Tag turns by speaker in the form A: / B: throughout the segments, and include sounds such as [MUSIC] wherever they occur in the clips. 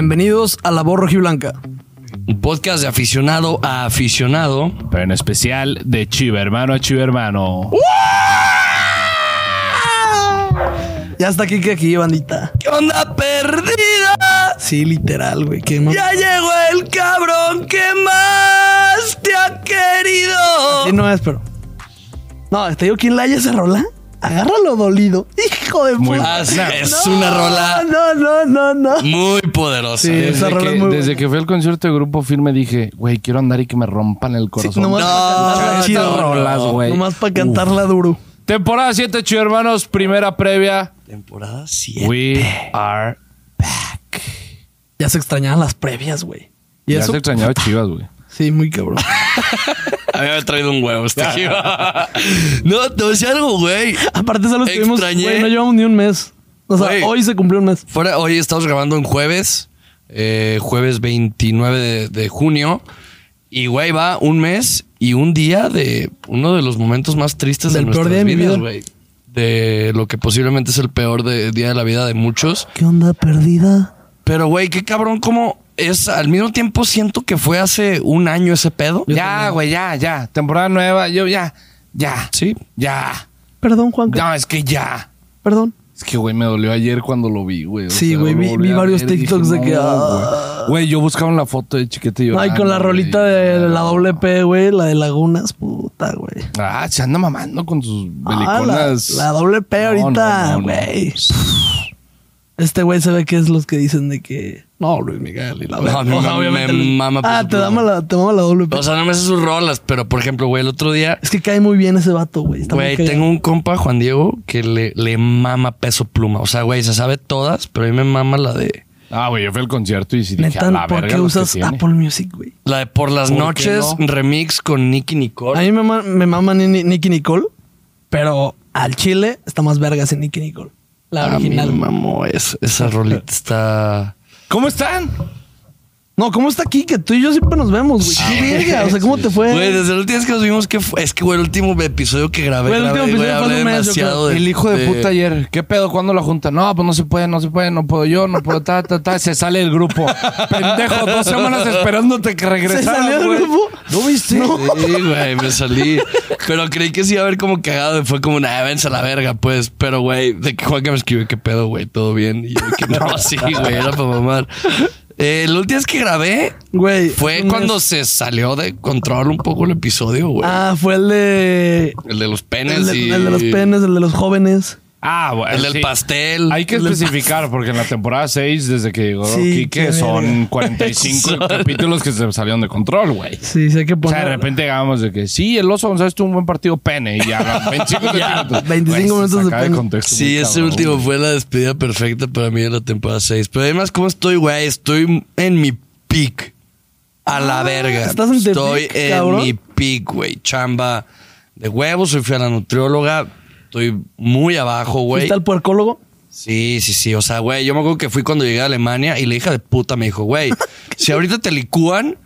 A: Bienvenidos a La Voz Rojiblanca.
B: Un podcast de aficionado a aficionado.
C: Pero en especial de Chivermano a Chivermano.
A: Uh, Ya está Kike aquí, bandita.
B: ¿Qué onda perdida?
A: Sí, literal, güey. ¿Qué más?
B: Ya llegó el cabrón que más te ha
A: Sí,
B: querido.
A: no es, pero. No, te digo, ¿quién la haya esa rola? Agárralo dolido. Hijo de
C: Muy
A: puta.
B: Ah, sí, es
A: No,
B: una rola
A: No, no, no, no.
B: muy poderosa.
A: Sí,
B: Eh,
A: esa
C: Desde,
A: rola
C: que,
A: es muy
C: desde que fui al concierto de Grupo Firme dije, güey, quiero andar y que me rompan el corazón.
A: nomás
B: No,
A: para cantarla
B: estas
A: chido.
B: rolas,
C: güey.
A: Nomás para cantarla duro.
C: Temporada 7, Chivermanos, primera previa.
B: Temporada 7.
C: We are...
A: Ya se extrañaban las previas, güey. Y
C: Ya
A: eso.
C: se extrañaba Chivas,
A: [LAUGHS]
C: güey.
A: Sí, muy
B: [LAUGHS]
A: cabrón.
B: Había traído un huevo [LAUGHS] este aquí. no, te voy a decir algo, güey.
A: Aparte, solo estuvimos.
B: Extrañé.
A: Güey, no llevamos ni un mes. O sea,
B: Güey.
A: hoy se cumplió un mes.
B: Fuera, hoy estamos grabando en jueves, eh, jueves 29 de, de junio. Y, güey, va un mes y un día de uno de los momentos más tristes
A: Del
B: de
A: peor
B: nuestras
A: día de mi
B: vidas,
A: vida.
B: güey. De lo que posiblemente es el peor de- día de la vida de muchos.
A: ¿Qué onda perdida?
B: Pero, güey, qué cabrón, como es. Al mismo tiempo siento que fue hace un año ese pedo.
C: ya, güey, ya, ya. Temporada nueva, yo ya, ya.
B: Sí.
C: Ya.
A: Perdón, Juanca.
C: No, es que ya.
A: Perdón.
C: Es que, güey, me dolió ayer cuando lo vi, güey. O
A: Sí,
C: sea,
A: güey,
C: lo
A: vi-
C: volví
A: vi
C: a
A: varios
C: ver y
A: TikToks de que,
C: "No,
A: ah".
C: güey". Güey, yo buscaba la foto de chiquete y yo.
A: Ay, con la rolita de la WP, güey, la de Lagunas, puta, güey.
C: Ah, se anda mamando con sus
A: Ah, la,
C: beliconas.
A: la WP
C: No, no,
A: ahorita,
C: no, no.
A: güey. Este güey se ve que es los que dicen de que. No, Luis Miguel. y la
B: No,
A: verga.
B: me-
A: O sea,
B: me
A: obviamente-
B: mama, por
A: Ah, te
B: supuesto.
A: dama, la, te dama la WP.
B: O sea, no me hace sus rolas, pero por ejemplo, güey, el otro día
A: es que cae muy bien ese vato, güey. Está muy
B: Güey,
A: cagado.
B: tengo un compa, Juan Diego, que le, le mama peso pluma. O sea, güey, se sabe todas, pero a mí me mama la de.
C: Ah, güey, yo fui al concierto y sí dije, a
A: Neta,
C: la
A: ¿por
C: verga.
A: qué
C: los que
A: usas
C: tiene".
A: Apple Music, güey?
B: La de Por las
C: ¿Por qué
B: noches,
C: no?
B: remix con Nicky
A: A
B: Nicole.
A: mí me, ma- me mama Ni- Nicky Nicole, pero al chile está más vergas en Nicky Nicole. La
B: A mí me
A: Ah, original.
B: mamó es- esa rolita está.
C: ¿Cómo están?
A: No, ¿cómo está aquí? Que tú y yo siempre nos vemos, güey.
B: Ah,
A: Qué verga. O sea, ¿cómo te fue?
B: Güey, desde la última vez que nos vimos, que fue. Es que, güey, el último episodio que grabé.
A: Güey, el último
B: grabé,
A: episodio
B: güey,
A: fue
B: hablé
A: hace un mes, yo
B: demasiado
A: creo.
B: de-
C: El hijo de puta ayer. ¿Qué pedo? ¿Cuándo la junta? No, pues no se puede, no se puede, no puedo yo, no puedo, ta, ta, ta. Se sale el grupo.
A: [LAUGHS]
C: Pendejo, dos semanas esperándote que regresaras.
A: salió del
C: güey.
A: grupo?
C: ¿No viste?
B: Sí, güey, me salí. Pero creí que sí iba a haber como cagado. y Fue como, nah, vence a la verga, pues. Pero, güey, de que Juan que me escribió, ¿qué pedo, güey? ¿Todo bien? Y yo, de que no, sí, güey, era para mamar. Eh, la última vez que grabé
A: Güey.
B: fue
A: un
B: cuando
A: mes.
B: se salió de control un poco el episodio, güey.
A: Ah, fue el de.
B: el de los penes
A: El
B: y...
A: de, el de los penes, el de los jóvenes.
C: Ah, bueno.
B: El del
C: sí.
B: pastel.
C: Hay que
A: El del
C: especificar, porque en la temporada 6, desde que llegó
A: Sí, qué
C: Quique,
A: verga.
C: son
A: [LAUGHS]
C: 45 capítulos que se salieron de control, güey.
A: Sí, sí, hay que
C: O
A: poner.
C: sea, de repente llegamos de que sí, el oso González tuvo un buen partido pene
A: [LAUGHS]
C: y ya [LAUGHS] 25 minutos.
A: 25
C: Güey, se
A: minutos de
C: saca
A: pene.
C: contexto
B: Sí,
C: muy
B: ese
C: cabrón,
B: último
C: güey.
B: fue la despedida perfecta para mí de la temporada 6. Pero además, ¿cómo estoy, güey? Estoy en mi peak. A la
A: Ah,
B: verga.
A: ¿estás en the
B: estoy
A: peak,
B: en
A: cabrón?
B: mi peak, güey. Chamba de huevos. Soy fui a la nutrióloga. Estoy muy abajo, güey.
A: Está el puercólogo.
B: Sí, sí, sí. O sea, güey, yo me acuerdo que fui cuando llegué a Alemania y la hija de puta me
A: [LAUGHS]
B: dijo, güey, si ahorita te licúan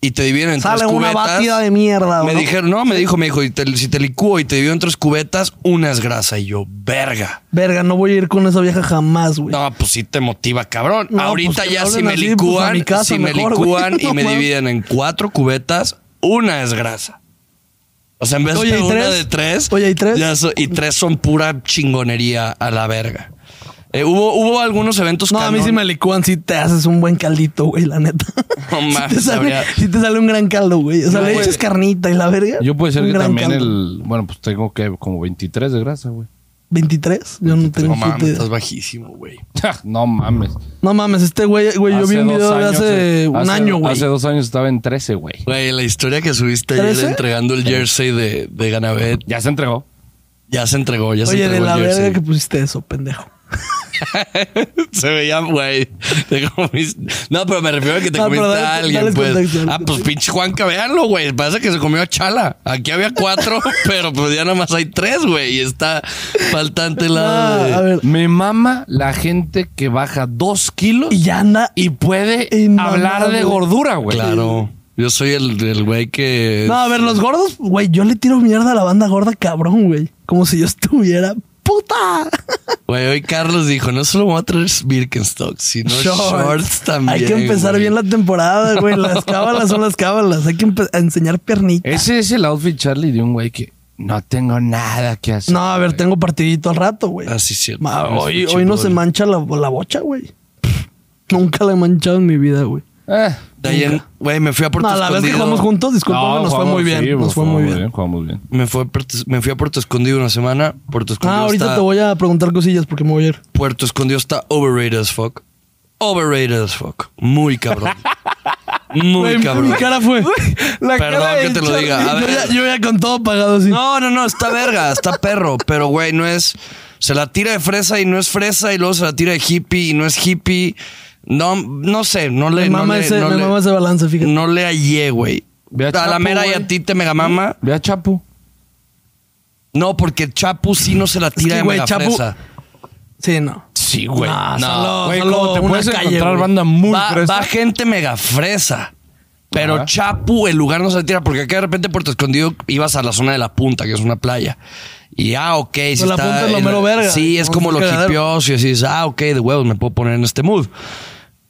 B: y te dividen en
A: Sale
B: tres
A: una
B: cubetas,
A: batida de mierda,
B: Me
A: Ah, ¿no?
B: dijeron, no, me dijo, me dijo, "y te- si te licúo y te dividen en tres cubetas, una es grasa. Y yo, verga.
A: Verga, no voy a ir con esa vieja jamás, güey.
B: No, pues sí te motiva, cabrón.
A: No,
B: Ahorita
A: pues, que
B: ya
A: hablen
B: si me
A: así, pues, a
B: licúan,
A: mi casa
B: si me
A: mejor, güey.
B: licúan
A: [LAUGHS]
B: y
A: No
B: me
A: mames.
B: dividen en cuatro cubetas, una es grasa. O sea, en vez
A: Oye,
B: de
A: ¿y
B: una
A: tres?
B: de tres,
A: Oye, ¿y tres?
B: ya so- y tres son pura chingonería a la verga. Eh, hubo, hubo algunos
C: pues,
B: eventos
A: No, a mí
B: canon.
A: sí me licúan, si te haces un buen caldito, güey, la
C: [LAUGHS]
A: neta.
B: No mames,
A: si, te sale,
B: habría-
A: sí te sale un gran caldo, güey. O sea,
C: Yo,
A: le
C: güey,
A: echas carnita y la verga.
C: Yo puede ser
A: un
C: que
A: gran
C: también
A: caldo.
C: el. Bueno, pues tengo que como 23 de grasa, güey. [LAUGHS]
A: 23, yo no tengo
B: No
A: puta
B: mames,
A: idea.
B: estás bajísimo, güey.
C: Ja, Ah, no mames.
A: No mames, este güey, güey, yo vi
C: Hace
A: un
C: dos
A: video de
C: años,
A: hace
C: eh,
A: un
C: hace-
A: año, güey.
C: Hace dos años estaba en 13, güey.
B: Güey, la historia que subiste ayer
A: ¿Trece?
B: entregando el jersey de, de Ganabet,
C: Ya se entregó.
B: ya se entregó, ya se
A: Oye, de
B: entregó
A: la
B: el jersey.
A: verga que pusiste eso, pendejo.
B: Se veía, güey. Te comiste. No, pero me refiero a que te
A: No, pero
B: comiste
A: dale-
B: a alguien,
A: dales
B: pues.
A: contexto, dales
B: ah, pues
A: contexto.
B: pinche Juanca, véanlo, güey. Pasa que se comió a Chala. Aquí había
A: [LAUGHS]
B: cuatro, pero pues ya nada más hay tres, güey. Y está faltante
A: Ah, a
B: la.
A: ver.
C: Me mama la gente que baja dos kilos
A: Y
C: y,
A: ya anda.
C: puede
A: Y mamá,
C: hablar
A: güey.
C: de gordura, Ah, güey.
B: claro. Yo soy el el güey que.
A: No, a ver, los gordos, güey, yo le tiro mierda a la banda gorda, cabrón, güey. Como si yo estuviera puta.
B: Güey, hoy Carlos dijo, no solo voy a traer Birkenstocks, sino shorts, también.
A: Hay que empezar
B: güey.
A: bien la temporada, güey. Las cábalas son las cábalas. Hay que empe- a enseñar piernitas.
C: Ese es el outfit, Charlie, de un güey que no tengo nada que hacer.
A: No, a ver, tengo partidito al rato, güey.
B: Ah, sí, cierto.
A: Ma,
B: No,
A: hoy,
B: pinche
A: hoy no
B: brother.
A: se mancha la, la bocha, güey. Nunca la he manchado en mi vida, güey.
C: Eh,
B: De ahí en- güey, me fui a Puerto
A: No, la vez que
B: Escondido.
A: jugamos juntos, disculpame, nos fue
C: jugamos-
A: muy bien.
C: sí,
A: nos fue muy bien.
C: Jugamos bien.
B: Me, fue a Puerto- me fui a Puerto Escondido una semana. Puerto Escondido
A: Ah, ahorita
B: está-
A: te voy a preguntar cosillas porque me voy a ir.
B: Puerto Escondido está overrated as fuck. Overrated as fuck. Muy
A: [LAUGHS]
B: cabrón. Muy
A: Güey,
B: cabrón.
A: Mi cara fue.
B: Perdón cara que del te lo Charlie. diga, a
A: Yo
B: ver.
A: ya, yo ya con todo pagado así.
B: No, no, no, está verga, está perro, pero güey, no es. Se la tira de fresa y no es fresa, y luego se la tira de hippie y no es hippie. No, no sé, no le.
A: me
B: no
A: mama,
B: le-
A: ese,
B: no
A: me
B: le-
A: mama ese balance, fíjate.
B: no le hallé, güey.
C: Ve a
B: A, la
C: Chapo,
B: mera y
C: güey.
B: a ti te mega mama.
C: Ve a Chapu.
B: No, porque Chapu sí no se la tira
A: que,
B: de
A: güey,
B: mega
A: Chapu-
B: fresa.
A: Sí, no.
C: Sí, güey.
A: No,
B: no.
A: solo,
C: Güey,
A: solo
C: ¿cómo te
A: una
C: puedes
A: calle,
C: encontrar
A: güey.
C: banda muy
B: va,
C: fresa?
B: va gente mega fresa. Pero
C: Ajá.
B: Chapu, el lugar no se la tira, porque acá de repente Puerto Escondido ibas a la zona de la punta, que es una playa. Y ah, ok. si
A: Pero la
B: está
A: punta es lo
B: en-
A: mero verga.
B: Sí, es
A: No,
B: como
A: es un
B: lo
A: cagadero.
B: hipioso y así dices, ah, ok, de huevos, me puedo poner en este mood.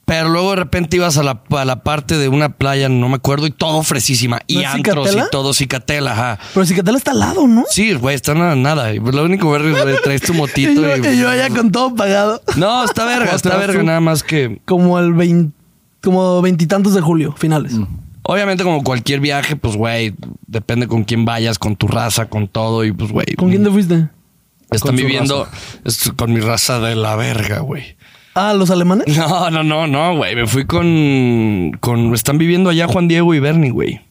B: Pero luego de repente ibas a la, a la parte de una playa, no me acuerdo, y todo fresísima.
A: ¿No
B: Y
A: es
B: antros
A: Cicatela?
B: y todo cicatela, ajá.
A: Pero Cicatel está al lado, ¿no?
B: Sí, güey, está nada, nada. Lo único verga es que traes tu motito
A: [LAUGHS] Y yo,
B: y-
A: y yo allá con todo pagado.
B: No, está
A: [LAUGHS]
B: verga, está
C: Atrás
B: verga,
C: tú.
B: nada más que.
A: Como el 20, como veintitantos de julio, finales.
C: Mm.
B: Mm. Obviamente, como cualquier viaje, pues, güey, depende con quién vayas, con tu raza, con todo, y pues, güey.
A: ¿Con quién te fuiste?
B: Están
C: con su
B: viviendo es- con mi raza de la verga, güey. [LAUGHS]
A: Ah, los alemanes.
B: No, no, no, no, güey. Me fui con, con. Están viviendo allá Juan Diego y Bernie, güey.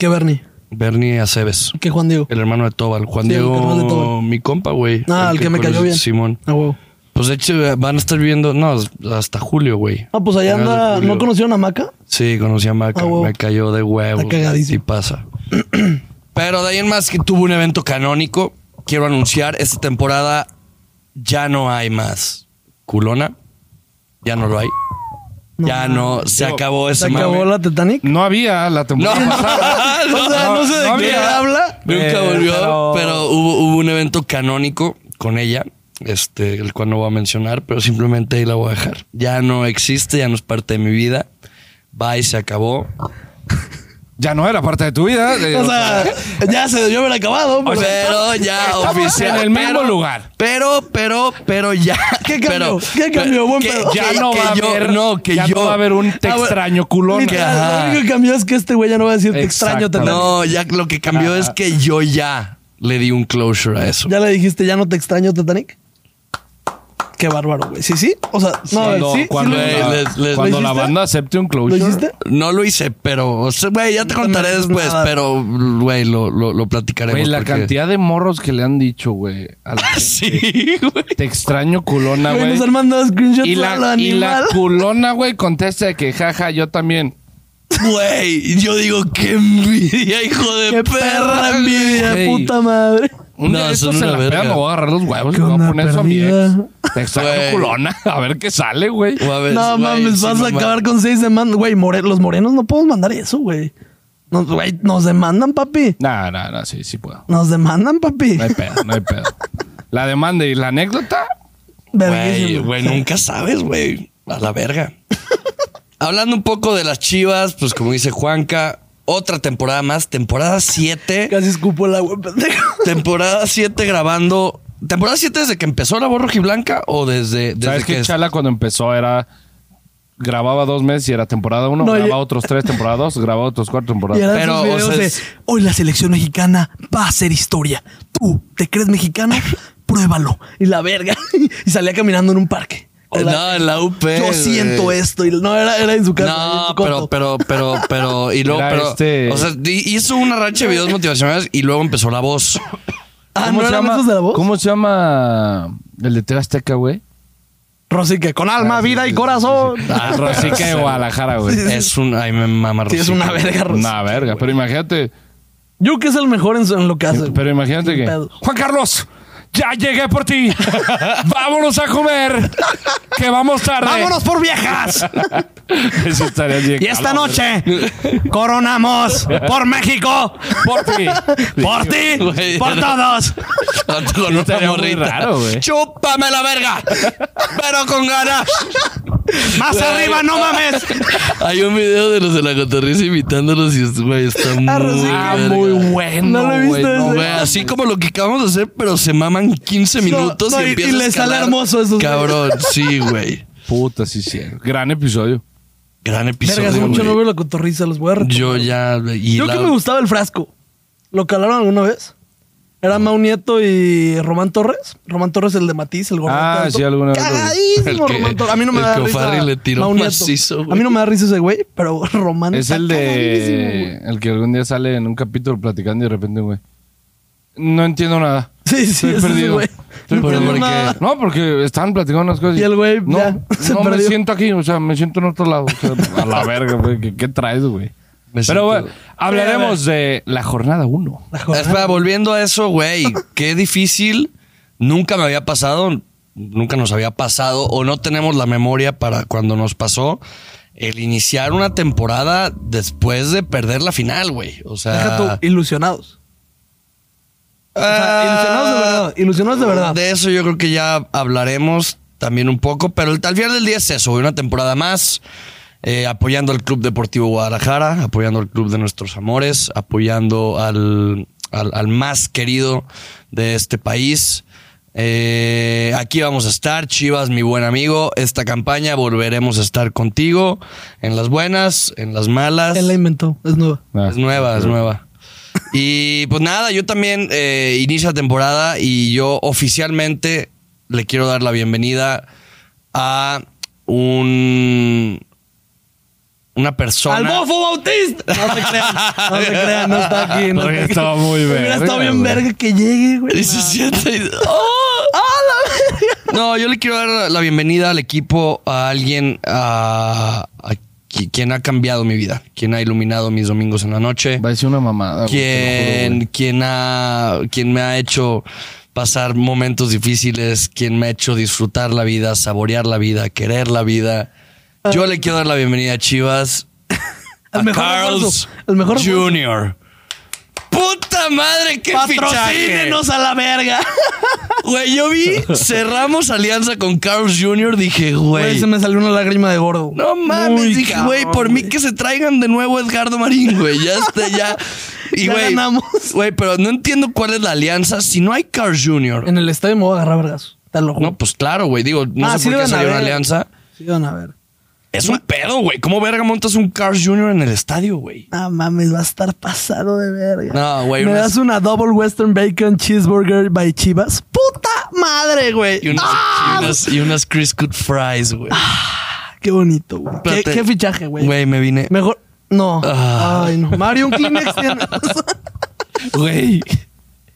A: Que Bernie,
B: Bernie Aceves,
A: que Juan Diego.
B: el hermano de Tobal. Juan
A: Sí, el carnal de
B: Diego,
A: Tobal.
B: mi compa, güey.
A: Ah, el que me cayó
B: conocí,
A: bien.
B: Simón.
A: Ah, huevo.
B: Pues de hecho, van a estar viviendo, no, hasta julio, güey.
A: Ah, pues allá
B: Finales de
A: anda.
B: julio.
A: ¿No conocieron a Maca?
B: Sí, conocí a Maca.
A: Ah, huevo.
B: Me cayó de huevo.
A: Está cagadísimo.
B: Y pasa. [CLEARS THROAT] Pero de ahí en más que tuvo un evento canónico, quiero anunciar, esta temporada ya no hay más culona. Ya no lo hay.
A: No,
B: ya no, se
C: Digo,
B: acabó ese
A: ¿Se acabó
B: mame.
A: la Titanic?
C: No había
A: [LAUGHS]
C: la temporada
B: [LAUGHS] No.
C: pasada.
A: O sea, no sé de qué
C: había.
A: habla.
B: Nunca
C: Eh,
B: volvió,
C: pero-
B: pero, hubo, hubo un evento canónico con ella, este, el cual no voy a mencionar, pero simplemente ahí la voy a dejar. Ya no existe, ya no es parte de mi vida. Bye, se acabó.
C: Ya no era parte de tu
A: [LAUGHS]
C: vida.
A: O sea, ya se debió haber acabado. pero-
B: Pero ya
C: estamos
B: oficial.
C: en el mismo
B: pero-
C: lugar.
B: Pero, pero, pero ya.
A: ¿Qué cambió?
B: Pero,
A: ¿Qué cambió? Buen
B: que-
A: pedo.
C: ya
B: que-
C: no
B: que
C: va a
B: yo-
C: haber.
B: No, que
C: ya
B: yo.
C: no va a haber un te
A: Ah, bueno,
C: extraño culón.
A: Literal,
B: Ajá.
A: Lo único que cambió es que este güey ya no va a decir te extraño, te
C: Exactamente.
B: No, ya lo que cambió es que yo ya le di un closure a eso.
A: Ya le dijiste, ya no te extraño, Titanic. Qué bárbaro, güey. Sí, sí. O sea, no, a ver,
C: Cuando,
A: sí, sí.
C: cuando
A: lo-
B: le-
C: la,
B: les- les-
C: cuando
A: ¿Lo
C: la
A: hiciste?
C: banda acepte un
A: ¿Lo
C: closure.
A: hiciste?
B: No lo hice, pero, o sea, güey, ya te contaré
A: haces
B: después,
A: nada.
B: pero, güey, lo, lo, lo platicaremos.
C: Güey, la
B: porque- [LAUGHS]
C: cantidad de morros que le han dicho, güey.
A: [LAUGHS]
C: a la gente,
B: Sí, güey.
C: Te extraño culona,
A: Güey,
C: güey.
A: nos han mandado screenshots
C: Y
A: a lo
C: la, y la
A: animal.
C: culona, güey, contesta de que jaja, yo también.
B: Güey, yo digo, qué envidia, hijo de
A: Qué
B: perra.
A: perra envidia,
C: Ey.
A: puta madre.
C: Un
B: No,
C: día de estos
B: son
C: se
B: una
C: la
B: verga.
C: pega, me voy a agarrar los huevos y
A: ¿Qué
C: me voy a
A: onda,
C: poner eso a mi ex.
A: perdida?
C: Te extraño
B: Güey.
C: culona. [LAUGHS] A ver qué sale, güey.
B: O a ver,
A: No
B: Pues, güey,
A: mames,
B: sí,
A: vas a
B: mamá.
A: acabar con seis demandas. Güey, more- los morenos no podemos mandar eso, güey. Nos, güey, nos demandan, papi.
C: No, no, no, sí, sí puedo.
A: Nos demandan, papi.
C: No hay pedo, no hay pedo. La demanda y la anécdota.
B: Güey,
A: Verguísima.
B: güey, nunca sabes, güey. A
A: [LAUGHS]
B: la verga. Hablando un poco de las chivas, pues como dice Juanca, otra temporada más, temporada 7.
A: Casi escupo el agua, pendejo.
B: temporada 7 grabando. ¿Temporada 7 desde que empezó la voz rojiblanca o desde, desde
C: ¿Sabes
B: que
C: que
B: es-
C: Chala cuando empezó era. Grababa dos meses y era temporada uno,
A: No,
C: grababa
A: ya-
C: otros tres temporadas dos, grababa otros cuatro
A: Y
C: temporadas.
A: eran
B: Pero,
A: sus
B: o
A: videos
B: sea,
A: de,
B: es-
A: hoy la selección mexicana va a ser historia. Tú, ¿te crees
B: [LAUGHS]
A: mexicano? Pruébalo. Y la verga. [LAUGHS] y salía caminando en un parque. O la-
B: No, en la UP.
A: Yo
B: güey.
A: siento esto. Y no, era, era en su casa. en
B: No,
A: su
B: pero,
A: coto.
B: pero, pero, pero, y luego,
C: Era
B: pero,
C: este-
B: o sea, di- hizo una racha de videos motivacionales y luego empezó la voz.
A: Ah, ¿no eran esos de la voz?
C: ¿Cómo se llama el de TV Azteca,
A: [LAUGHS]
C: güey?
A: Rosique, con
B: Ah,
A: alma, vida y corazón.
C: Ah, Rosique de Guadalajara, güey.
B: Es un, ay, me mama
A: Sí, es una
B: Rosique.
A: verga, Rosique.
C: Una verga, pero imagínate,
A: Yo que es el mejor en, su- en lo que hace.
C: pero
A: güey.
C: imagínate
A: Sin
C: que.
A: pedo.
C: Juan Carlos, Ya llegué
A: [LAUGHS]
C: por ti. Vámonos a comer. Que vamos tarde.
A: ¡Vámonos por
B: [LAUGHS]
A: viejas!
C: [LAUGHS] Eso estaría bien.
A: Y esta
C: cabrón.
A: noche coronamos por México,
C: Por ti.
B: [LAUGHS]
A: por ti,
B: Güey,
A: por
B: no.
A: todos.
B: [LAUGHS] Con una
C: Estaría muy
B: morrita.
C: raro, güey.
B: ¡Chúpame la verga! ¡Pero con ganas!
A: Más arriba, no mames.
B: [LAUGHS] Hay un video de los de la cotorriza imitándolos y, güey, está muy.
C: Ah,
B: verga.
C: muy bueno.
A: No lo he visto
C: güey, no,
A: ese.
B: Güey, así como lo que acabamos de hacer, pero se maman 15 minutos
A: no, y-
B: y,
A: y
B: empiezan
A: les sale hermoso a esos
B: Cabrón, sí, güey.
C: Puta, sí, sí. Gran episodio.
B: Gran
A: Vergas,
B: episodio.
A: mucho
B: güey.
A: no veo la cotorriza, los voy a retomar.
B: Yo ya. Y
A: Yo
B: la-
A: que me gustaba el frasco. ¿Lo calaron alguna vez? Era Mau Nieto y Román Torres. Román Torres, el de Matiz, el gordito.
C: Ah,
A: alto.
C: sí, alguna vez lo vi.
A: Cagadísimo,
B: El que-
A: Román Torres. A mí no me
B: el
A: da
B: que
A: risa.
B: O'Farrill le tiró
A: Mau Nieto.
B: macizo, güey.
A: A mí no me da risa ese güey, pero [LAUGHS] Román
C: Es
A: está
C: el
A: cagadísimo, güey.
C: de. El que algún día sale en un capítulo platicando y de repente, güey. No entiendo nada.
A: Sí, sí,
C: Estoy
A: es ese
C: perdido.
A: güey.
C: Estoy
A: No
B: perdido.
A: entiendo
B: Porque-
A: nada.
C: No, porque estaban platicando unas cosas.
A: Y el güey
C: no,
A: ya, se
C: no me
A: perdió.
C: siento aquí, o sea, me siento en otro lado. O sea, a la verga, güey. ¿qué, qué traes, güey?
B: Me siento-
C: Pero bueno, hablaremos de la jornada 1.
A: [LAUGHS] La jornada.
B: Espera, volviendo a eso, güey. Qué difícil. Nunca me había pasado. Nunca nos había pasado. O no tenemos la memoria para cuando nos pasó. El iniciar una temporada después de perder la final, güey. O sea.
A: Deja tú, ilusionados.
B: O
A: sea, ilusionados de verdad, ilusionados de verdad.
B: Ah. De eso yo creo que ya hablaremos también un poco, pero el, al final del día es eso, güey, una temporada más, eh, apoyando al Club Deportivo Guadalajara, apoyando al Club de Nuestros Amores, apoyando al, al- al más querido de este país. Eh, aquí vamos a estar, Chivas, mi buen amigo. Esta campaña volveremos a estar contigo en las buenas, en las malas.
A: Él la inventó, es nueva.
C: Ah,
B: Es nueva, es nueva. Y pues nada, yo también eh, inicio la temporada y yo oficialmente le quiero dar la bienvenida a un una persona.
A: ¡Al
B: [LAUGHS]
A: bofo Bautista! No se crean, no se crean, no está aquí.
B: [LAUGHS]
A: No
C: Oye,
A: está aquí.
C: estaba muy
A: Hubiera
C: verga,
A: estado bien
C: güey.
A: verga que llegue, güey. ¡Ah,
B: Y se sienta y- ¡Oh! No, yo le quiero dar la bienvenida al equipo a alguien a, a qui- quien ha cambiado mi vida, quien ha iluminado mis domingos en la noche.
C: Va a decir una mamada. Ah, güey, te lo juro,
B: quien,
C: güey.
B: quien, ha, quien me ha hecho pasar momentos difíciles, quien me ha hecho disfrutar la vida, saborear la vida, querer la vida. Yo le quiero dar la bienvenida a Chivas,
A: Al
B: a
A: Ah. mejor
B: Carlos
A: refuerzo, al mejor refuerzo.
B: Junior. ¡Puta madre, qué fichaje!
A: Patrocínenos a la verga.
B: Güey, yo vi, cerramos alianza con Carlos Jr., dije,
A: Güey,
B: [LAUGHS] güey...
A: se me salió una lágrima de gordo.
B: No mames,
A: Muy
B: dije, güey,
A: cabrón,
B: por mí que se traigan de nuevo a Edgardo Marín, güey. Ya está,
A: [LAUGHS]
B: ya. Y
A: Ya
B: güey,
A: ganamos.
B: güey, pero no entiendo cuál es la alianza. Si no hay Carl Jr.,
A: En el estadio me voy a agarrar vergas. Te lo juro.
B: no, pues claro, güey. Digo, no
A: Ah,
B: sé
A: sí
B: por qué
A: deben
B: salió una
A: haber.
B: alianza.
A: Sí, van a ver.
B: Es un pedo, güey. ¿Cómo verga montas un Carl Jr. en el estadio, güey?
A: Ah, mames, va a estar pasado de verga.
B: No, güey,
A: ¿Me
B: unas-
A: das una Double Western Bacon Cheeseburger by Chivas? ¡Puta madre, güey!
B: Y unas,
A: ¡Ah!
B: y unas, y unas Chris Good Fries, güey.
A: Qué bonito, güey. ¿Qué,
B: Espérate.
A: qué fichaje, güey.
B: Güey, me vine.
A: Mejor. No.
B: Ah.
A: Ay, no. Mario, un Kleenex tiene.
B: [LAUGHS] Güey.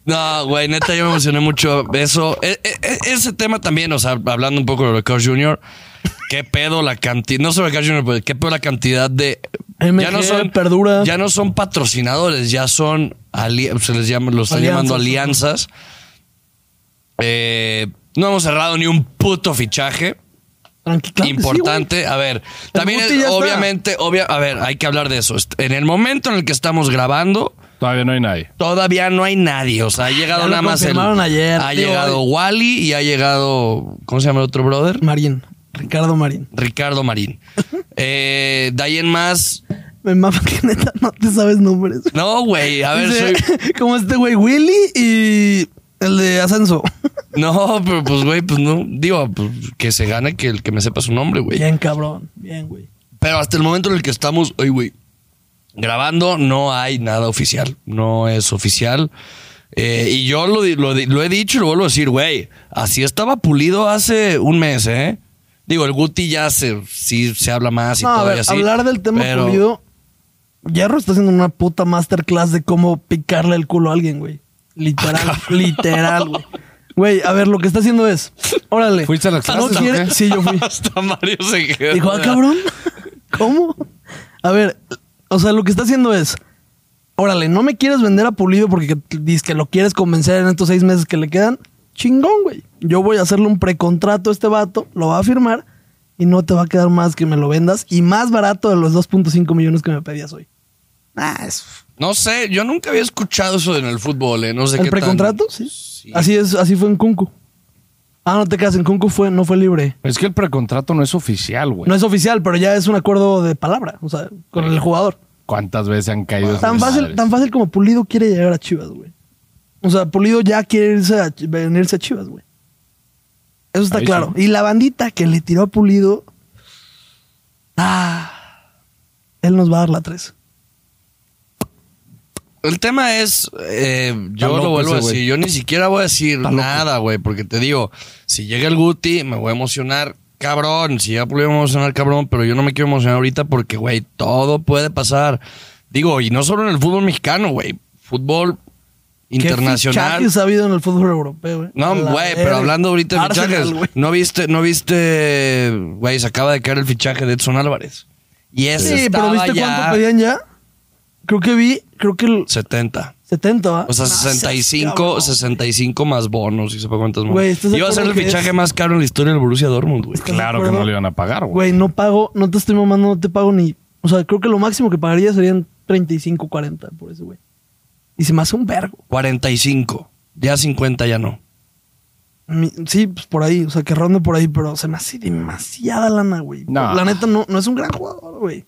B: No, güey, neta, yo me emocioné mucho. Eso, e- e- e- ese tema también, o sea, hablando un poco de lo de Carl Jr., qué pedo la cantidad, no sobre Carl Jr., pero qué pedo la cantidad de.
A: MG, Perdura.
B: Ya no son patrocinadores, ya son. ali- se les llama, los están
A: Alianzas.
B: llamando alianzas. Eh, no hemos cerrado ni un puto fichaje
A: Tranqui, claro que sí, güey.
B: importante. a ver, también
A: Guti
B: es-
A: ya está.
B: obviamente, obvia, a ver, hay que hablar de eso. Est- En el momento en el que estamos grabando,
C: Todavía no hay nadie.
B: todavía no hay nadie. O sea, ha
A: Ah,
B: llegado
A: Ya lo
B: nada más el.
A: confirmaron ayer,
B: ha
A: digo,
B: llegado
A: hoy.
B: Wally y ha llegado. ¿Cómo se llama el otro brother?
A: Marín. Ricardo Marín. [LAUGHS]
B: Ricardo Marín. eh, de ahí en más.
A: Me mama que neta no te sabes nombres.
B: No, güey. A ver,
A: Dice,
B: soy.
A: [LAUGHS] Como este güey, Willy y el de Ascenso.
B: No, pero pues, güey, pues no. Digo, pues, que se gane que el que me sepa su nombre, güey.
A: Bien, cabrón. Bien, güey.
B: Pero hasta el momento en el que estamos, hoy, güey, grabando, no hay nada oficial. No es oficial. Eh, y yo lo, di- lo di- lo he dicho y lo vuelvo a decir, güey, así estaba pulido hace un mes, ¿eh? Digo, el Guti ya se, sí, se habla más y
A: No,
B: todo
A: a ver,
B: y así.
A: hablar del tema
B: pero- [LAUGHS]
A: pulido. Hierro está haciendo una puta masterclass de cómo picarle el culo a alguien, güey.
B: [LAUGHS]
A: Literal, literal, güey. Güey, a ver, lo que está haciendo es. Órale.
C: ¿Fuiste a las
A: ¿No
C: clases o
A: quiere-
C: qué?
A: Sí, yo fui.
B: Hasta Mario se quedó.
A: Dijo, ah, cabrón. [LAUGHS] ¿Cómo? A ver, o sea, lo que está haciendo es. Órale, no me quieres vender a Pulido porque dices que lo quieres convencer en estos seis meses que le quedan. chingón, güey. Yo voy a hacerle un precontrato a este vato, lo va a firmar y no te va a quedar más que me lo vendas y más barato de los 2.5 millones que me pedías hoy. Ah, es
B: No sé, yo nunca había escuchado eso en el fútbol, ¿eh? No sé qué
A: ¿El
B: tan-
A: precontrato? Sí. Así es, así fue en Kunku. Ah, no te creas, en Kunku fue, no fue libre.
C: Es que el precontrato no es oficial, güey.
A: No es oficial, pero ya es un acuerdo de palabra, o sea, con el jugador.
C: ¿Cuántas veces han caído?
B: Pues
A: Tan
C: esas
A: fácil,
C: madres?
A: tan fácil como Pulido quiere llegar a Chivas, güey. O sea, Pulido ya quiere irse a, venirse a Chivas, güey. Eso está
C: Ahí
A: claro. Y la bandita que le tiró a Pulido. Ah. Él nos va a dar la 3.
B: El tema es, eh, yo
C: loco
B: lo vuelvo a
C: ese güey.
B: decir, yo ni siquiera voy a decir nada, güey, porque te digo, si llega el Guti, me voy a emocionar, cabrón, si ya pude emocionar, cabrón, pero yo no me quiero emocionar ahorita porque, güey, todo puede pasar. Digo, y no solo en el fútbol mexicano, güey, fútbol internacional.
A: ¿Qué fichajes ha habido en el fútbol europeo, güey?
B: No,
A: La
B: güey,
A: verga.
B: pero hablando ahorita de
A: Arsenal,
B: fichajes, pues
A: güey.
B: no viste, no viste, güey, se acaba de caer el fichaje de Edson Álvarez. Y ese
A: Sí, pero
B: estaba
A: ¿viste
B: ya
A: cuánto pedían ya? Creo que vi, creo que el
B: 70.
A: 70, ¿va?
B: O sea,
A: Ah,
B: 65,
A: cabrón.
B: 65 más bonos y sepa cuántas más.
A: Güey, ¿estás de
B: Iba a ser el
A: acuerdo que
B: fichaje
A: es-
B: más caro en la historia del Borussia Dortmund, güey.
A: ¿Estás de
C: Claro que
A: acuerdo?
C: no le iban a pagar, güey.
A: Güey, no pago, no te estoy mamando, no te pago ni. O sea, creo que lo máximo que pagaría serían 35, 40 por ese güey. Y se me hace un vergo.
B: 45. Ya 50 ya no.
A: Mi- sí, pues por ahí, o sea, que ronde por ahí, pero se me hace demasiada lana, güey.
C: No.
A: La neta, no, no es un gran jugador, güey.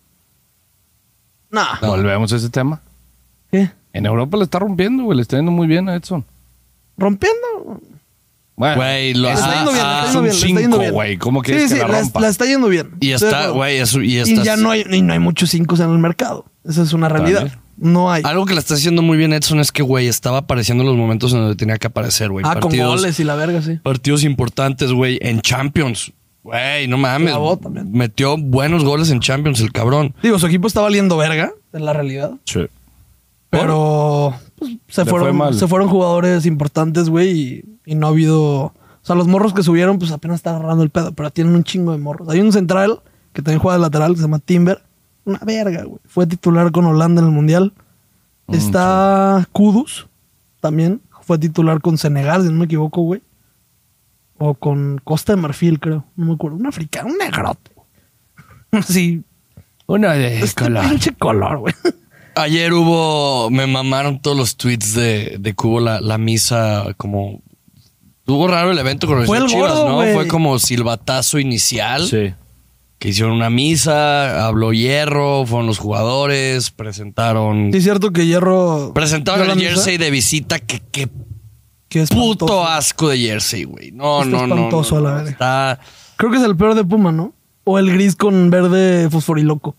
A: Nah.
B: No.
C: Volvemos a ese tema.
A: ¿Qué?
C: En Europa le está rompiendo, güey. Le está yendo muy bien a Edson.
A: ¿Rompiendo?
C: Bueno,
B: Güey, lo
A: Le
B: ah,
A: está yendo bien, le
B: ah,
A: está
C: es
A: yendo bien,
C: un
A: le está yendo
C: cinco,
A: bien.
C: güey. ¿Cómo quieres que la
A: la,
C: rompa?
A: la está yendo bien. Estoy
B: Y
A: de
B: está,
A: acuerdo.
B: güey, es- y
A: Y,
B: está-
A: ya no hay, y no hay muchos cinco en el mercado. Esa es una realidad.
C: También.
A: No hay.
B: Algo que le está haciendo muy bien Edson es que, güey, estaba apareciendo en los momentos en donde tenía que aparecer, güey.
A: ah, con
B: Partidos-
A: goles y la verga, sí.
B: partidos importantes, güey, en Champions. Güey, no mames.
A: Clavó también.
B: Metió buenos goles en Champions el cabrón.
A: Digo, su equipo está valiendo verga, en la realidad.
C: Sí.
A: Pero pues, se,
C: Le fue
A: fueron,
C: mal.
A: se fueron jugadores importantes, güey, y, y no ha habido. O sea, los morros que subieron, pues apenas está agarrando el pedo, pero tienen un chingo de morros. Hay un central que también juega de lateral que se llama Timber. Una verga, güey. Fue titular con Holanda en el Mundial.
C: Ah,
A: Está Kudus también. Fue titular con Senegal, si no me equivoco, güey. O con Costa de Marfil, creo. No me acuerdo. Un africano, un negrote. [LAUGHS] Sí.
C: Uno de
A: Este pinche color, güey.
B: Ayer hubo, me mamaron todos los tweets de, de Cubo la, la misa, como... Tuvo raro el evento con los
A: Fue el
B: Chivas,
A: gordo,
B: ¿no?
A: güey.
B: Fue como silbatazo inicial,
C: Sí.
B: que hicieron una misa, habló Hierro, fueron los jugadores, presentaron...
A: [LAUGHS] Sí, es cierto que Hierro.
B: Presentaron
A: dio
B: el
A: la misa,
B: jersey de visita, que qué
A: que es
B: puto
A: espantoso.
B: asco de jersey, güey. No,
A: Está
B: no, no, no,
A: espantoso a la
B: no,
A: verga.
B: Está...
A: Creo que es el peor de Puma, ¿no? O el gris con verde fosforiloco.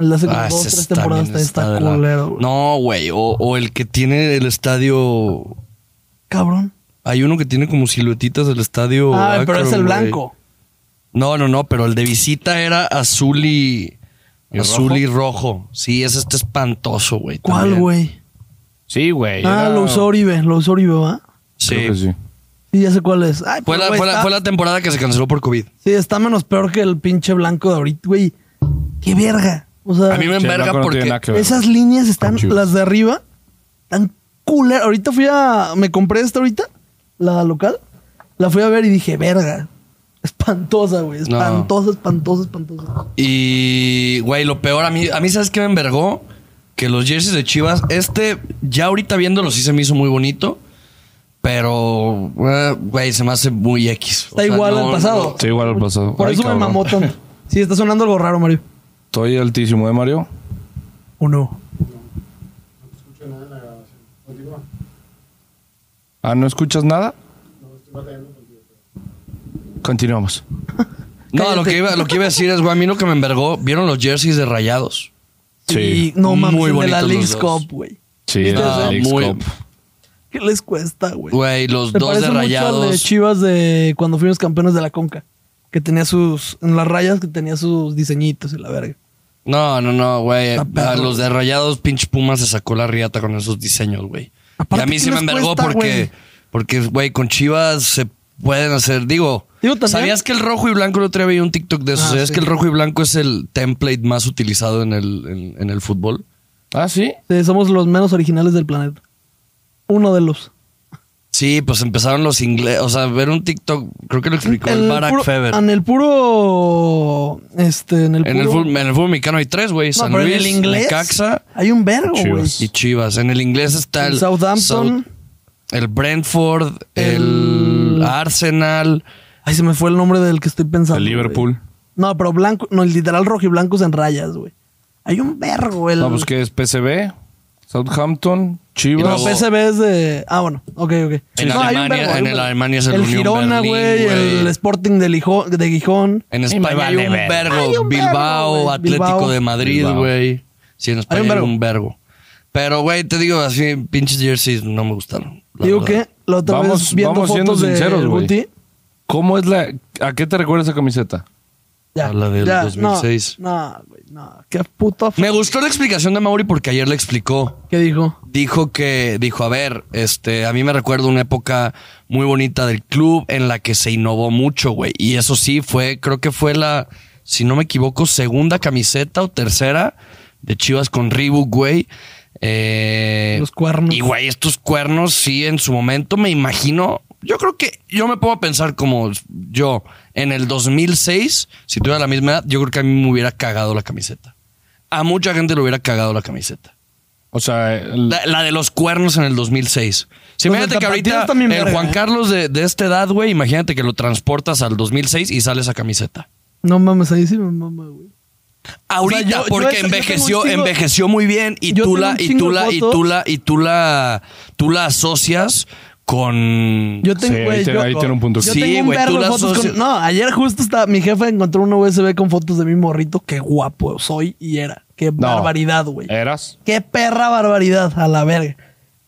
A: El de hace como
B: Ah,
A: dos,
B: ese
A: tres
B: está
A: temporadas
B: bien,
A: está, está,
B: de la-
A: culero, güey.
B: No, güey. O, o el que tiene el estadio.
A: Cabrón.
B: Hay uno que tiene como siluetitas del estadio.
A: Ah, pero
B: Akron,
A: es el
B: güey.
A: blanco.
B: No, no, no, pero el de visita era azul y.
C: ¿Y
B: azul
C: rojo?
B: y rojo. Sí, ese está espantoso, güey.
A: ¿Cuál,
B: también.
A: güey?
C: Sí, güey.
A: Ah,
C: era-
A: lo usó Oribe, lo usó Oribe, ¿va?
B: Sí.
C: Creo que sí.
A: Sí, ya sé cuál es. Ay,
B: Fue,
A: pero,
B: la,
A: güey,
B: fue la-
A: está-
B: fue la temporada que se canceló por COVID.
A: Sí, está menos peor que el pinche blanco de ahorita, güey. Qué verga. O sea,
B: A mí me
C: Sí, el
B: enverga
C: blanco no tiene
B: porque.
C: nada que ver.
A: Esas líneas están,
C: Con Chivas.
A: las de arriba, tan culeras. Ahorita fui a. Me compré esta ahorita, la local. La fui a ver y dije, verga. Espantosa, güey.
B: No.
A: Espantosa, espantosa, espantosa.
B: Y, güey, lo peor, a mí, a mí ¿sabes qué me envergó? Que los jerseys de Chivas, este, ya ahorita viéndolo sí se me hizo muy bonito, pero, eh, güey, se me hace muy X. O
A: Está
B: sea,
A: igual
B: no,
A: al pasado.
B: no.
C: Sí, igual al pasado.
A: Por
C: Ay,
A: eso
C: cabrón.
A: me mamó
B: [LAUGHS]
A: tanto. Sí, está sonando algo raro, Mario.
C: Estoy altísimo, ¿eh, Mario?
A: ¿O no?
C: Ah, ¿no escuchas nada? Continuamos.
B: No, lo que, iba, lo que iba a decir es, güey, a mí lo que me envergó, vieron los jerseys de rayados.
A: Sí.
C: Sí.
A: no mames,
B: Muy
A: el de la
B: bonitos los
A: Leagues
B: dos.
A: Cup, güey.
C: Sí,
B: Está
C: el Leagues
B: muy-
C: Cup.
A: ¿Qué les cuesta, güey?
B: Güey, los
A: Me
B: dos
A: parece
B: de
A: mucho al de
B: rayados.
A: Chivas de cuando fuimos campeones de la Conca. Que tenía sus. En las rayas que tenía sus diseñitos y la verga.
B: No, no, no, güey.
A: Está
B: A
A: perro.
B: los de rayados, pinche Puma se sacó la riata con esos diseños, güey. Y
A: Aparte,
B: a mí
A: ¿qué
B: se
A: les
B: me envergó
A: cuesta,
B: porque,
A: güey?
B: porque, güey, con Chivas se pueden hacer, digo.
A: Digo, también-
B: ¿Sabías que el rojo y blanco lo traía un TikTok de eso?
A: Ah,
B: ¿Sabías
A: sí.
B: que el rojo y blanco es el template más utilizado en el, en, en el fútbol?
C: Ah, sí.
A: Sí, somos los menos originales del planeta. Uno de los.
B: Sí, pues empezaron los ingleses. O sea, ver un TikTok, creo que lo explicó el, Barack
A: puro,
B: Feber.
A: En el puro. Este, en el
B: En
A: puro.
B: el, fútbol, en el fútbol mexicano hay tres, güey.
A: no,
B: San
A: pero en
B: Luis,
A: el inglés.
B: Necaxa
A: Hay un vergo, güey.
C: Chivas.
B: y Chivas. En el inglés está
A: El
B: el...
A: Southampton.
B: South- el Brentford, el, Arsenal.
A: Ay, se me fue el nombre del que estoy pensando.
C: El Liverpool.
A: güey. No, pero blanco. No, el literal rojo y blancos en rayas, güey. Hay un vergo, el.
C: No, pues que es PCB, Southampton,
B: Y
A: No,
C: Chivas.
B: luego-
A: PSV es de. Ah, bueno, ok, ok.
B: En
A: No, hay un
B: Alemania-
A: vergo,
B: en
A: hay un
B: el
A: vergo.
B: Alemania es el Unión
A: Girona,
B: Berlín,
A: güey. El
B: güey. Eh,
A: Sporting de, Lijo- de Gijón.
B: En
C: me
B: España hay
C: vale
B: un
C: ver.
A: Hay
B: vergo.
A: un vergo,
B: Bilbao,
A: güey.
B: Atlético
A: Bilbao.
B: de Madrid,
C: Bilbao.
B: güey. Sí, en España
A: un
B: hay un,
A: vergo.
B: vergo. Pero, güey, te digo, así, pinches jerseys no me gustaron. la
A: Digo
B: verdad.
A: que la otra
C: Vamos-
A: vez viendo
C: vamos siendo
A: fotos de
C: sinceros,
A: el
C: güey.
A: Guti.
C: ¿Cómo es la. ¿A qué te recuerda esa camiseta?
A: Ya,
B: Habla del
A: ya,
B: 2006.
A: No, no, güey, no. Qué puto. f-
B: Me gustó la explicación de Mauri porque ayer le explicó.
A: ¿Qué dijo?
B: dijo que dijo a ver este a mí me recuerdo una época muy bonita del club en la que se innovó mucho güey y eso sí fue creo que fue la si no me equivoco segunda camiseta o tercera de Chivas con Reebok güey Eh,
A: Los cuernos.
B: y güey estos cuernos sí en su momento me imagino yo creo que yo me puedo pensar como yo en el 2006 si tuviera la misma edad yo creo que a mí me hubiera cagado la camiseta a mucha gente le hubiera cagado la camiseta
C: O sea, el-
B: la, la de los cuernos en el 2006. Si
A: Los
B: imagínate que ahorita
A: tapatíos también,
B: el
A: verga,
B: Juan
A: ¿eh?
B: Carlos de, de esta edad, güey, imagínate que lo transportas al 2006 y sale esa camiseta.
A: No mames, ahí sí me mama, güey.
B: Ahorita,
A: yo- yo
B: porque
A: esa- yo tengo un
B: envejeció,
A: chingo-
B: envejeció muy bien y
A: Yo
B: tú
A: tengo
B: la,
A: un
B: y
A: chingo
B: tú
A: de
B: la, y
A: fotos.
B: tú la, y tú la, tú la asocias con.
A: Yo tengo,
C: Sí, ahí
A: güey,
C: te-
A: yo-
C: ahí tiene un punto.
A: Yo
B: Sí,
A: tengo un
B: güey,
A: vergo
B: tú
A: de
B: la
A: fotos
B: asocias-
A: con- No, ayer justo está, mi jefa encontró una USB con fotos de mi morrito. Qué guapo soy y era. Qué
C: No.
A: barbaridad, güey.
C: ¿Eras?
A: Qué perra barbaridad, a la verga.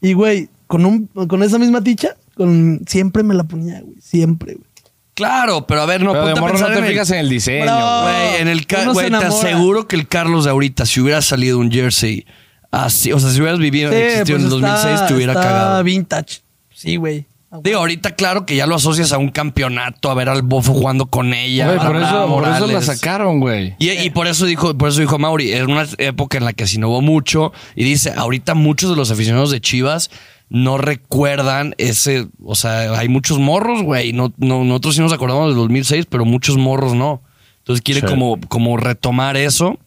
A: Y, güey, con, un, con esa misma ticha, con, siempre me la ponía, güey. Siempre, güey.
B: Claro, pero a ver, no,
C: Pero de
B: ponte a
C: morro no
B: pensar
C: te
B: en el-
C: fijas en el diseño.
A: Bravo.
C: güey.
B: Güey, en el ca-
A: Uno se
B: güey, te
A: enamora.
B: aseguro que el Carlos de ahorita, si hubiera salido un jersey así, o sea, si hubieras vivido, existido en el
A: pues
B: 2006,
A: está-
B: te hubiera
A: está
B: cagado.
A: vintage. Sí, güey. Ah, güey.
B: Digo, ahorita claro que ya lo asocias a un campeonato, a ver al bofo jugando con ella.
C: Güey,
B: a
C: por,
B: Bravo
C: eso, por eso la
B: Morales.
C: sacaron, güey.
B: Y, y por eso dijo, por eso dijo Mauri, era una época en la que se innovó mucho y dice, ahorita muchos de los aficionados de Chivas no recuerdan ese, o sea, hay muchos morros, güey, no, no, nosotros sí nos acordamos del 2006, pero muchos morros no. Entonces quiere
C: Sí.
B: como, como retomar eso.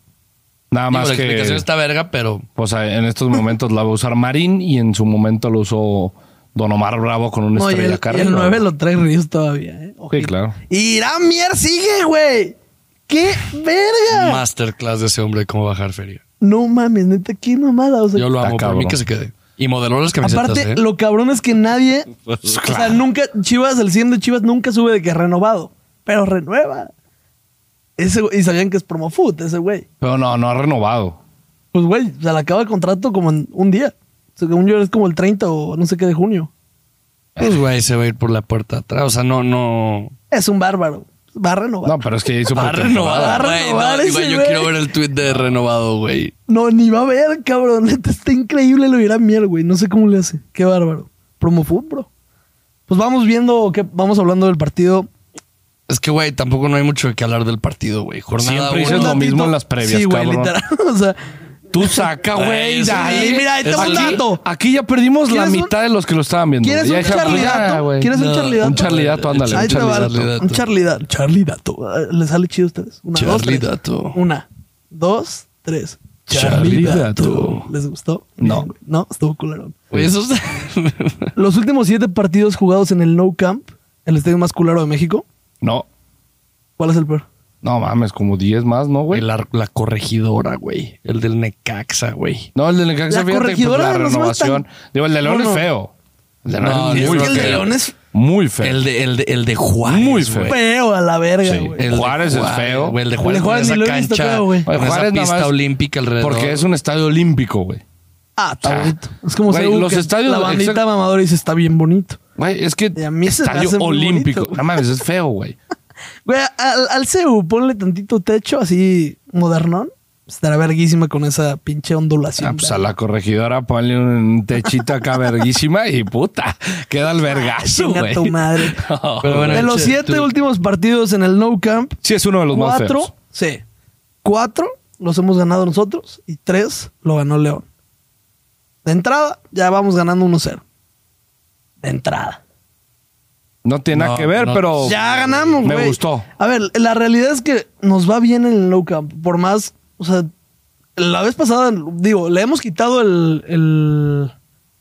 C: Nada
B: Digo,
C: más
B: la
C: que.
B: explicación está verga, pero
C: O sea, en estos momentos la va a usar Marín y en su momento lo usó Don Omar Bravo con una
A: No, y el,
C: estrella
A: y el
C: carrera.
A: 9 lo trae Ríos todavía, ¿eh? Ojito.
C: Sí, claro.
A: Irán Mier sigue, güey. ¡Qué
C: Ah.
A: verga!
B: masterclass de ese hombre de cómo bajar feria.
A: No mames, neta, qué mamada. O sea,
B: Yo lo
C: Está
B: amo, para mí
C: cabrón.
B: que se quede. Y modeló las camisetas.
A: aparte,
B: ¿eh?
A: lo cabrón es que nadie.
B: Pues,
A: O sea, nunca. Chivas, el 100 de Chivas nunca sube de que renovado. Pero renueva. Ese, güey- y sabían que es Promofoot, ese güey.
C: Pero no, no ha renovado.
A: Pues, güey, se le acaba el contrato como en un día. Según yo, es como el 30 o no sé qué de junio.
B: Pues, güey, se va a ir por la puerta atrás. O sea, no, no.
A: Es un bárbaro. Va a renovar.
C: No, pero es que ya hizo
B: Va
C: pretemporada.
B: renovado, güey.
A: Va a renovar
B: No, güey,
A: ese
B: yo
A: güey.
B: quiero ver el tweet de renovado, güey.
A: No, ni va a ver, cabrón. [LAUGHS] Neta, está increíble lo irá miel, güey. No sé cómo le hace. Qué bárbaro. Promofood, bro. Pues vamos viendo, que vamos hablando del partido.
B: Es que, güey, tampoco no hay mucho que hablar del partido, güey. Jornada
C: Siempre
B: uno.
C: dices Ah, lo
A: Tantito.
C: mismo en las previas,
A: Sí, güey,
C: cabrón.
A: literal. [LAUGHS] O sea,
C: Tú
A: [LAUGHS]
C: saca, güey.
B: Güey,
C: de
B: es
C: ahí.
A: un- mira, ahí te va un
C: Aquí-
A: dato.
C: Aquí ya perdimos la
A: ¿Quieres un-
C: mitad de los que lo estaban viendo.
A: ¿quieres
C: Ya
A: un
C: dije, ya,
A: charlidato?
C: Ah, güey.
A: ¿Quieres un
B: No,
A: charlidato?
C: Un charlidato, ándale.
A: Ahí
C: Un
A: te va
C: charlidato.
B: Charlie Dato.
A: Un charlidato. Charlidato. Ah, Les sale chido a ustedes. Una, dos,
B: Charlie
A: tres.
B: Dato.
A: Una, dos, tres.
C: Charlie
A: Charlidato.
C: Dato.
A: ¿Les gustó?
C: No.
A: Bien, güey. No, estuvo culerón.
B: Güey, eso es-
A: Los últimos siete partidos jugados en el No Camp, el estadio más culero de México.
C: No,
A: ¿Cuál es el peor?
C: no mames, como 10 más, ¿no,
B: [LAUGHS]
C: güey?
B: Güey, la, la corregidora, güey. El del Necaxa, güey.
C: No, el de Necaxa,
A: La
C: fíjate, pues,
A: corregidora
C: la
A: no se me hace
C: renovación.
A: tan-
C: Digo, el de León
A: No, no.
C: es feo. Ah, El de León
B: No,
C: es
B: yo
C: muy
B: creo
C: feo.
B: que-
A: es
C: Muy feo.
B: El de, el de, el de Juárez.
C: Muy feo.
B: güey.
A: feo a la verga,
C: Sí.
A: güey.
B: El de
C: Juárez es feo.
B: güey, el de
A: El de
B: Juárez,
A: Juárez
B: con
A: ni lo
B: esa
A: he visto
B: cancha,
A: feo, güey.
B: con
C: Oye,
B: esa
C: Juárez nada
B: pista
C: más-
B: olímpica alrededor.
C: Porque es un estadio olímpico, güey.
A: Ah, está
C: O sea,
A: bonito. Es como
C: güey,
A: Seúl,
C: los
A: que
C: estadios-
A: La bandita
C: exacto.
A: mamadora dice, está bien bonito.
C: Güey, es que
A: Y a mí se me
C: estadio
A: hace muy
C: olímpico.
A: bonito, güey.
C: No mames, es feo,
A: [LAUGHS]
C: güey.
A: Güey, al, al CEU ponle tantito techo así modernón. Estará verguísima con esa pinche ondulación.
C: Ah, pues a la corregidora ponle un techito acá verguísima y puta, queda el vergazo,
A: Chinga
C: güey.
A: tu madre.
C: [LAUGHS] No,
B: Pero bueno,
A: de los
B: che,
A: siete
B: tú-
A: últimos partidos en el No Camp,
C: Sí, es uno de los más feos.
A: cuatro, sí, cuatro los hemos ganado nosotros y tres lo ganó León. De entrada, ya vamos ganando 1-0. de entrada.
C: No tiene nada
B: No,
C: que ver,
B: no.
C: pero.
A: Ya ganamos,
C: Me
A: güey.
C: gustó.
A: A ver, la realidad es que nos va bien en el low camp. Por más, o sea, la vez pasada, digo, le hemos quitado el, el-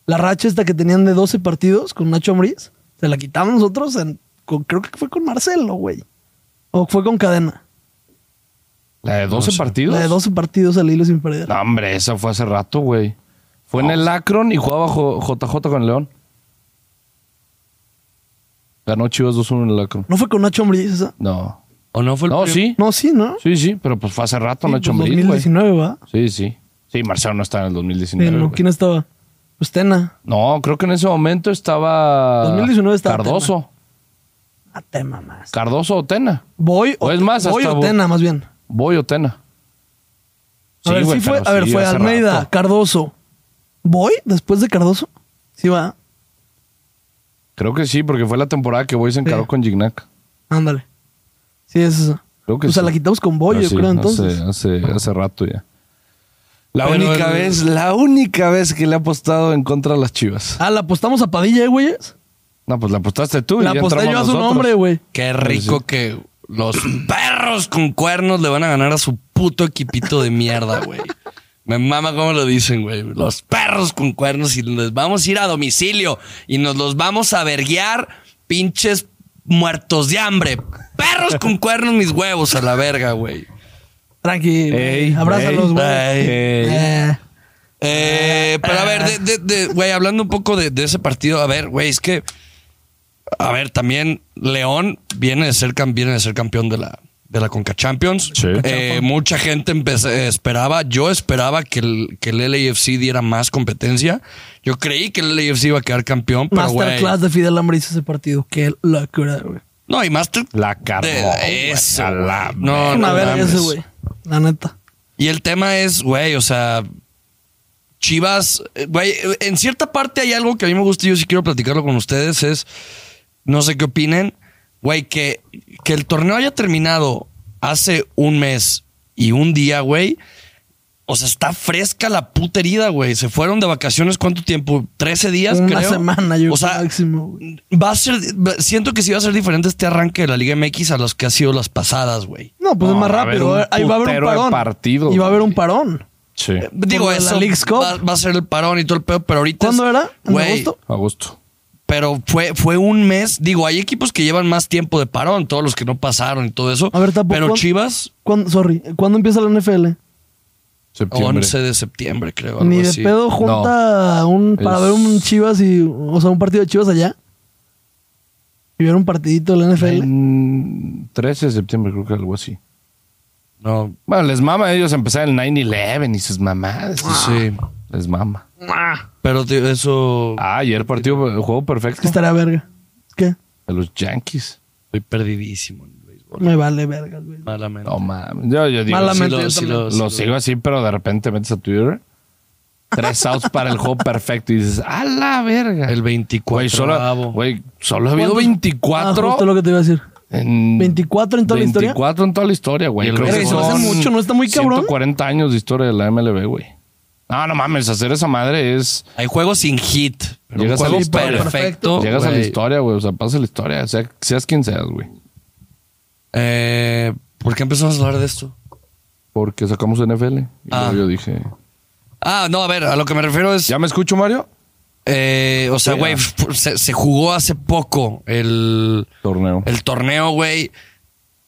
A: la racha esta que tenían de 12 partidos con Nacho Ambriz. Se la quitamos nosotros, en- con- creo que fue con Marcelo, güey. O fue con Cadena.
C: ¿La de 12
B: No sé.
C: partidos?
A: La de 12 partidos al hilo sin perder.
C: No, hombre, esa fue hace rato, güey. Fue en el Akron y jugaba Jo- JJ con el León. Ganó Chivas 2-1 en el Akron.
A: ¿No fue con Nacho Ambriz esa?
C: No.
B: ¿O no fue el
C: No,
B: prim-
C: sí.
A: No, sí, ¿no?
C: Sí, sí, pero pues fue hace rato,
A: Sí,
C: Nacho
A: pues,
C: Ambriz, güey.
A: 2019, ¿va?
C: Sí, sí. Sí, Marcelo no está en el
A: Sí,
C: 2019.
A: no,
C: güey.
A: ¿Quién estaba? Pues Tena.
C: No, creo que en ese momento estaba.
A: 2019 estaba
C: Cardoso.
A: Ah, te mamás.
C: Cardoso o Tena.
A: Voy
C: O es más,
A: voy
C: hasta
A: o
C: Bo-
A: Tena, más bien.
C: Voy o Tena.
A: A ver,
C: güey,
A: sí fue,
C: pero
A: a ver,
C: sí,
A: fue
C: hace
A: Almeida,
C: rato.
A: Cardoso. ¿Voy después de Cardoso? Sí va.
C: Creo que sí, porque fue la temporada que Boy se encaró
A: Sí.
C: con Gignac.
A: Ándale. Sí, es eso.
C: Creo que
A: o sea,
C: sí.
A: la quitamos con Boy,
C: Ah,
A: yo
C: sí,
A: creo entonces.
C: Hace, hace, hace rato ya. La
B: Pero
C: única
B: el-
C: vez, la única vez que le he apostado en contra de las chivas.
A: Ah, la apostamos a Padilla, eh, güeyes.
C: No, pues la apostaste tú. y
A: La
C: ya
A: aposté yo a
C: entramos
A: su
C: nosotros.
A: nombre, güey.
B: Qué rico que los [CLEARS THROAT] perros con cuernos le van a ganar a su puto equipito de mierda, güey. Me mama cómo lo dicen, güey. Los perros con cuernos y les vamos a ir a domicilio y nos los vamos a verguear, pinches muertos de hambre. Perros con cuernos, mis huevos a la verga, güey.
A: Tranqui. güey.
C: Ey,
A: Abrázalos,
C: ey,
A: güey.
C: ey.
A: Eh,
B: Eh, pero a ver, de- de- de- güey, hablando un poco de, de ese partido, a ver, güey, es que, a ver, también León viene de ser, cam- viene de ser campeón de la, de la Conca Champions.
C: Sí.
B: Eh, mucha gente empezó- esperaba, yo esperaba que el, que el LAFC diera más competencia. Yo creí que el LAFC iba a quedar campeón, pero güey.
A: Masterclass de Fidel Ambriz ese partido. Qué locura, güey.
B: No, y Master.
C: La cargó,
B: de-
C: Eh, güey,
B: eso,
C: a la
B: güey. No,
A: Una
B: no
A: verga
B: mames.
A: ese, güey. La neta.
B: Y el tema es, güey, o sea, Chivas, eh, güey, en cierta parte hay algo que a mí me gusta y yo sí quiero platicarlo con ustedes, es, no sé qué opinen, güey, que, que el torneo haya terminado hace un mes y un día, güey. O sea, está fresca la puta herida, güey. Se fueron de vacaciones, ¿cuánto tiempo? 13 días,
A: Una
B: creo.
A: semana, yo
B: O sea,
A: creo, máximo, güey.
B: va a ser, va- siento que sí va a ser diferente este arranque de la Liga MX a los que ha sido las pasadas, güey.
A: No, pues es
C: No,
A: más
C: va a haber
A: rápido.
C: un
A: Ahí va a haber
C: putero
A: un
C: de
A: parón.
C: partidos,
A: y va a haber un
C: güey.
A: parón.
C: Sí,
B: Digo,
A: Por lo de la
B: eso
A: Leagues Cup.
B: Va, va a ser el parón y todo el pedo, pero ahorita. es-
A: ¿Cuándo era? ¿En
B: Güey,
A: agosto?
C: agosto.
B: Pero fue, fue un mes. Digo, hay equipos que llevan más tiempo de parón, todos los que no pasaron y todo eso.
A: A ver, tampoco-
B: Pero Chivas,
A: ¿Cuándo, sorry, ¿cuándo empieza la NFL?
C: Septiembre.
B: 11 de septiembre, creo.
A: Ni
B: algo
A: de
B: así.
A: pedo junta un, para
C: Es-
A: ver un Chivas y, o sea, un partido de Chivas allá. Y ver un partidito de la NFL.
C: Mm, 13 de septiembre, creo que algo así.
B: No,
C: Bueno, les mama a ellos empezar el 9-11 y sus mamadas.
B: sí.
C: Les mama.
B: Pero tío, eso.
C: Ah, ayer partido, el juego
A: Que
C: perfecto
A: estaría verga. ¿Qué?
C: de los Yankees.
B: Estoy perdidísimo en el béisbol.
A: Me vale verga, güey.
B: Malamente.
C: No mames. Yo, yo digo,
A: Malamente,
C: sí lo-
A: yo
C: sí
A: también.
C: lo, lo sigo así, pero de repente metes a Twitter. Tres outs para el juego perfecto y dices, a la verga.
B: El 24.
C: Güey, solo,
B: avo.
C: güey, solo ha habido
A: ¿Cuántos? Ah,
C: 24.
A: justo lo que te iba a decir.
C: en,
A: 24 en toda la historia.
C: 24 en toda la historia, güey.
B: Y el
C: Creo
B: Verga,
C: que
B: y se me
C: son
B: hace
A: mucho, ¿no está muy cabrón?
C: 140 años de historia de la MLB, güey. No, no mames, hacer esa madre es...
B: Hay juegos sin hit. Pero
C: Llegas
B: un
C: a la
B: juego
C: historia.
B: perfecto.
C: Llegas a la
B: güey.
C: historia, güey. O sea, pasa la historia. sea- seas quien seas, güey.
B: Eh, ¿Por qué empezamos a hablar de esto?
C: Porque sacamos NFL. Y
B: Ah.
C: luego yo dije...
B: Ah, no, a ver, a lo que me refiero es.
C: ¿Ya me escucho, Mario?
B: Eh, o sea,
C: Sí,
B: güey,
C: ah.
B: f- se, se jugó hace poco el,
C: Torneo.
B: el torneo, güey.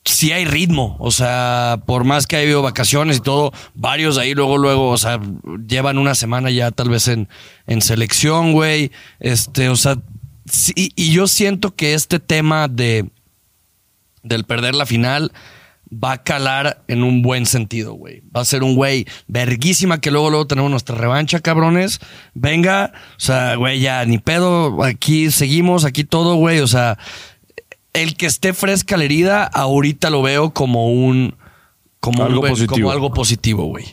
B: Sí hay ritmo, o sea, por más que haya habido vacaciones y todo, varios ahí luego, luego, o sea, llevan una semana ya tal vez en, en selección, güey. Este, o sea, sí, y- y yo siento que este tema de, del perder la final va a calar en un buen sentido, güey. Va a ser un güey verguísima que luego luego tenemos nuestra revancha, cabrones. Venga, o sea, güey, ya ni pedo, aquí seguimos, aquí todo, güey, o sea, el que esté fresca la herida, ahorita lo veo como un como
C: Algo
B: un-
C: positivo.
B: como algo positivo, güey.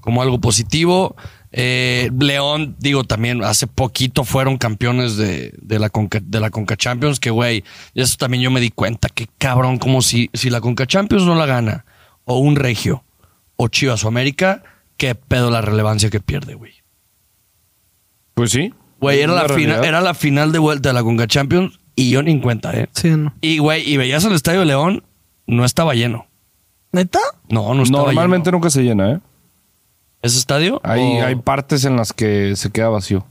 B: Como algo positivo. Eh, León, digo, también hace poquito fueron campeones de, de la, Conca, de la Conca Champions, que güey, eso también yo me di cuenta, que cabrón, como si, si la Conca Champions no la gana, o un Regio, o Chivas o América, qué pedo la relevancia que pierde, güey.
C: Pues sí.
B: Güey, era,
C: ¿Es
B: la
C: una
B: fina-
C: realidad?
B: era la final de vuelta de la Conca Champions y yo ni en cuenta, ¿eh?
A: Sí, no.
B: Y, güey, y veías el Estadio León, no estaba lleno.
A: ¿Neta?
B: No, no estaba
C: Normalmente
B: lleno.
C: nunca se llena, ¿eh?
B: ¿Ese estadio?
C: Hay,
B: ¿O-
C: hay partes en las que se queda vacío.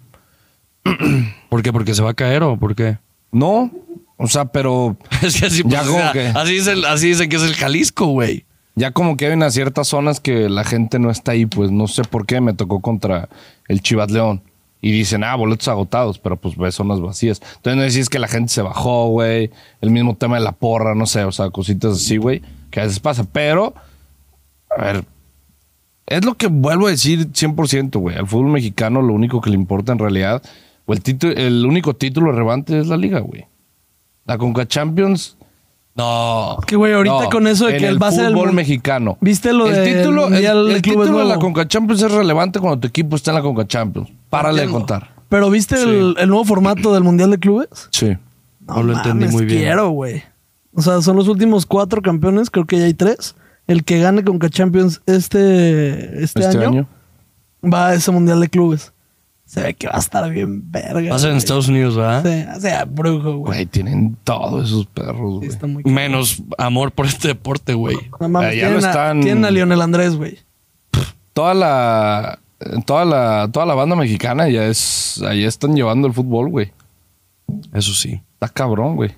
B: ¿Por qué? ¿Porque se va a caer o por qué? [LAUGHS]
C: No, o sea, pero
B: Es que así,
C: Ya
B: pues,
C: como
B: o sea,
C: que-
B: así, es el- así dicen que es el Jalisco, güey.
C: ya como que hay unas ciertas zonas que la gente no está ahí, pues no sé por qué me tocó contra el Chivas León. Y dicen, ah, boletos agotados, pero pues ves zonas vacías. Entonces no decís que la gente se bajó, güey. El mismo tema de la porra, no sé, o sea, cositas así, güey, que a veces pasa. Pero, a ver, es lo que vuelvo a decir 100%, güey. Al fútbol mexicano lo único que le importa en realidad, o el, título, el único título relevante es la liga, güey. La Conca Champions
B: No.
A: Que, güey, ahorita
C: no,
A: con eso de
C: en
A: que el base del
C: fútbol
A: mu-
C: mexicano.
A: ¿Viste lo
C: el
A: del
C: título, el-
A: Mundial
C: el
A: de Clubes
C: título de la
A: nuevo?
C: Conca Champions es relevante cuando tu equipo está en la Conca Champions. Párale de
A: Entiendo.
C: contar.
A: Pero ¿viste el, el nuevo formato del Mundial de Clubes?
C: Sí.
B: No lo entendí muy bien.
A: Quiero, güey. O sea, son los últimos cuatro campeones, creo que ya hay tres. El que gane con Champions este, este, año, va a ese Mundial de Clubes. Se ve que va a estar bien verga.
B: Va a ser en
A: güey.
B: Estados Unidos, ¿eh? ¿verdad?
A: Sí, o sea, brujo, güey.
C: Güey, tienen todos esos perros,
A: Sí,
C: güey.
A: está muy
B: Menos amor por este deporte, güey.
A: No mames,
C: Ah, ya lo
A: tienen a-
C: están-
A: tienen a Lionel Andrés, güey.
C: Toda la toda la toda la banda mexicana ya es ahí están llevando el fútbol, güey.
B: Eso sí.
C: Está cabrón, güey.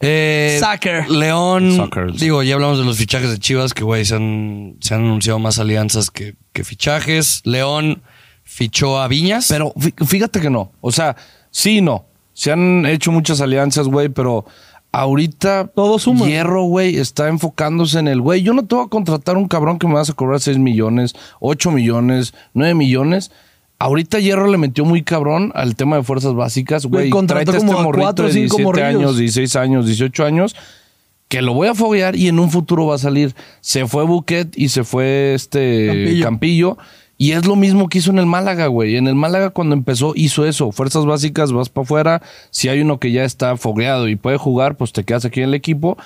B: Eh,
A: Soccer.
B: León.
C: Soccer.
B: Digo, ya hablamos de los fichajes de Chivas, que, güey, se han, se han anunciado más alianzas que, que fichajes. León fichó a Viñas.
C: Pero fí- fíjate que no. O sea, sí y no. Se han hecho muchas alianzas, güey, pero ahorita
A: Todo suma.
C: Hierro, güey, está enfocándose en el güey. Yo no te voy a contratar un cabrón que me vas a cobrar 6 millones, 8 millones, 9 millones. Ahorita Hierro le metió muy cabrón al tema de fuerzas básicas,
A: Güey,
C: güey.
A: contrató
C: Tráete a
A: como a
C: este morrito
A: cuatro o
C: de
A: cinco
C: 17
A: morrillos.
C: años, 16 años, 18 años, que lo voy a foguear y en un futuro va a salir. Se fue Buquet y se fue este
A: Campillo.
C: Campillo. Y es lo mismo que hizo en el Málaga, güey. En el Málaga cuando empezó hizo eso. Fuerzas básicas, vas para afuera. Si hay uno que ya está fogueado y puede jugar, pues te quedas aquí en el equipo.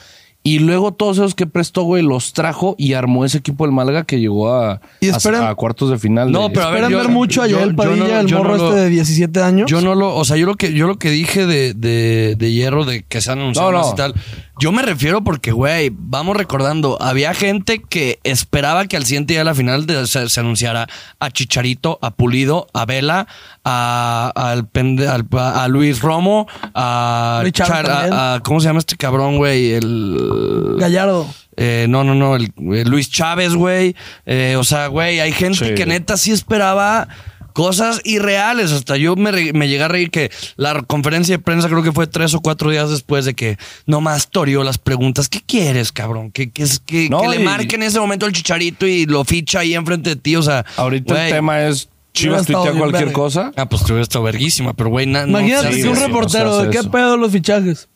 C: Y luego todos esos que prestó, güey, los trajo y armó ese equipo del Málaga que llegó a,
A: Y
C: a-
A: esperan-
C: a cuartos de final.
B: No,
C: de-
B: pero a ver,
A: Esperan
B: yo-
A: ver mucho a
B: yo-
A: Yael
B: yo
A: Padilla,
B: no-
A: el
B: yo no
A: morro
B: lo-
A: este de 17 años.
B: Yo no lo, o sea, yo lo que, yo lo que dije de, de, de hierro, de que se han anunciado
C: No, no.
B: más y tal, yo me refiero porque, güey, vamos recordando, había gente que esperaba que al siguiente día de la final de- se, se anunciara a Chicharito, a Pulido, a Vela, a, al pende- al- a a Luis Romo, a,
A: Richard
B: a-
A: también.
B: a- ¿cómo se llama este cabrón, güey? El...
A: Gallardo.
B: Eh, no, no, no, el, eh, Luis Chávez, güey. Eh, o sea, güey, hay gente
C: Sí.
B: que neta sí esperaba cosas irreales. Hasta yo me, re- me llegué a reír que la conferencia de prensa creo que fue tres o cuatro días después de que nomás toreó las preguntas. ¿Qué quieres, cabrón? Que, que, es- que,
C: No,
B: que le
C: y-
B: marque en ese momento el chicharito y lo ficha ahí enfrente de ti. O sea,
C: Ahorita
B: güey.
C: el tema es
A: Hubiera
C: Chivas
A: estado
C: tuitea
A: bien
C: cualquier
A: verga.
C: cosa.
B: Ah, pues tuve esto verguísima, pero güey, na- no
A: Imagínate
B: sé,
A: que
C: sí,
A: un
B: güey.
C: sí,
A: reportero,
C: no se hace
A: ¿de qué
C: eso.
A: pedo los fichajes?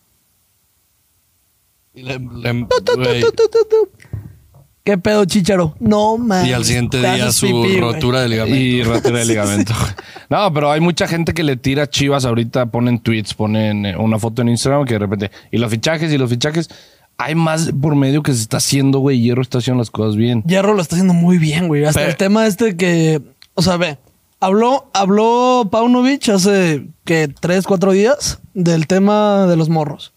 B: Y le- le-
A: Tu, tu, tu,
B: güey.
A: tu, tu, tu. ¿Qué pedo, chicharo? No, man.
B: Y al siguiente día su rotura de ligamento.
C: [LAUGHS] Y rotura de ligamento. No, pero hay mucha gente que le tira chivas ahorita, ponen tweets, ponen eh, una foto en Instagram que de repente. Y los fichajes y los fichajes. Hay más por medio que se está haciendo, güey. Hierro está haciendo las cosas bien.
A: Hierro lo está haciendo muy bien, güey. Hasta
B: Pero-
A: el tema este que. O sea, ve. Habló, habló Paunovic hace que tres, cuatro días del tema de los morros.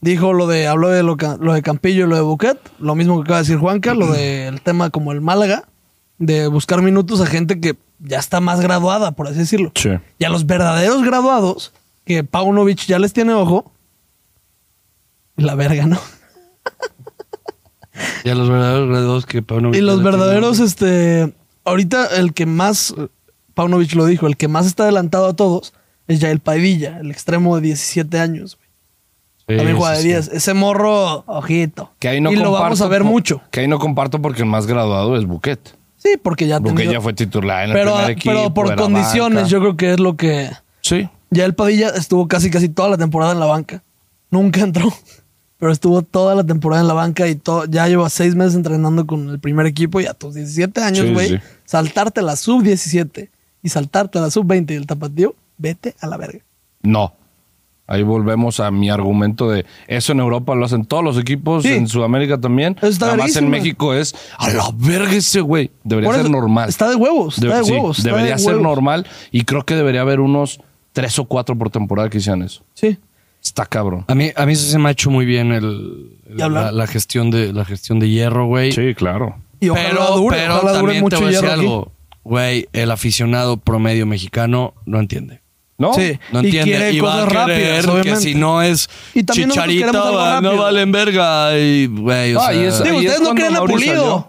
A: Dijo lo de, habló de lo, ca- lo de Campillo y lo de Buquet, lo mismo que acaba de decir Juanca, lo del tema como el Málaga, de buscar minutos a gente que ya está más graduada, por así decirlo.
C: Sí.
A: Y a los verdaderos graduados, que Paunovic ya les tiene ojo, la verga, ¿no?
B: Y a los verdaderos graduados que Pablo
A: Y los
B: Vitale tiene.
A: verdaderos, este. Ahorita el que más. eh, Paunovic lo dijo, el que más está adelantado a todos es Yael Padilla, el extremo de 17 años. güey.
B: Sí,
A: También juega
B: sí,
A: de
B: sí.
A: 10. Ese morro, ojito.
C: Que ahí no
A: y lo
C: comparto
A: vamos a ver
C: por-
A: mucho.
C: Que ahí no comparto porque el más graduado es Buquet.
A: Sí, porque ya
C: Buquet
A: tenía-
C: ya fue titular en el
A: pero,
C: primer
A: ah,
C: equipo.
A: pero por
C: de la
A: condiciones,
C: banca.
A: yo creo que es lo que.
C: Sí.
A: Yael Padilla estuvo casi, casi toda la temporada en la banca. Nunca entró. [LAUGHS] Pero estuvo toda la temporada en la banca y todo, ya lleva seis meses entrenando con el primer equipo y a tus 17 años,
C: Sí,
A: güey,
C: sí.
A: saltarte la sub-17 y saltarte la sub-20 y el tapatío, vete a la verga.
C: No. Ahí volvemos a mi argumento de eso en Europa lo hacen todos los equipos,
A: Sí.
C: en Sudamérica también.
A: Eso está
C: Nada más
A: verguísima.
C: en México es a la verga ese güey. Debería
A: Por
C: ser
A: eso,
C: normal.
A: Está de huevos, está
C: Debe-
A: de
C: sí,
A: huevos. está
C: debería
A: de
C: ser
A: huevos.
C: normal y creo que debería haber unos tres o cuatro por temporada que hicieron eso.
A: Sí.
C: Está cabrón.
B: A mí, a mí sí se me ha hecho muy bien el, el-
A: ¿Y hablar?
B: la, la gestión de, la gestión de hierro, güey.
C: Sí, claro.
A: Y ojalá
B: pero
A: dure,
B: pero
A: ojalá dure
B: también
A: mucho
B: te voy a decir
A: hierro aquí.
B: algo. Güey, el aficionado promedio mexicano no entiende.
C: ¿No?
A: Sí.
B: No
A: Y
B: entiende.
A: quiere
B: Y, va a
A: cosas
B: querer
A: rápidas,
B: que
A: obviamente.
B: si no es
A: Y también nosotros
B: chicharito,
A: queremos algo
B: va- no
A: rápido.
B: valen verga. Y, güey, o
C: Ah, y
B: sea,
C: eso-
A: Digo,
C: Ahí es
A: ustedes no
C: cuando
A: creen a
C: Mauri
A: Pulido. Ah.
C: salió.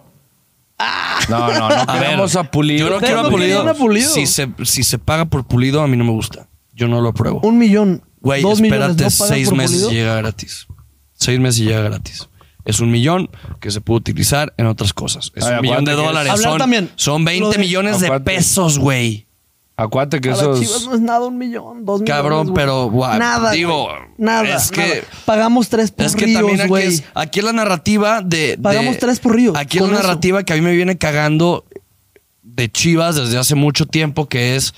C: No,
B: [LAUGHS]
C: no,
B: ver,
C: no. Queremos a Pulido.
B: Yo no
A: Ustedes
B: quiero a
A: no
B: Pulido.
A: querían a Pulido.
B: Si, se, si se paga por Pulido, a mí no me gusta. Yo no lo apruebo.
A: Un millón.
B: Güey,
A: dos millones,
B: espérate
A: ¿no pagas
B: seis
A: por
B: meses
A: Pulido?
B: y llega gratis. Seis meses y llega gratis. Es un millón que se puede utilizar en otras cosas. Es
C: Ay,
B: un millón
C: acuérdate
B: de
C: que es-
B: dólares.
A: Hablar
B: Son,
A: también.
B: son 20
A: Lo de-
B: millones de
C: Acuérdate.
B: pesos, güey.
C: Acuérdate que
A: A
C: eso
A: las
C: es...
A: Chivas no es nada, un millón, dos millones.
B: Cabrón,
A: güey.
B: pero, guau,
A: nada.
B: digo,
A: güey. nada.
B: es que-
A: nada. Pagamos tres por
B: Es que
A: Ríos,
B: también aquí
A: güey.
B: es, aquí es la narrativa de. de-
A: Pagamos tres por Ríos,
B: Aquí es la
A: con eso.
B: narrativa que a mí me viene cagando de Chivas desde hace mucho tiempo, que es: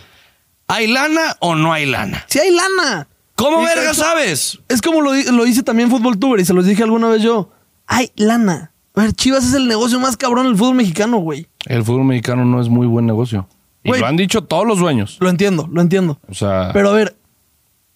B: ¿hay lana o no hay lana?
A: Si hay lana.
B: ¿Cómo
A: Y
B: verga
A: eso-
B: sabes?
A: Es como lo, di- lo hice también Fútbol Tuber y se los dije alguna vez yo. Hay lana. A ver, Chivas es el negocio más cabrón del fútbol mexicano, güey.
C: El fútbol mexicano no es muy buen negocio. Y
A: Güey.
C: lo han dicho todos los dueños.
A: Lo entiendo, lo entiendo.
C: O sea,
A: Pero a ver,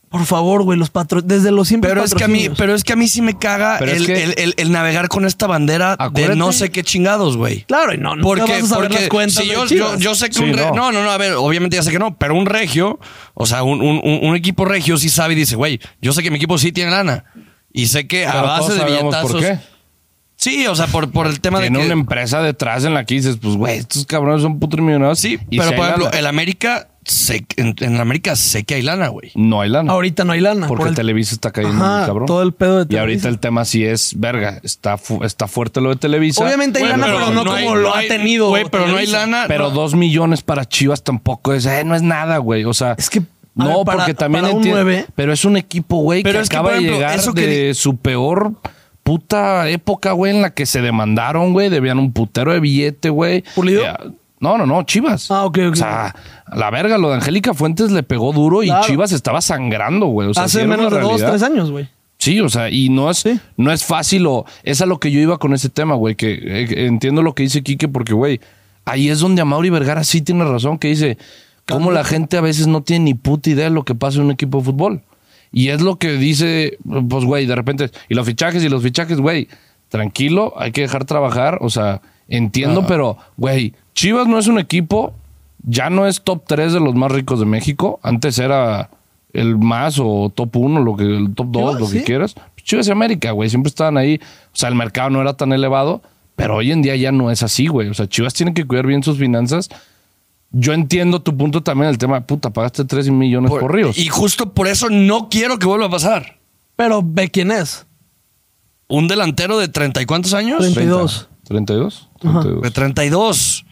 A: por favor, güey, los patro... Desde los siempre
B: Pero es, que a mí, pero es que a mí sí me caga
C: Pero es
B: el,
C: que-
B: el- el- el navegar con esta bandera de
C: Acuérdate.
B: no sé qué chingados, güey.
A: Claro, y no, nunca
B: Porque,
A: vas a saber
B: porque
A: las cuentas
B: si
A: de
B: yo,
A: Chivas.
B: yo, yo sé que
C: Sí,
B: un re-
C: no.
B: no. no, no, a ver, obviamente ya sé que no, pero un regio, o sea, un, un- un- un equipo regio sí sabe y dice, güey, yo sé que mi equipo sí tiene lana. Y sé que a
C: pero
B: base
C: todos
B: de
C: sabemos
B: billetazos.
C: por qué.
B: Sí, o sea, por, por el tema de
C: Tiene em-,
B: que.
C: una empresa detrás en la que dices, pues, güey, estos cabrones son putos millonarios.
B: Sí,
C: Y
B: pero
C: si
B: por
C: hay
B: ejemplo,
C: lana,
B: el América, sé, que- en, en el América sé que hay lana, güey.
C: no hay lana.
A: Ahorita no hay lana.
C: porque
A: por el-
C: Televisa está cayendo,
A: Ajá,
C: muy cabrón.
A: todo el pedo de
C: Y ahorita
A: Televisa.
C: el tema sí es, verga, está, fu- está fuerte lo de Televisa.
A: Obviamente hay
B: Güey,
A: lana, pero, no,
B: hay-
A: como lo
B: no
A: ha
B: hay-
A: tenido.
B: Güey, pero no hay
A: Televisa.
B: lana.
C: Pero
B: no-
C: dos millones para Chivas tampoco es, eh, no es nada, güey. O sea,
A: Es que, a
C: no,
A: ver, para-
C: porque también
A: para un
C: entiendo-
A: nueve-
C: Pero es un equipo, güey, que
B: Pero es que,
C: acaba
B: por ejemplo,
C: de llegar
B: eso que
C: de su peor puta época, güey, en la que se demandaron, güey, debían un putero de billete, güey.
A: ¿Pulido?
C: Eh, no, no, no, Chivas.
A: Ah, ok, ok.
C: O sea, a la verga, lo de Angélica Fuentes le pegó duro y
A: Claro.
C: Chivas estaba sangrando, güey. O sea, sí
A: Hace
C: Pues era una
A: menos de dos,
C: realidad.
A: tres años, güey.
C: Sí, o sea, y no es, no es fácil o es a lo que yo iba con ese tema, güey, que eh, entiendo lo que dice Quique porque, güey, ahí es donde Amauri Vergara sí tiene razón, que dice, cómo la gente a veces no tiene ni puta idea de lo que pasa en un equipo de fútbol. Y es lo que dice, pues, güey, de repente, y los fichajes y los fichajes, güey, tranquilo, hay que dejar trabajar, o sea, entiendo, pero, güey, Chivas no es un equipo, ya no es top 3 de los más ricos de México, antes era el más o top 1, lo que, el top 2,
A: Chivas,
C: lo que
A: sí.
C: quieras. Chivas y América, güey, siempre estaban ahí. O sea, el mercado no era tan elevado, pero hoy en día ya no es así, güey. O sea, Chivas tiene que cuidar bien sus finanzas. Yo entiendo tu punto también, el tema, puta, pagaste 3 millones por, Ríos.
B: Y justo por eso no quiero que vuelva a pasar.
A: Pero ve quién es.
B: Un delantero de treinta y cuántos años?
A: 32.
C: 32.
A: Ajá.
C: 32.
B: De 32.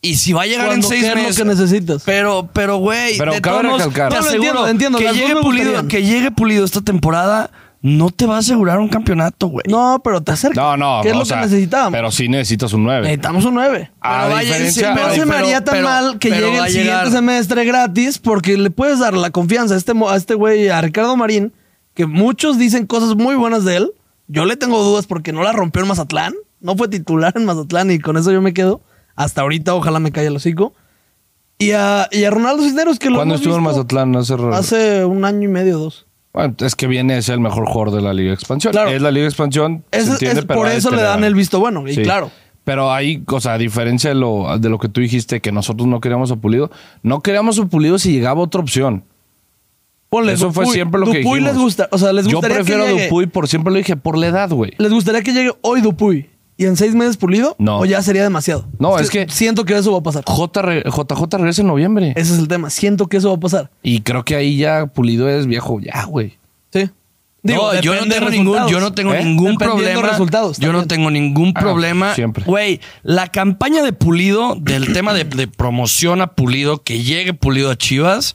B: Y si va a llegar en
A: Cuando
B: seis
A: qué es lo
B: meses.
A: que necesitas.
B: Pero, pero, güey.
C: Pero
B: de
C: cabe
B: todos modos,
C: recalcar.
B: te
A: No, lo entiendo,
B: aseguro
A: entiendo,
B: Que
A: las dos
B: llegue,
A: me
B: pulido,
A: gustarían.
B: que llegue pulido esta temporada, no te va a asegurar un campeonato, güey.
A: No, pero te acercas.
C: No, no.
A: ¿Qué es
C: o
A: lo
C: sea,
A: que necesitábamos?
C: Pero sí necesitas un 9.
A: Necesitamos un 9.
C: A
B: Pero vaya,
C: diferencia-
B: sí,
A: no
B: pero-
A: se me haría
B: pero-
A: tan
B: pero-
A: mal que
B: pero
A: llegue
B: va a
A: el
B: llegar.
A: siguiente semestre gratis porque le puedes dar la confianza a este, mo- a este güey, a Ricardo Marín, que muchos dicen cosas muy buenas de él. Yo le tengo dudas porque no la rompió en Mazatlán. No fue titular en Mazatlán y con eso yo me quedo. Hasta ahorita, ojalá me calle el hocico. Y a, y a Ronaldo Cisneros, que lo
C: ¿Cuándo
A: hemos
C: estuvo en
A: visto
C: Mazatlán? Hace,
A: Hace un año y medio, dos.
C: Bueno, es que viene a ser el mejor jugador de la Liga de Expansión.
A: Claro.
C: Es la Liga de Expansión. se
A: Es- es
C: entiende, pero este
A: por
C: ha de
A: eso le
C: tener
A: dan
C: algo.
A: el visto bueno, y claro.
C: Pero ahí, o sea, a diferencia de lo, de lo que tú dijiste, que nosotros no queríamos a Pulido, no queríamos a Pulido si llegaba otra opción.
A: Ponle,
C: Eso fue
A: Dupuy-
C: siempre lo que
A: Dupuy
C: dijimos.
A: les gusta. O sea, les
C: Yo
A: gustaría que
C: prefiero
A: llegue-
C: a Dupuy, por siempre lo dije, por la edad, güey.
A: ¿Les gustaría que llegue hoy Dupuy y en seis meses pulido?
C: No.
A: ¿O ya sería demasiado?
C: No, es que-
A: Siento que eso va a pasar.
C: J re- JJ regresa en noviembre.
A: Ese es el tema. Siento que eso va a pasar.
C: Y creo que ahí ya Pulido es viejo, ya, güey.
A: Sí.
B: no, yo
A: depende
B: no
A: de
B: tengo ningún,
A: resultados.
B: yo no tengo
A: ¿Eh?
B: ningún
A: Dependiendo de
B: problema.
A: resultados
B: yo no
A: también.
B: tengo ningún
C: Ah,
B: problema.
C: siempre.
B: Güey, la campaña de Pulido, del tema de, de promoción a Pulido, que llegue Pulido a Chivas,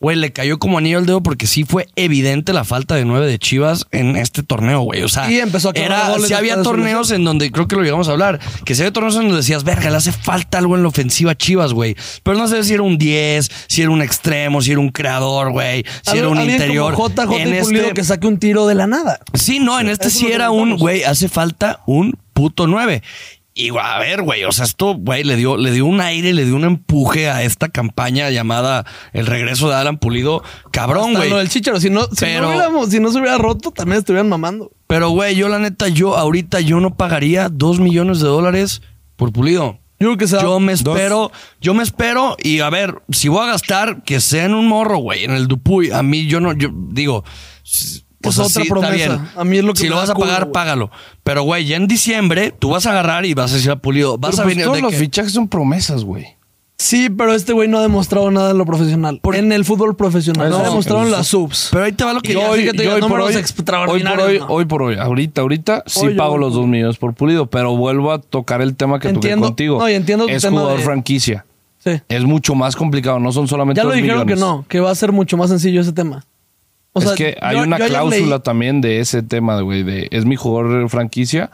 B: güey, le cayó como anillo al dedo porque sí fue evidente la falta de nueve de Chivas en este torneo, güey. O sea,
A: Y empezó a clavar
B: era-
A: goles
B: sí había
A: después de su
B: torneos en donde creo que lo llegamos a hablar, que si había torneos en donde decías, verga, le hace falta algo en la ofensiva a Chivas, güey. Pero no sé si era un 10, si era un extremo, si era un creador, güey, si
A: Al-
B: era un
A: alguien
B: interior.
A: Como JJ
B: En
A: y Pulido
B: este-
A: que saque un tiro de la nada.
B: Sí, no, en este
A: Eso
B: sí
A: lo
B: era un,
A: comentamos.
B: güey, hace falta un puto 9. Y güey, a ver, güey, o sea, esto, güey, le dio, le dio un aire, le dio un empuje a esta campaña llamada El regreso de Alan Pulido. Cabrón,
A: Hasta
B: güey.
A: Lo del chicharo. Si no, si,
B: Pero-
A: no hubiéramos- si no se hubiera roto, también estuvieran mamando.
B: Pero, güey, yo la neta, yo ahorita yo no pagaría dos millones de dólares por Pulido.
A: Yo creo que se da-
B: Yo me
A: dos.
B: espero, yo me espero y a ver, si voy a gastar, que sea en un morro, güey, en el Dupuy. A mí yo no, yo digo, s-
A: Es otra
B: está
A: promesa.
B: bien.
A: A mí es lo que
B: si
A: me
B: lo
A: da
B: vas a
A: culo,
B: pagar,
A: güey.
B: págalo. Pero, güey, ya en diciembre tú vas a agarrar y vas a decir a Pulido, vas
C: Pero,
B: a
C: pues,
B: venir
C: todos
B: de
C: los
B: que-
C: fichajes son promesas, güey.
A: Sí, pero este güey no ha demostrado nada en lo profesional. en el fútbol profesional.
C: Eso
A: No ha
C: sí,
A: demostrado en
C: eso
A: las subs.
B: Pero ahí te va lo que
A: Y
B: ya-
A: hoy-
B: fíjate,
A: yo
B: ya
A: hoy
B: no
A: por
B: me los
A: hoy-
B: ex-
C: Hoy por
A: extraordinarios,
C: hoy,
A: no.
C: hoy por hoy, ahorita, ahorita sí
A: Hoy yo-
C: pago los dos millones por pulido, pero vuelvo a tocar el tema que toqué
A: Entiendo.
C: contigo.
A: No, y entiendo tu
C: es
A: tema
C: jugador
A: de-
C: franquicia.
A: Sí.
C: Es mucho más complicado, no son solamente
A: Ya lo
C: dos
A: dijeron que
C: millones.
A: no, que va a ser mucho más sencillo ese tema. O sea,
C: es que hay
A: yo-
C: una
A: yo ayer
C: cláusula
A: leí-
C: también de ese tema, güey, de es mi jugador franquicia,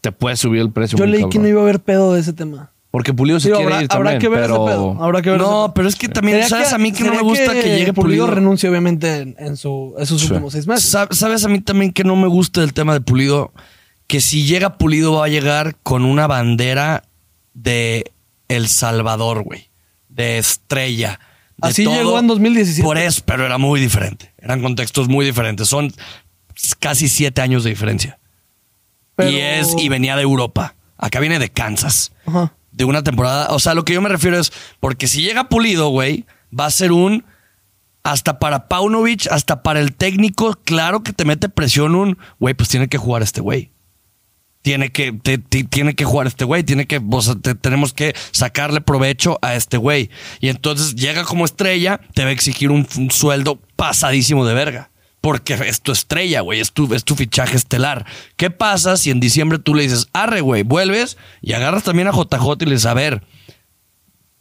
C: te puedes subir el precio.
A: Yo
C: muy
A: leí que
C: cabrón.
A: no iba a haber pedo de ese tema.
C: Porque Pulido se
A: Digo,
C: quiere
A: habrá,
C: ir
A: habrá
C: también,
A: que ver
C: pero...
A: ese pedo. Habrá que ver ese
B: No,
A: pedo.
B: pero es que también,
A: Sería
B: ¿sabes? a mí que no me
A: sería
B: gusta que, llegue Pulido.
A: renuncie, obviamente, en, en su, esos
C: Sí.
A: últimos seis meses.
B: Sa- ¿Sabes a mí también que no me gusta el tema de Pulido? Que si llega Pulido va a llegar con una bandera de El Salvador, güey. De estrella. de
A: Así llegó en 2017.
B: Por eso, pero era muy diferente. Eran contextos muy diferentes. Son casi siete años de diferencia.
A: Pero-
B: Y es, y venía de Europa. Acá viene de Kansas
A: Ajá.
B: de una temporada. O sea, lo que yo me refiero es, porque si llega Pulido, güey, va a ser un, hasta para Paunovic, hasta para el técnico, claro que te mete presión un, güey, pues tiene que jugar este güey. Tiene que, te- ti- tiene que jugar este güey, tiene que, o sea, te- tenemos que sacarle provecho a este güey. Y entonces llega como estrella, te va a exigir un, un sueldo pasadísimo de verga. Porque es tu estrella, güey, es tu, es tu fichaje estelar. ¿Qué pasa si en diciembre tú le dices, arre, güey, vuelves y agarras también a JJ y le dices, a ver,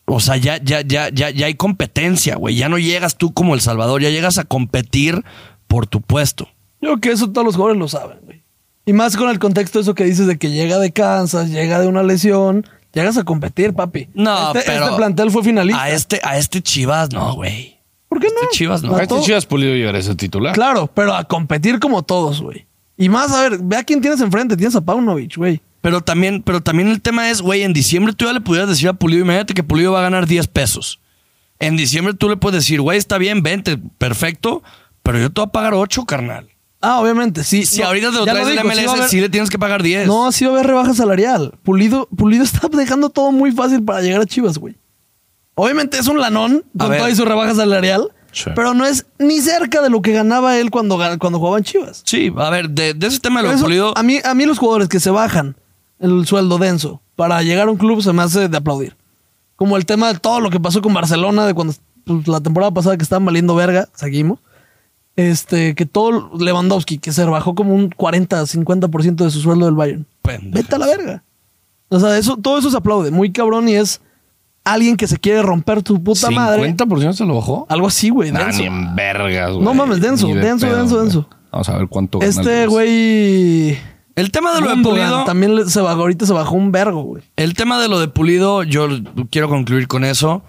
B: o sea, ya, ya, ya, ya, ya hay competencia, güey. Ya no llegas tú como El Salvador, ya llegas a competir por tu puesto.
A: Yo creo que eso todos los jugadores lo saben, güey. Y más con el contexto de eso que dices de que llega de Kansas, llega de una lesión, llegas a competir, papi.
B: No,
A: este,
B: pero-
A: Este plantel fue finalista.
B: A este, a este Chivas, no, güey.
A: ¿Por qué no?
B: este Chivas no.
A: A
C: A este
A: todo-
C: Chivas Pulido ya eres el titular.
A: Claro, pero a competir como todos, güey. Y más, a ver, ve a quién tienes enfrente. Tienes a Paunovic, güey.
B: Pero también, pero también el tema es, güey, en diciembre tú ya le pudieras decir a Pulido, imagínate que Pulido va a ganar 10 pesos. En diciembre tú le puedes decir, güey, está bien, vente, perfecto, pero yo te voy a pagar 8, carnal.
A: Ah, obviamente, sí.
B: Y si
A: No,
B: ahorita te lo
A: ya
B: traes del
A: digo,
B: MLS,
A: sí
B: sí,
A: va a haber-
B: le tienes que pagar 10.
A: No, sí va a haber rebaja salarial. Pulido, Pulido [LAUGHS] está dejando todo muy fácil para llegar a Chivas, güey. Obviamente es un lanón
B: A
A: con
B: ver.
A: toda y su rebaja salarial,
C: Sí.
A: pero no es ni cerca de lo que ganaba él cuando, gan- cuando jugaba en Chivas.
B: Sí, a ver, de, de ese tema de lo de
A: Eso,
B: Pulido.
A: a, mí, a mí los jugadores que se bajan el sueldo denso para llegar a un club se me hace de aplaudir. Como el tema de todo lo que pasó con Barcelona, de cuando pues, la temporada pasada que estaban valiendo verga, seguimos. Este, que todo Lewandowski, que se bajó como un 40-50% de su sueldo del Bayern.
B: Pendejas.
A: Vete a la verga. O sea, eso, todo eso se aplaude. Muy cabrón y es alguien que se quiere romper tu puta madre.
C: 50% se lo bajó.
A: Algo así, güey.
C: Nah,
A: denso.
C: ni en vergas, güey.
A: No mames, denso,
C: Ni de
A: denso,
C: pedo,
A: denso,
C: güey.
A: denso.
C: Vamos a ver cuánto gana
A: este
C: el
A: güey.
B: El tema de lo de
A: Gundogan
B: Pulido.
A: también le- se bajó, ahorita se bajó un vergo, güey.
B: El tema de lo de Pulido, yo quiero concluir con eso.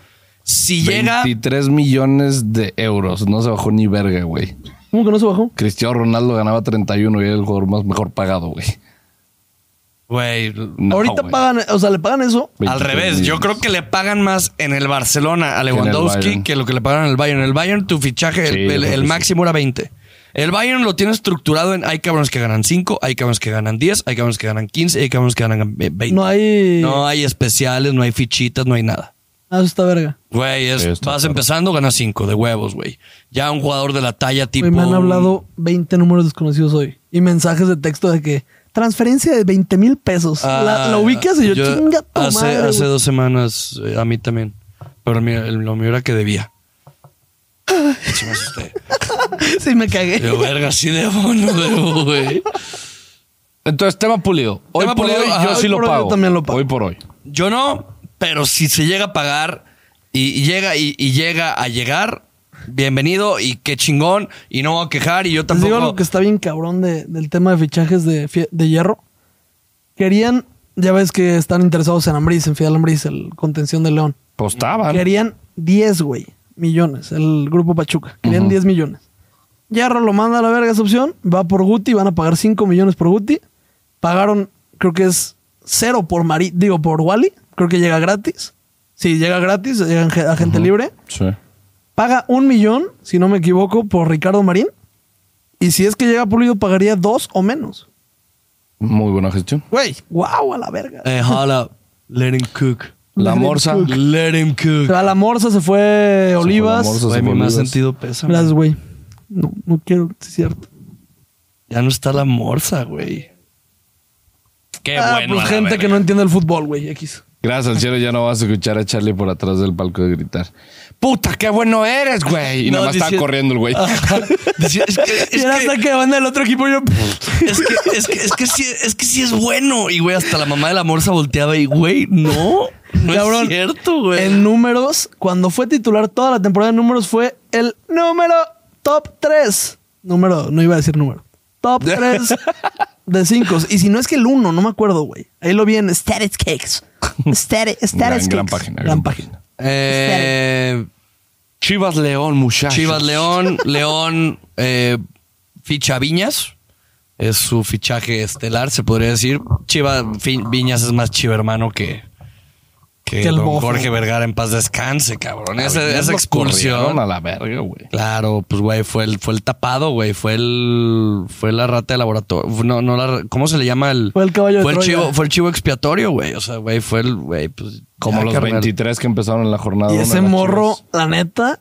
B: Si llega.
C: 23 millones de euros. No se bajó ni verga, güey.
A: ¿Cómo que no se bajó?
C: Cristiano Ronaldo ganaba 31 y era el jugador más mejor pagado, güey.
B: Güey.
C: No,
A: ahorita
C: güey.
A: pagan, o sea, le pagan eso.
B: Al
C: 23
B: revés, yo
C: millones.
B: creo que le pagan más en el Barcelona a
C: en el
B: Lewandowski
C: Bayern.
B: que lo que le pagan en el Bayern. En el Bayern tu fichaje,
C: Sí,
B: el,
C: yo
B: el-
C: creo que
B: el
C: sí.
B: máximo era 20. El Bayern lo tiene estructurado en hay cabrones que ganan 5, hay cabrones que ganan 10, hay cabrones que ganan 15, hay cabrones que ganan eh, 20.
A: No hay.
B: No hay especiales, no hay fichitas, no hay nada.
A: Ah, eso está verga.
B: Güey, es-
C: Sí, está
B: vas
C: claro.
B: empezando, ganas 5 de huevos, güey. Ya un jugador de la talla tipo...
A: Güey, me han
B: un-
A: hablado 20 números desconocidos hoy y mensajes de texto de que transferencia de 20 mil pesos. la, la ubicas y yo, chinga tu
B: Ah, hace,
A: madre.
B: Hace
A: güey".
B: dos semanas, eh, a mí también. Pero mira, el- lo mío era que debía. Sí me asusté.
A: [LAUGHS] sí, me cagué.
B: Yo, verga, sí debo, no debo, güey.
C: Entonces, tema pulido. Hoy
B: Tema
C: por
B: Pulido,
C: hoy,
B: ajá.
C: yo
B: Hoy
C: sí lo
A: por hoy yo
C: pago.
A: también lo pago.
C: Hoy por hoy.
B: Yo no, pero si se llega a pagar y y llega y, y llega a llegar, bienvenido y qué chingón. Y no voy a quejar y yo
A: Les digo algo
B: tampoco.
A: que está bien cabrón de- del tema de fichajes de, fie- de hierro. Querían, ya ves que están interesados en Ambriz, en Fidel Ambriz, el contención de León.
C: Costaban.
A: Querían 10, güey, millones. El grupo Pachuca. Querían 10 millones. Yarro lo manda a la verga esa opción. Va por Guti. Van a pagar 5 millones por Guti. Pagaron, creo que es cero por Mari, digo, por Wally. Creo que llega gratis. Sí, llega gratis, llega en- a gente libre.
C: Sí.
A: Paga un millón, si no me equivoco, por Ricardo Marín. Y si es que llega Pulido, pagaría dos o menos.
C: Muy buena gestión.
A: Güey, wow, a la verga.
B: Hey, Eh, hola. Let him cook.
C: La
A: Let him
C: morsa.
A: cook.
B: Let him
A: Se
B: cook.
A: va la Morsa, se fue Olivas.
C: la Morsa.
B: Güey, mi
C: Olivas.
B: más sentido pesa.
A: Gracias, güey. No, no quiero, sí es cierto.
B: Ya no está la morsa, güey. Qué
A: ah,
B: bueno.
A: pues
B: a la
A: gente
B: verga.
A: que no entiende el fútbol, güey, X.
C: Gracias al cielo ya no vas a escuchar a Charlie por atrás del palco de gritar. ¡Puta, qué bueno eres, güey! Y
B: No, Ah.
C: nada más estaba
B: dici-
C: corriendo el güey.
B: Ajá. [LAUGHS] Dice, es que,
A: Y
B: es
A: era
B: que-
A: hasta que van del otro equipo y yo...
B: Es que, es que, es que sí, es que sí es bueno. Y güey, hasta la mamá de la morsa volteaba y güey, no, no
A: Cabrón,
B: es cierto, güey.
A: En números, cuando fue titular toda la temporada de números fue el número top 3. Número, no iba a decir número. Top 3 de 5. Y si no es que el 1, no me acuerdo, güey. Ahí lo vi en Status Cakes. Status, status
C: Gran,
A: Cakes.
C: gran página.
A: Gran, página.
B: Eh,
C: Chivas León, muchachos.
B: Chivas León, León eh, ficha a Viñas. Es su fichaje estelar, se podría decir. Chivas Fi- Viñas es más chiva hermano que, que,
A: Que el
B: don
A: bofo.
B: Jorge Vergara en paz descanse, cabrón. Ese-
C: Güey, ya
B: esa
C: los corrieron
B: excursión.
C: a la verga, güey.
B: Claro, pues güey, fue el, fue el tapado, güey, fue el fue la rata de laboratorio, no no la ra- ¿cómo se le llama el
A: Fue el caballo de
B: fue el
A: Troya.
B: chivo, fue el chivo expiatorio, güey, o sea, güey, fue el güey, pues
C: Como
B: ya,
C: los
B: carnal.
C: 23 que empezaron en la jornada.
A: Y
C: uno de
A: ese
C: las
A: morro,
C: Chivas.
A: la neta,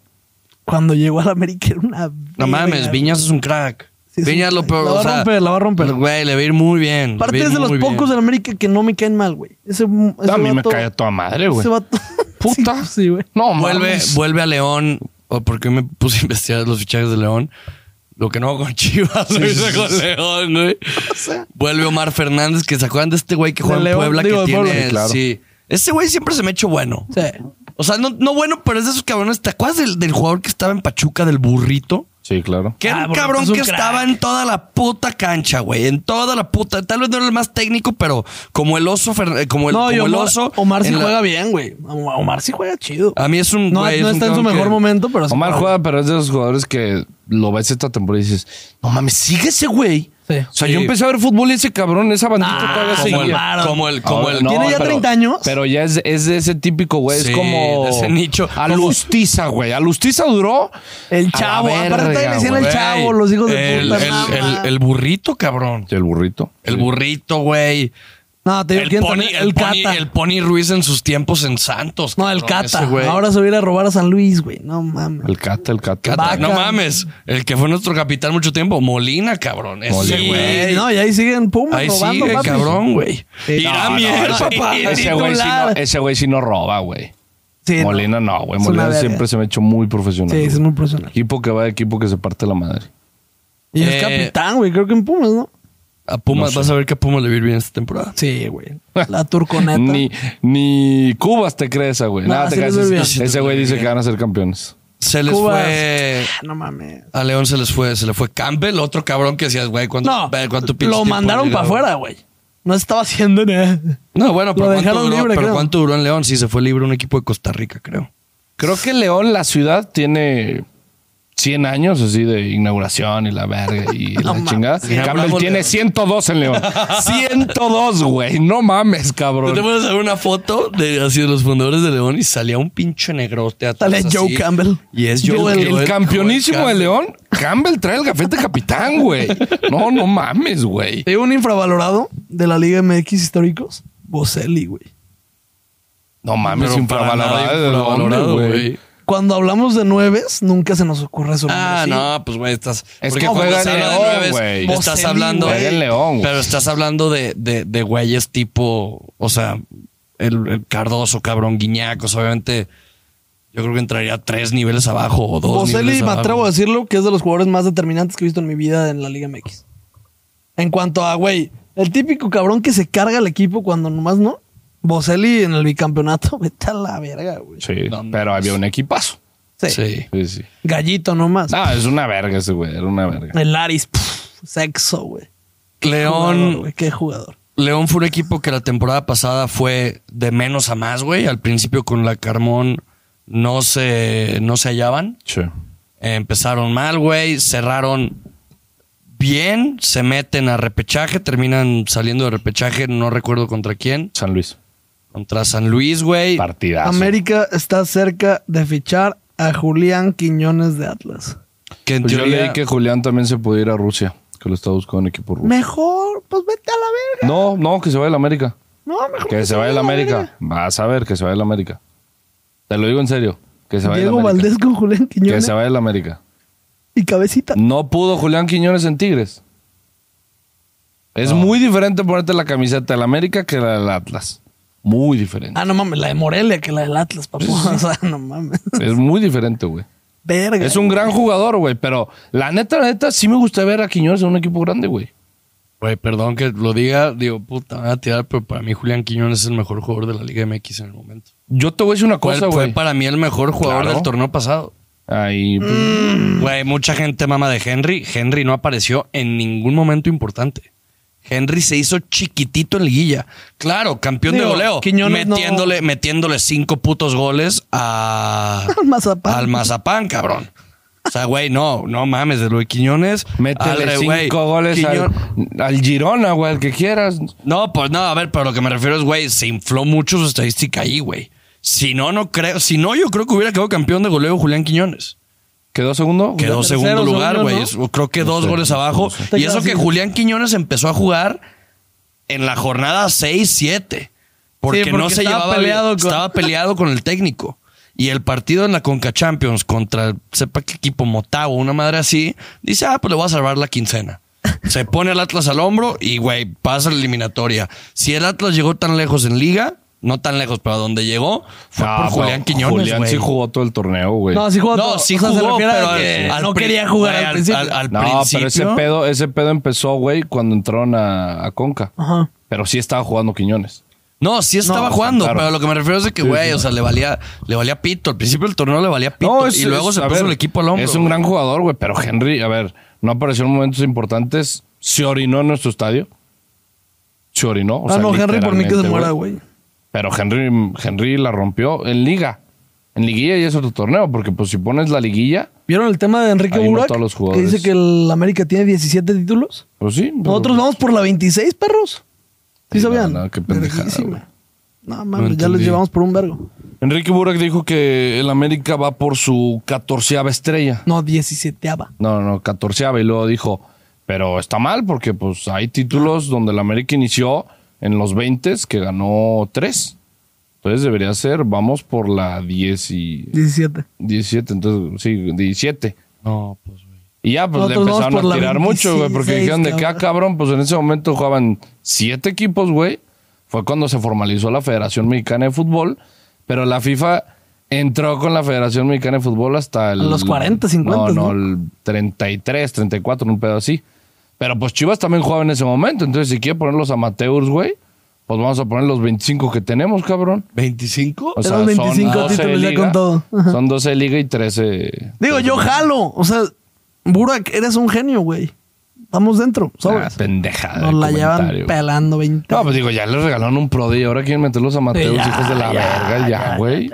A: cuando llegó al América era una...
B: No
A: verga,
B: mames,
A: güey.
B: Viñas es un crack.
A: Sí, es un
B: Viñas lo
A: crack.
B: peor,
A: La va
B: o
A: a
B: sea,
A: romper, la va a romper.
B: Güey, le va a ir muy bien.
A: Aparte
B: le va a
A: es
B: ir
A: de los
B: muy bien.
A: pocos del América que no me caen mal, güey. Ese, ese
C: A mí me
A: vato-
C: cae a toda madre, güey.
A: Ese vato- [LAUGHS]
C: Puta.
A: Sí, güey.
C: No,
B: vuelve,
C: mames.
B: vuelve a León. O porque me puse a investigar los fichajes de León. Lo que no hago con Chivas, lo hice con
A: [LAUGHS]
B: León, güey. Vuelve Omar Fernández, que se acuerdan de este güey que juega
A: De
B: en
A: León,
B: Puebla,
A: digo, de
B: que tiene.
A: Puebla.
C: Sí, claro.
B: Sí. Ese güey siempre se me ha hecho bueno.
A: Sí.
B: O sea, no, no bueno, pero es de esos cabrones. ¿Te acuerdas del, del jugador que estaba en Pachuca, del burrito?
C: Sí, claro.
B: Que
A: Ah,
B: era un
A: Burrito
B: cabrón
A: es un
B: que
A: crack.
B: estaba en toda la puta cancha, güey. En toda la puta. Tal vez no era el más técnico, pero como el oso, Fer- como el, como
A: y
B: el
A: Omar,
B: oso.
A: Omar sí
B: en la-
A: juega bien, güey. Omar Omar sí juega chido.
B: A mí es un.
A: no
B: güey,
A: no
B: es un
A: está en su
B: cabrón
A: mejor
B: que-
A: momento, pero sí
C: Omar juega, pero es de esos jugadores que lo ves esta temporada y dices, no mames, sigue ese güey.
A: Sí.
C: O sea,
B: Sí.
C: yo empecé a ver fútbol y ese cabrón, esa bandita
A: Ah,
C: todavía
A: como
C: seguía.
B: Como el,
A: Claro.
B: como el, como
C: Ahora,
B: el-
C: no,
A: Tiene ya
C: pero-
A: 30 años.
C: Pero ya es, es de ese típico, güey.
B: Sí,
C: es como.
B: de ese nicho.
C: Alustiza, güey. Alustiza duró.
A: El
C: a la
A: chavo, aparte
C: verga,
A: le decían el
C: güey.
B: Güey,
A: chavo, los hijos de
B: el,
A: puta,
B: El,
A: no,
B: el-
A: ma.
B: el burrito, cabrón.
C: Y El burrito.
B: El burrito, güey.
A: No, te digo,
B: El
A: ¿quién
B: Pony,
A: también?
B: el,
A: El
B: Pony-
A: Cata.
B: el Pony Ruiz en sus tiempos en Santos.
A: no, el
B: cabrón,
A: Cata.
B: ese güey.
A: Ahora se va a ir a robar a San Luis, güey. No mames.
C: El cata, el cata.
B: Cata,
A: Vaca.
B: no mames. El que fue nuestro capitán mucho tiempo, Molina, cabrón. Ese
C: Molina.
B: güey.
A: No, y ahí siguen Pumas
B: Ahí
A: robando,
B: sigue,
A: papi.
B: cabrón, güey.
A: Sí.
B: Irá
A: Ah, No, no,
B: Mier,
A: ese-
B: papá.
C: Ese güey sí no, ese güey sí no roba, güey.
A: Sí, no.
C: Molina no, güey.
A: Es una
C: Molina
A: verga.
C: siempre se me ha hecho muy profesional.
A: Sí,
C: güey.
A: es muy profesional.
C: Equipo que va, equipo que se parte la madre. [LAUGHS]
A: Y
B: Eh,
A: es capitán, güey. Creo que en Pumas, ¿no?
B: A Pumas, vas a ver que a Pumas le va a ir bien esta temporada.
A: Sí, güey. La turconeta.
C: [LAUGHS] Ni, ni Cubas te crees, güey.
A: No,
C: Nada te
A: sí les
C: crees.
A: doy bien.
C: Ese- Ese güey dice que van a ser campeones.
B: Se les
A: Cubas.
B: fue.
A: Ah, No mames.
B: A León se les fue, se le fue Campbell, otro cabrón que decías, güey, ¿cuánto,
A: No,
B: ve, cuánto pinche
A: lo
B: tiempo
A: mandaron
B: llegaba?
A: para afuera, güey. No estaba haciendo nada.
B: No, bueno, pero,
A: Lo
B: ¿cuánto
A: dejaron
B: duró,
A: libre,
B: pero
A: creo.
B: ¿cuánto duró en León? Sí, se fue libre un equipo de Costa Rica, creo.
C: Creo que León, la ciudad, tiene 100 años así de inauguración y la verga
A: [LAUGHS]
C: y
A: No
C: la
A: mames,
C: chingada.
B: sí,
C: Campbell
B: hablamos
C: tiene
B: de-
C: 102
A: [LAUGHS]
C: en León. 102, güey. No mames,
B: ¿No te
C: cabrón.
B: puedes hacer una foto de así de los fundadores de León y salía un pinche negrote atrás.
A: Sale Joe
B: así.
A: Campbell.
B: Y es
C: Yo,
B: Joe
C: el,
B: Joe-
C: el campeonísimo
B: Joe
C: de León, Campbell trae el gafete capitán, güey. No, no mames, güey.
A: Hay un infravalorado de la Liga MX históricos. Boselli, güey.
C: No mames,
B: Pero para nada
C: infravalorado de
B: infravalorado,
C: León, güey.
B: güey.
A: Cuando hablamos de nueves, nunca se nos ocurre eso.
B: Ah, no, pues güey, estás.
C: Es
B: porque
C: que
B: cuando
C: juega
B: se
C: en
B: habla de
C: León,
B: nueves,
C: güey.
B: Estás
A: Boselli,
B: hablando.
C: güey. Juega en León, güey.
B: Pero estás hablando de, de, de güeyes tipo. O sea, el, el Cardoso, cabrón, Guiñacos, obviamente. Yo creo que entraría tres niveles abajo o dos.
A: Boselli,
B: niveles
A: me
B: abajo.
A: atrevo a decirlo, que es de los jugadores más determinantes que he visto en mi vida en la Liga MX. En cuanto a, güey, el típico cabrón que se carga al equipo cuando nomás no. Boselli en el bicampeonato, [LAUGHS] vete a la verga, güey.
C: Sí,
B: No mames.
C: pero había un equipazo.
A: Sí.
B: Sí.
C: Sí, sí.
A: Gallito nomás.
C: No, es una verga ese güey, era una verga.
A: El Aris, pff, sexo, güey. Jugador,
B: León,
A: güey, Qué jugador.
B: León fue un equipo que la temporada pasada fue de menos a más, güey. Al principio con la Carmón no se, no se hallaban.
C: Sí.
B: Eh, Empezaron mal, güey. Cerraron bien, se meten a repechaje, terminan saliendo de repechaje, no recuerdo contra quién.
C: San Luis.
B: Contra San Luis, güey.
C: Partidazo.
A: América está cerca de fichar a Julián Quiñones de Atlas.
B: Que en
C: Pues yo
B: teoría-
C: leí que Julián también se puede ir a Rusia, que lo está buscando un equipo ruso.
A: Mejor, pues vete a la verga.
C: No, no, que se vaya a la América.
A: No, mejor
C: Que se vaya a la América. Vas a ver que se vaya a la América. Te lo digo en serio. Que se vaya a la
A: Diego
C: América.
A: Valdés con Julián
C: Que
A: Quiñones
C: se vaya a la América.
A: y cabecita.
C: No pudo Julián Quiñones en Tigres. Es muy diferente ponerte la camiseta del América que la del Atlas. Muy diferente.
A: Ah, no mames, la de Morelia que la del Atlas, papá. [LAUGHS] O sea, no mames.
C: Es muy diferente, güey.
A: Verga.
C: Es un gran jugador, güey. Pero la neta, la neta, sí me gusta ver a Quiñones en un equipo grande, güey.
B: Güey, perdón que lo diga, digo, puta, me van a tirar, pero para mí Julián Quiñones es el mejor jugador de la Liga MX en el momento.
C: Yo te voy a decir una
B: ¿Cuál
C: cosa,
B: fue
C: güey.
B: para mí el mejor jugador
C: Claro.
B: del torneo pasado?
C: Ahí, pues,
A: Mm.
B: Güey, mucha gente mama de Henry. Henry no apareció en ningún momento importante. Henry se hizo chiquitito en liguilla. Claro, campeón de
A: Digo,
B: goleo.
A: Quiñones no-
B: metiéndole, metiéndole cinco putos goles
A: [LAUGHS]
B: a,
A: Mazapán.
B: al Mazapán, cabrón. O sea, güey, no, no mames, de Luis Quiñones.
C: métele
B: Alre,
C: cinco
B: güey,
C: goles
B: Quiñon-
C: al, al Girona, güey, al que quieras.
B: No, pues no, a ver, pero lo que me refiero es, güey, se infló mucho su estadística ahí, güey. Si no, no creo. Si no, yo creo que hubiera quedado campeón de goleo Julián Quiñones.
C: ¿Quedó segundo?
B: Quedó
A: tercero,
B: segundo lugar,
A: segundo,
B: güey.
A: ¿no?
B: Es- Creo que dos
C: sé,
B: goles
C: no
B: abajo.
C: sé.
A: Está
B: Y eso
A: casi.
B: que Julián Quiñones empezó a jugar en la jornada 6-7. Porque,
A: Sí, porque
B: no se
A: estaba
B: llevaba
A: peleado
B: bien.
A: con-
B: Estaba peleado con el técnico. Y el partido en la Conca Champions contra, sepa qué equipo, Motagua, una madre así, dice, ah, pues le voy a salvar la quincena. Se pone al Atlas al hombro y, güey, pasa la eliminatoria. Si el Atlas llegó tan lejos en Liga, no tan lejos, pero a donde llegó, fue
C: Ah,
B: por
C: pero
B: Julián Quiñones,
C: Julián
B: güey.
C: sí jugó todo el torneo, güey.
A: No, sí jugó.
B: No,
A: todo.
B: sí
A: O sea, se
B: jugó,
A: refiere a
B: pero
A: que
B: al-
A: no
B: al pri-
A: quería jugar
B: güey,
A: al,
B: al-
A: principio.
B: al- al-
C: No, pero ese
B: principio-
C: pedo, ese pedo empezó, güey, cuando entraron a, a Conca.
A: Ajá.
C: Pero sí estaba jugando Quiñones.
B: No, sí estaba
C: No,
B: jugando,
C: claro.
B: pero lo que me refiero es de que, güey, o sea, le valía, le valía pito. Al principio del torneo le valía pito.
C: es-
B: y luego
C: es-
B: se
C: a
B: puso
C: ver,
B: el equipo al hombro.
C: Es un
B: güey.
C: gran jugador, güey, pero Henry, a ver, no apareció en momentos importantes. Se orinó en nuestro estadio. Se orinó. o
A: ah,
C: sea,
A: no, Henry por mí que se
C: literalmente,
A: muera, güey.
C: Pero Henry, Henry la rompió en liga. En liguilla y es otro torneo, porque pues si pones la liguilla,
A: ¿Vieron el tema de Enrique
C: Ahí no
A: Burak?
C: todos los
A: que
C: jugadores.
A: dice que el América tiene 17 títulos.
C: pues sí. pero-
A: Nosotros vamos por la 26, perros. ¿Sí
C: Sí,
A: sabían?
C: no, no, qué pendejada,
A: Verguísima.
C: güey.
A: No, mames, ya les
B: entendí.
A: llevamos por un vergo.
C: Enrique Burak dijo que el América va por su catorceava estrella.
A: No, 17ava.
C: No, no, no, catorceava. Y luego dijo, pero está mal porque pues hay títulos donde el América inició en los 20 que ganó tres. Entonces debería ser, vamos por la 10 y
A: 17.
C: 17, entonces sí, 17.
B: No, pues, güey.
C: Y ya, pues le
A: Nosotros vamos
C: empezaron
A: por la
C: a tirar mucho, güey, porque
A: 26,
C: dijeron de que, ah,
A: cabrón.
C: cabrón, pues en ese momento jugaban siete equipos, güey. Fue cuando se formalizó la Federación Mexicana de Fútbol, pero la FIFA entró con la Federación Mexicana de Fútbol hasta el...
A: A los 40, 50,
C: No, no,
A: ¿no?
C: el 33, 34, un pedo así. Pero pues Chivas también jugaba en ese momento, entonces si quiere poner los amateurs, güey, pues vamos a poner los 25 que tenemos, cabrón.
B: ¿25?
C: O
A: Eran 25
C: 12 de
A: títulos ya
C: liga,
A: con todo. Ajá.
C: Son 12 de liga y 13...
A: Digo, yo jalo. O sea, Burak, eres un genio, güey. Estamos dentro,
C: Ah,
A: sobres.
C: pendejada. de
A: Nos la
C: comentario.
A: llevan pelando 20.
C: No, pues digo, ya les regalaron un prodi. Ahora quieren meter los amateos,
A: Ya,
C: hijos de la verga, ya, güey.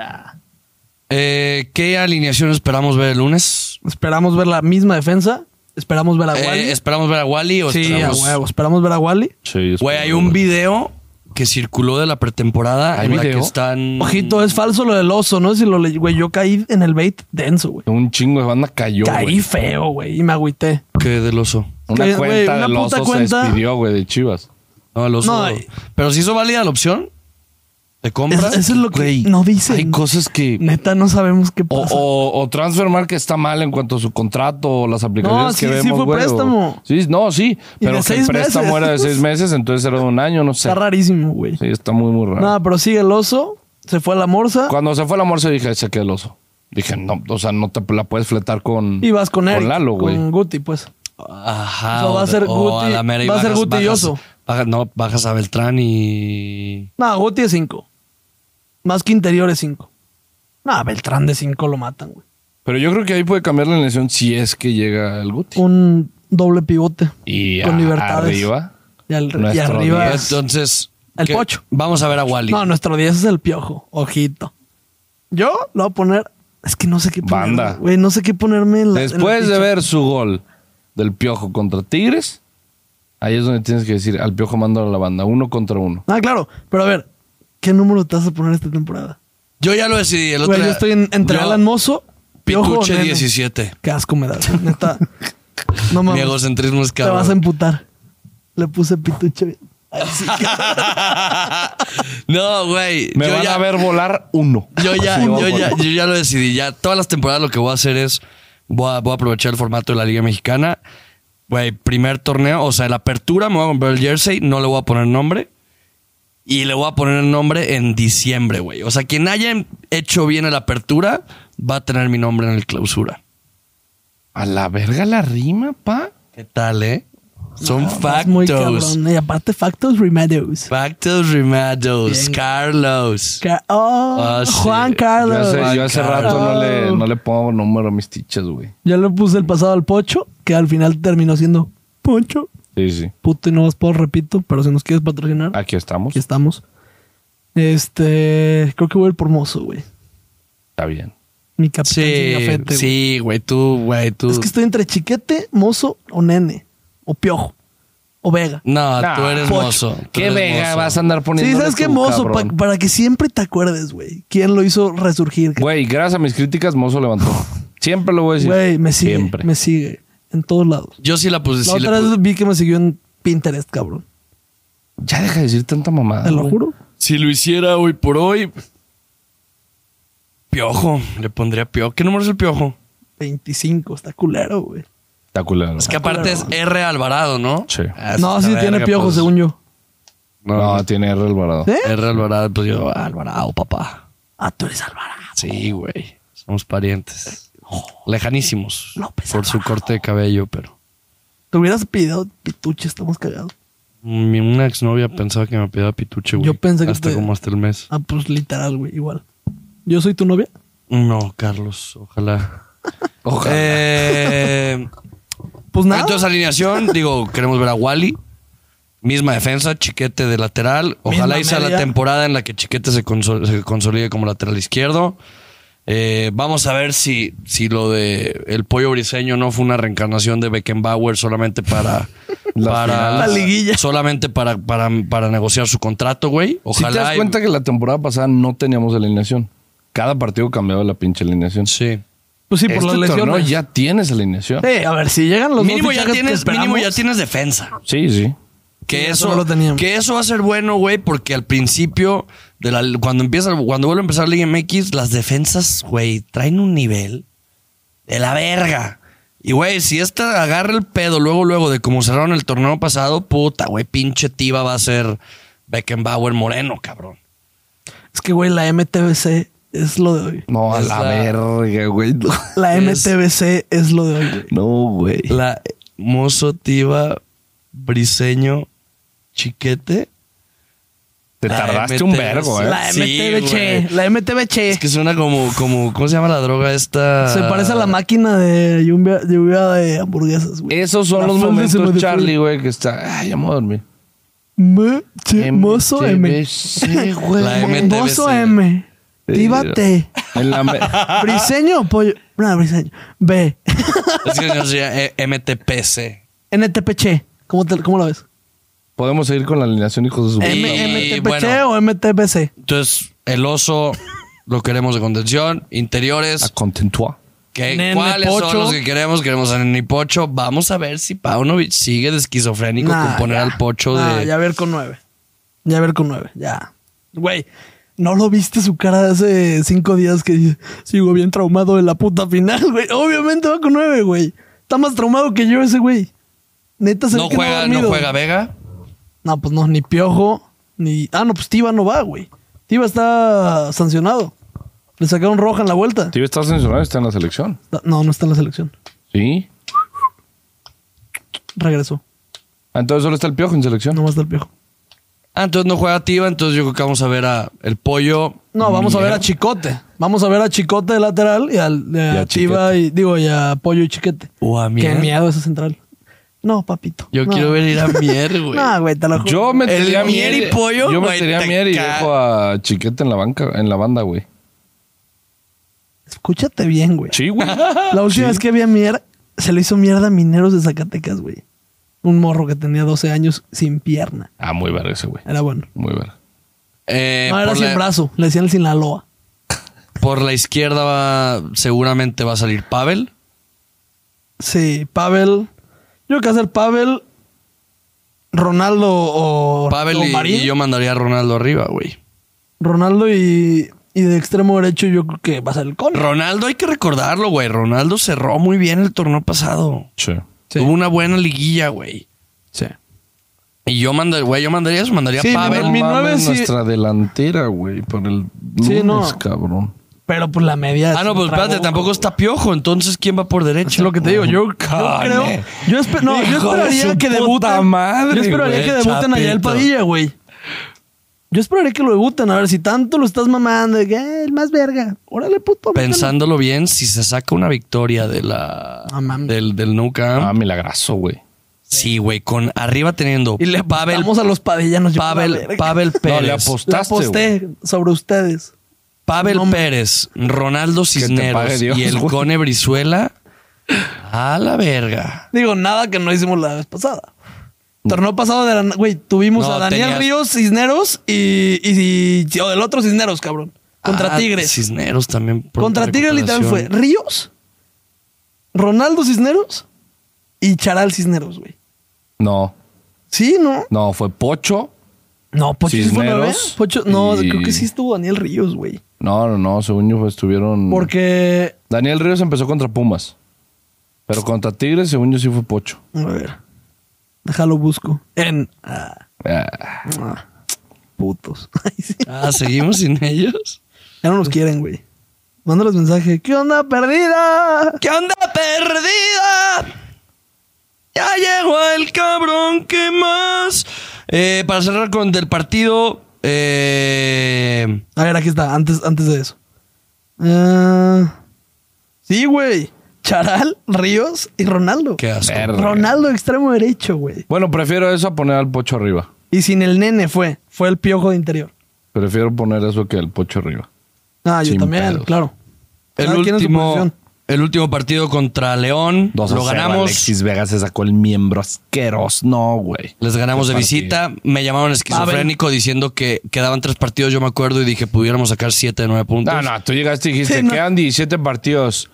B: Eh, ¿Qué alineación esperamos ver el lunes?
A: Esperamos ver la misma defensa. Esperamos ver a
B: Eh,
A: Wally.
B: ¿Esperamos ver a Wally? O
A: sí, a
B: esperamos-
A: huevo. Esperamos ver a Wally.
C: Sí, es
B: Güey, hay un video que circuló de la pretemporada
C: ¿Hay
B: en la
C: video?
B: que están...
A: Ojito, es falso lo del oso, ¿no? Si lo le- güey, yo caí en el bait denso, güey.
C: Un chingo de banda cayó.
A: Caí
C: güey.
A: feo, güey, y me agüité.
B: Que del oso.
C: Una
A: Güey,
C: cuenta
A: una
C: de los
A: puta
C: osos
A: cuenta.
C: se despidió, güey, de Chivas.
B: No, el oso.
A: No, hay-
B: Pero se hizo válida la opción. ¿Te compras?
A: Es- eso es lo que
B: Güey,
A: no dicen.
C: Hay cosas que.
A: Neta, no sabemos qué
C: O,
A: pasa.
C: o, o Transfermarkt está mal en cuanto a su contrato o las aplicaciones
A: No, sí,
C: que
A: sí
C: vemos.
A: fue
C: güey, o-
A: préstamo.
C: Sí, no, sí.
A: Y de
C: Pero que el
A: seis
C: préstamo
A: meses.
C: era
A: [LAUGHS]
C: de seis meses, entonces era de un año, no sé.
A: Está rarísimo, güey.
C: Sí, está muy, muy raro.
A: Nada, pero sigue el oso. Se fue a la morsa.
C: Cuando se fue el amor, se dije, se quedó el oso. Dije, no, o sea, no te la puedes fletar con.
A: Y vas con Eric.
C: Con Lalo, güey.
A: Con Guti, pues.
B: Ajá.
A: O sea, va a ser Guti-
B: a la mera y
A: va a ser Guti y
B: bajas-
A: Oso.
B: bajas- no, bajas a Beltrán y.
A: No, Guti es 5. Más que interior es 5. No, Beltrán de 5 lo matan, güey.
C: Pero yo creo que ahí puede cambiar la alineación si es que llega el Guti.
A: Un doble pivote.
C: Y
A: con
C: a-
A: libertades.
C: arriba.
A: Y, al- y
C: Nuestro
A: arriba.
C: diez.
B: Entonces.
A: Ah. El
B: ¿qué?
A: Pocho.
B: Vamos a ver a Wally.
A: No, nuestro 10 es el piojo. Ojito. Yo lo voy a poner. Es que no sé qué ponerme.
C: Banda.
A: Güey, no sé qué ponerme. en la- en la
C: Después de
A: ficha.
C: ver su gol del Piojo contra Tigres, ahí es donde tienes que decir al Piojo mando a la banda, uno contra uno.
A: Ah, claro. Pero a ver, ¿qué número te vas a poner esta temporada?
B: Yo ya lo decidí. El otro
A: Güey, yo
B: día-
A: estoy en- entre
B: yo- [LAUGHS]
A: Alan Mozo, Piojo,
B: Pituche
A: Nene.
B: 17.
A: Qué asco me das, güey,
B: [LAUGHS]
A: neta. No
B: Mi
A: mames.
B: egocentrismo es
A: Te
B: cabrón.
A: vas a emputar. Le puse pituche. Ay, sí, cabrón.
B: no, güey.
C: Me
B: yo
C: van
B: ya-
C: a ver volar uno.
B: [LAUGHS] Yo ya,
C: Así me voy
B: yo,
C: a
B: ya,
C: poner.
B: yo ya lo decidí. Ya todas las temporadas lo que voy a hacer es. Voy a, voy a aprovechar el formato de la Liga Mexicana. Güey, primer torneo, o sea, la apertura, me voy a comprar el jersey, no le voy a poner nombre. Y le voy a poner el nombre en diciembre, güey. O sea, quien haya hecho bien en la apertura va a tener mi nombre en el clausura.
C: A la verga la rima, pa.
B: ¿Qué tal, eh? Son
A: Estás Muy
B: factos.
A: cabrón. eh, Y aparte, factos remedios.
B: Factos rimados.
A: Bien.
B: Carlos.
A: Ca- oh,
B: Ah, sí.
A: Juan
C: Yo
A: Carlos.
C: hace, yo hace rato no le,
A: Oh.
C: no le pongo número a mis tichas, güey.
A: Ya le puse el pasado al Pocho, que al final terminó siendo Poncho.
C: Sí, sí.
A: Puto y no más puedo, repito, pero si nos quieres patrocinar,
C: Aquí estamos.
A: aquí estamos. Este, creo que voy a ir por mozo, güey.
C: Está bien.
A: Mi capitán
B: Sí,
A: sin gafete, güey.
B: sí, güey, tú, güey, tú.
A: Es que estoy entre chiquete, mozo o nene. O piojo. O vega.
B: No,
C: Nah,
B: Ah, tú eres
A: Pocho.
B: mozo. tú
C: Ah, ¿Qué
B: eres
C: vega
B: mozo.
C: vas a andar poniendo?
A: Sí, ¿sabes qué, mozo? Pa- para que siempre te acuerdes, güey. ¿Quién lo hizo resurgir?
C: Güey, gracias a mis críticas, mozo levantó. Siempre lo voy a
B: pues,
C: decir.
A: Güey, me sigue.
C: Siempre.
A: Me sigue. En todos lados.
B: Yo sí la puse.
A: La
B: Pues sí le
A: otra
B: puse-
A: vez vi que me siguió en Pinterest, cabrón.
C: Ya deja de decir tanta
B: Ah,
C: mamada.
A: Te lo
C: güey.
A: juro.
B: Si lo hiciera hoy por hoy. Piojo, le pondría piojo. ¿Qué número es el piojo?
A: 25, está culero, güey.
C: Está culero.
B: Es que aparte es R Alvarado, ¿no?
C: Sí.
B: Ah,
A: No,
B: esta
A: sí
B: verga,
A: tiene piojo,
B: pues.
A: según yo.
C: No, tiene R Alvarado.
A: ¿Eh?
B: R Alvarado, pues yo, Alvarado, papá.
A: Ah, tú eres Alvarado.
B: Sí, güey. Somos parientes. Lejanísimos.
A: López
B: por su
A: Alvarado.
B: corte de cabello, pero.
A: Te hubieras pedido pituche, estamos cagados.
B: Mi, una exnovia pensaba que me pedía pituche, güey.
A: Yo pensé que
B: Hasta
A: te-
B: como hasta el mes.
A: Ah, pues literal, güey, igual. ¿Yo soy tu novia?
B: No,
A: [LAUGHS]
B: Carlos, ojalá.
C: Ojalá.
B: Eh,
A: Pues nada.
B: entonces, alineación, digo, queremos ver a Wally. Misma defensa, Chiquete de lateral. Ojalá
A: Misma
B: y sea la
A: media.
B: temporada en la que Chiquete se, consol- se consolide como lateral izquierdo. Eh, vamos a ver si, si lo de el pollo briseño no fue una reencarnación de Beckenbauer solamente para.
C: La
B: para
A: final. [LAUGHS] La liguilla.
B: Solamente para, para, para negociar su contrato, güey. Ojalá.
C: Si te das
B: y-
C: cuenta que la temporada pasada no teníamos alineación. Cada partido cambiaba la pinche alineación.
B: Sí.
A: pues sí, por
C: este
A: las
C: torneo
A: lesiones.
C: ya tienes alineación.
A: Sí, a ver, si llegan los
B: Mínimo
A: dos
B: ya,
A: fichajes que
B: tienes, mínimo ya
A: esperamos,
B: tienes defensa.
C: Sí, sí.
A: Sí,
B: Que eso,
A: eso no lo teníamos.
B: que eso va a ser bueno, güey, porque al principio, de la, cuando empieza, cuando vuelve a empezar la Liga MX, las defensas, güey, traen un nivel de la verga. Y, güey, si esta agarra el pedo luego, luego de cómo cerraron el torneo pasado, puta, güey, pinche tiba va a ser Beckenbauer Moreno, cabrón.
A: Es que, güey, la MTBC es lo de hoy.
C: No, a
B: Es
C: la,
B: la-
C: verga, güey. No.
A: La
B: Es-
A: MTBC es lo de hoy, güey.
C: No, güey.
B: La mozo tiba briseño chiquete.
C: Te
B: la
C: tardaste
B: MTBC.
C: un vergo, ¿eh?
A: La
B: Pues Sí,
A: MTBC,
B: güey.
A: la MTBC.
B: Es que ah, suena como, como, ¿cómo se llama la droga esta?
A: Se parece a la máquina de lluvia, lluvia de hamburguesas, güey.
C: Esos son
A: La
C: los
A: frase se me
C: momentos,
A: fue.
C: Charlie, güey, que está. Ay, ya me voy a dormir.
A: M, che, mozo M.
C: MTBC, güey.
B: La MTBC.
A: Mozo M. Tíbate.
C: En la me- [LAUGHS]
A: Briseño o pollo. No, briseño.
B: [LAUGHS]
A: B.
B: Es que no sería eh, MTPC.
A: NTPC. ¿Cómo, te- ¿Cómo lo ves?
C: Podemos seguir con la alineación,
A: [LAUGHS]
C: hijos de su.
B: Eh,
A: M-
B: Y,
A: ¿MTPC
B: bueno.
A: o MTBC?
B: Entonces, el oso lo queremos de contención.
C: A
B: Interiores,
C: Contentua.
B: ¿qué-
A: Nene
B: ¿cuáles son
A: Pocho.
B: los que queremos? Queremos a Nene Pocho. Vamos a ver si Paunovic sigue de esquizofrénico
A: Nah,
B: con poner
A: ya.
B: al Pocho
A: Nah,
B: de.
A: Ya ver con nueve. Ya ver con nueve. Ya. Güey. ¿No lo viste su cara de hace cinco días que dice, sigo bien traumado de la puta final, [LAUGHS] güey? Obviamente va con nueve, güey. Está más traumado que yo ese güey. Neta, se ve
B: No
A: que ha
B: juega, no
A: dormido.
B: juega Vega.
A: No, pues no, ni Piojo, ni... Ah, no, pues Tiva no va, güey. Tiva está sancionado. Le sacaron roja en la vuelta.
C: Tío, está sancionado, está en la selección.
A: No, no está en la selección.
C: Sí.
A: Regresó.
C: Ah, Entonces solo está el piojo en selección.
A: No más está el Piojo.
B: Ah, entonces no juega Tiva, entonces yo creo que vamos a ver a el pollo.
A: No, vamos a ver a
B: Mier-
A: Chicote. Vamos a ver a Chicote de lateral y, al, y a,
C: Y a
A: Tiva y digo, y a Pollo y Chiquete.
B: O Uh, a
A: Qué
B: Mier.
A: miedo esa central. No, papito.
B: Yo
A: no.
B: quiero ver ir
A: [LAUGHS]
B: a Mier, güey.
A: No, güey, te lo juro.
C: Yo metería a
B: El Mier y Pollo,
C: Yo
B: güey,
C: metería a
B: te
C: Mier y
B: ca-
C: dejo a Chiquete en la banca, en la banda, güey.
A: Escúchate bien, güey.
C: Sí, güey.
A: [LAUGHS] La última vez que vi a Mier se le hizo mierda a Mineros de Zacatecas, güey. Un morro que tenía 12 años sin pierna.
C: Ah, muy verga ese güey.
A: Era bueno.
C: Muy verga.
B: Eh,
A: No, era
B: por,
A: sin
B: la,
A: brazo. Le decían el Sinaloa.
B: por la izquierda va- seguramente va a salir Pavel.
A: Sí, Pavel. Yo creo que hacer Pavel, Ronaldo o,
B: Pavel
A: o
B: y,
A: Marín.
B: y yo mandaría a Ronaldo arriba, güey.
A: Ronaldo y, y de extremo derecho yo creo que va a ser el Cone.
B: Ronaldo hay que recordarlo, güey. Ronaldo cerró muy bien el torneo pasado.
C: Sí.
A: Sí.
B: Tuvo una buena liguilla, güey.
A: Sí.
B: Y yo mandaría, güey, yo mandaría eso, mandaría
A: Sí,
B: a
A: mi-
B: Pavel.
A: mi- nueve sí-
C: nuestra delantera, güey, por el
A: Sí,
C: lunes,
A: no.
C: cabrón.
A: Pero pues la media...
B: Ah,
A: es
B: no,
A: un
B: pues espérate,
A: trago,
B: tampoco
A: güey.
B: está piojo. Entonces, ¿quién va por derecha?
A: Es lo que te digo. Yo, yo creo... Yo, espe- no, yo
C: Hijo de
A: esperaría
C: su
A: que
C: puta
A: debuten...
C: madre,
A: yo esperaría
B: güey,
A: que debuten allá el
B: Chapito.
A: Padilla, güey. Yo esperaría que lo debuten. A ver, si tanto lo estás mamando, de que "Eh, el más verga. Órale, puto. mételo.
B: Pensándolo bien, si se saca una victoria de la,
A: Ah, mames.
B: del, del Nou Camp,
C: Ah, milagroso, güey.
B: sí, güey, con arriba teniendo
A: Y le
B: Pavel,
A: Vamos a los padillanos. yo por la
B: Pavel,
A: verga.
B: Pavel
C: No, le
B: Pérez,
A: La
C: apostaste, güey.
A: aposté sobre ustedes.
B: Pavel
A: No,
B: Pérez, Ronaldo
C: pague
B: Cisneros
C: Dios,
B: y el
C: güey.
B: Cone Brizuela, a la verga.
A: Digo, nada que no hicimos la vez pasada. Torneo pasado de la- Güey, tuvimos
B: No,
A: a Daniel
B: tenías-
A: Ríos, Cisneros y, y, y- o el otro Cisneros, cabrón. Contra
B: Ah,
A: Tigres.
B: Cisneros también. por
A: Contra Tigres literal fue
B: recuperación.
A: Ríos, Ronaldo Cisneros y Charal Cisneros, güey.
C: No,
A: Sí, ¿no?
C: no, fue Pocho.
A: No, Pocho sí fue nueve.
C: Cisneros
A: Pocho, no,
C: y-
A: creo que sí estuvo Daniel Ríos, güey.
C: No, no, no, según yo estuvieron...
A: Porque.
C: Daniel Ríos empezó contra Pumas. Pero contra Tigres, según yo, sí fue Pocho.
A: A ver. Déjalo busco. En. ah,
C: Ah,
A: ah, putos. [LAUGHS] Ay, sí.
B: Ah, seguimos sin ellos.
A: Ya
C: Pues,
A: no nos quieren, güey. Mándales mensaje. ¿Qué onda, perdida?
B: ¿Qué onda perdida? Ya llegó el cabrón que más. Eh, para cerrar con del partido, eh,
A: A ver, aquí está, antes, antes de eso. Ah, sí, güey. Charal, Ríos y Ronaldo.
B: qué asco.
C: verga.
A: Ronaldo, extremo derecho, güey.
C: Bueno, prefiero eso a poner al Pocho arriba.
A: Y sin el nene fue. Fue el piojo de interior.
C: Prefiero poner eso que al Pocho arriba.
A: Ah, yo
C: Sin
A: también,
C: pedos.
A: claro.
B: El
A: Cada quien en su
B: último,
A: posición.
B: el último partido contra León
C: Dos
B: lo ganamos.
C: Alexis Vega se sacó el miembro asqueroso. No, güey.
B: Les ganamos de visita. Me llamaron esquizofrénico diciendo que quedaban tres partidos, yo me acuerdo, y dije pudiéramos sacar siete de nueve puntos.
C: No, no, tú llegaste y dijiste,
A: Sí, no.
C: quedan 17 partidos.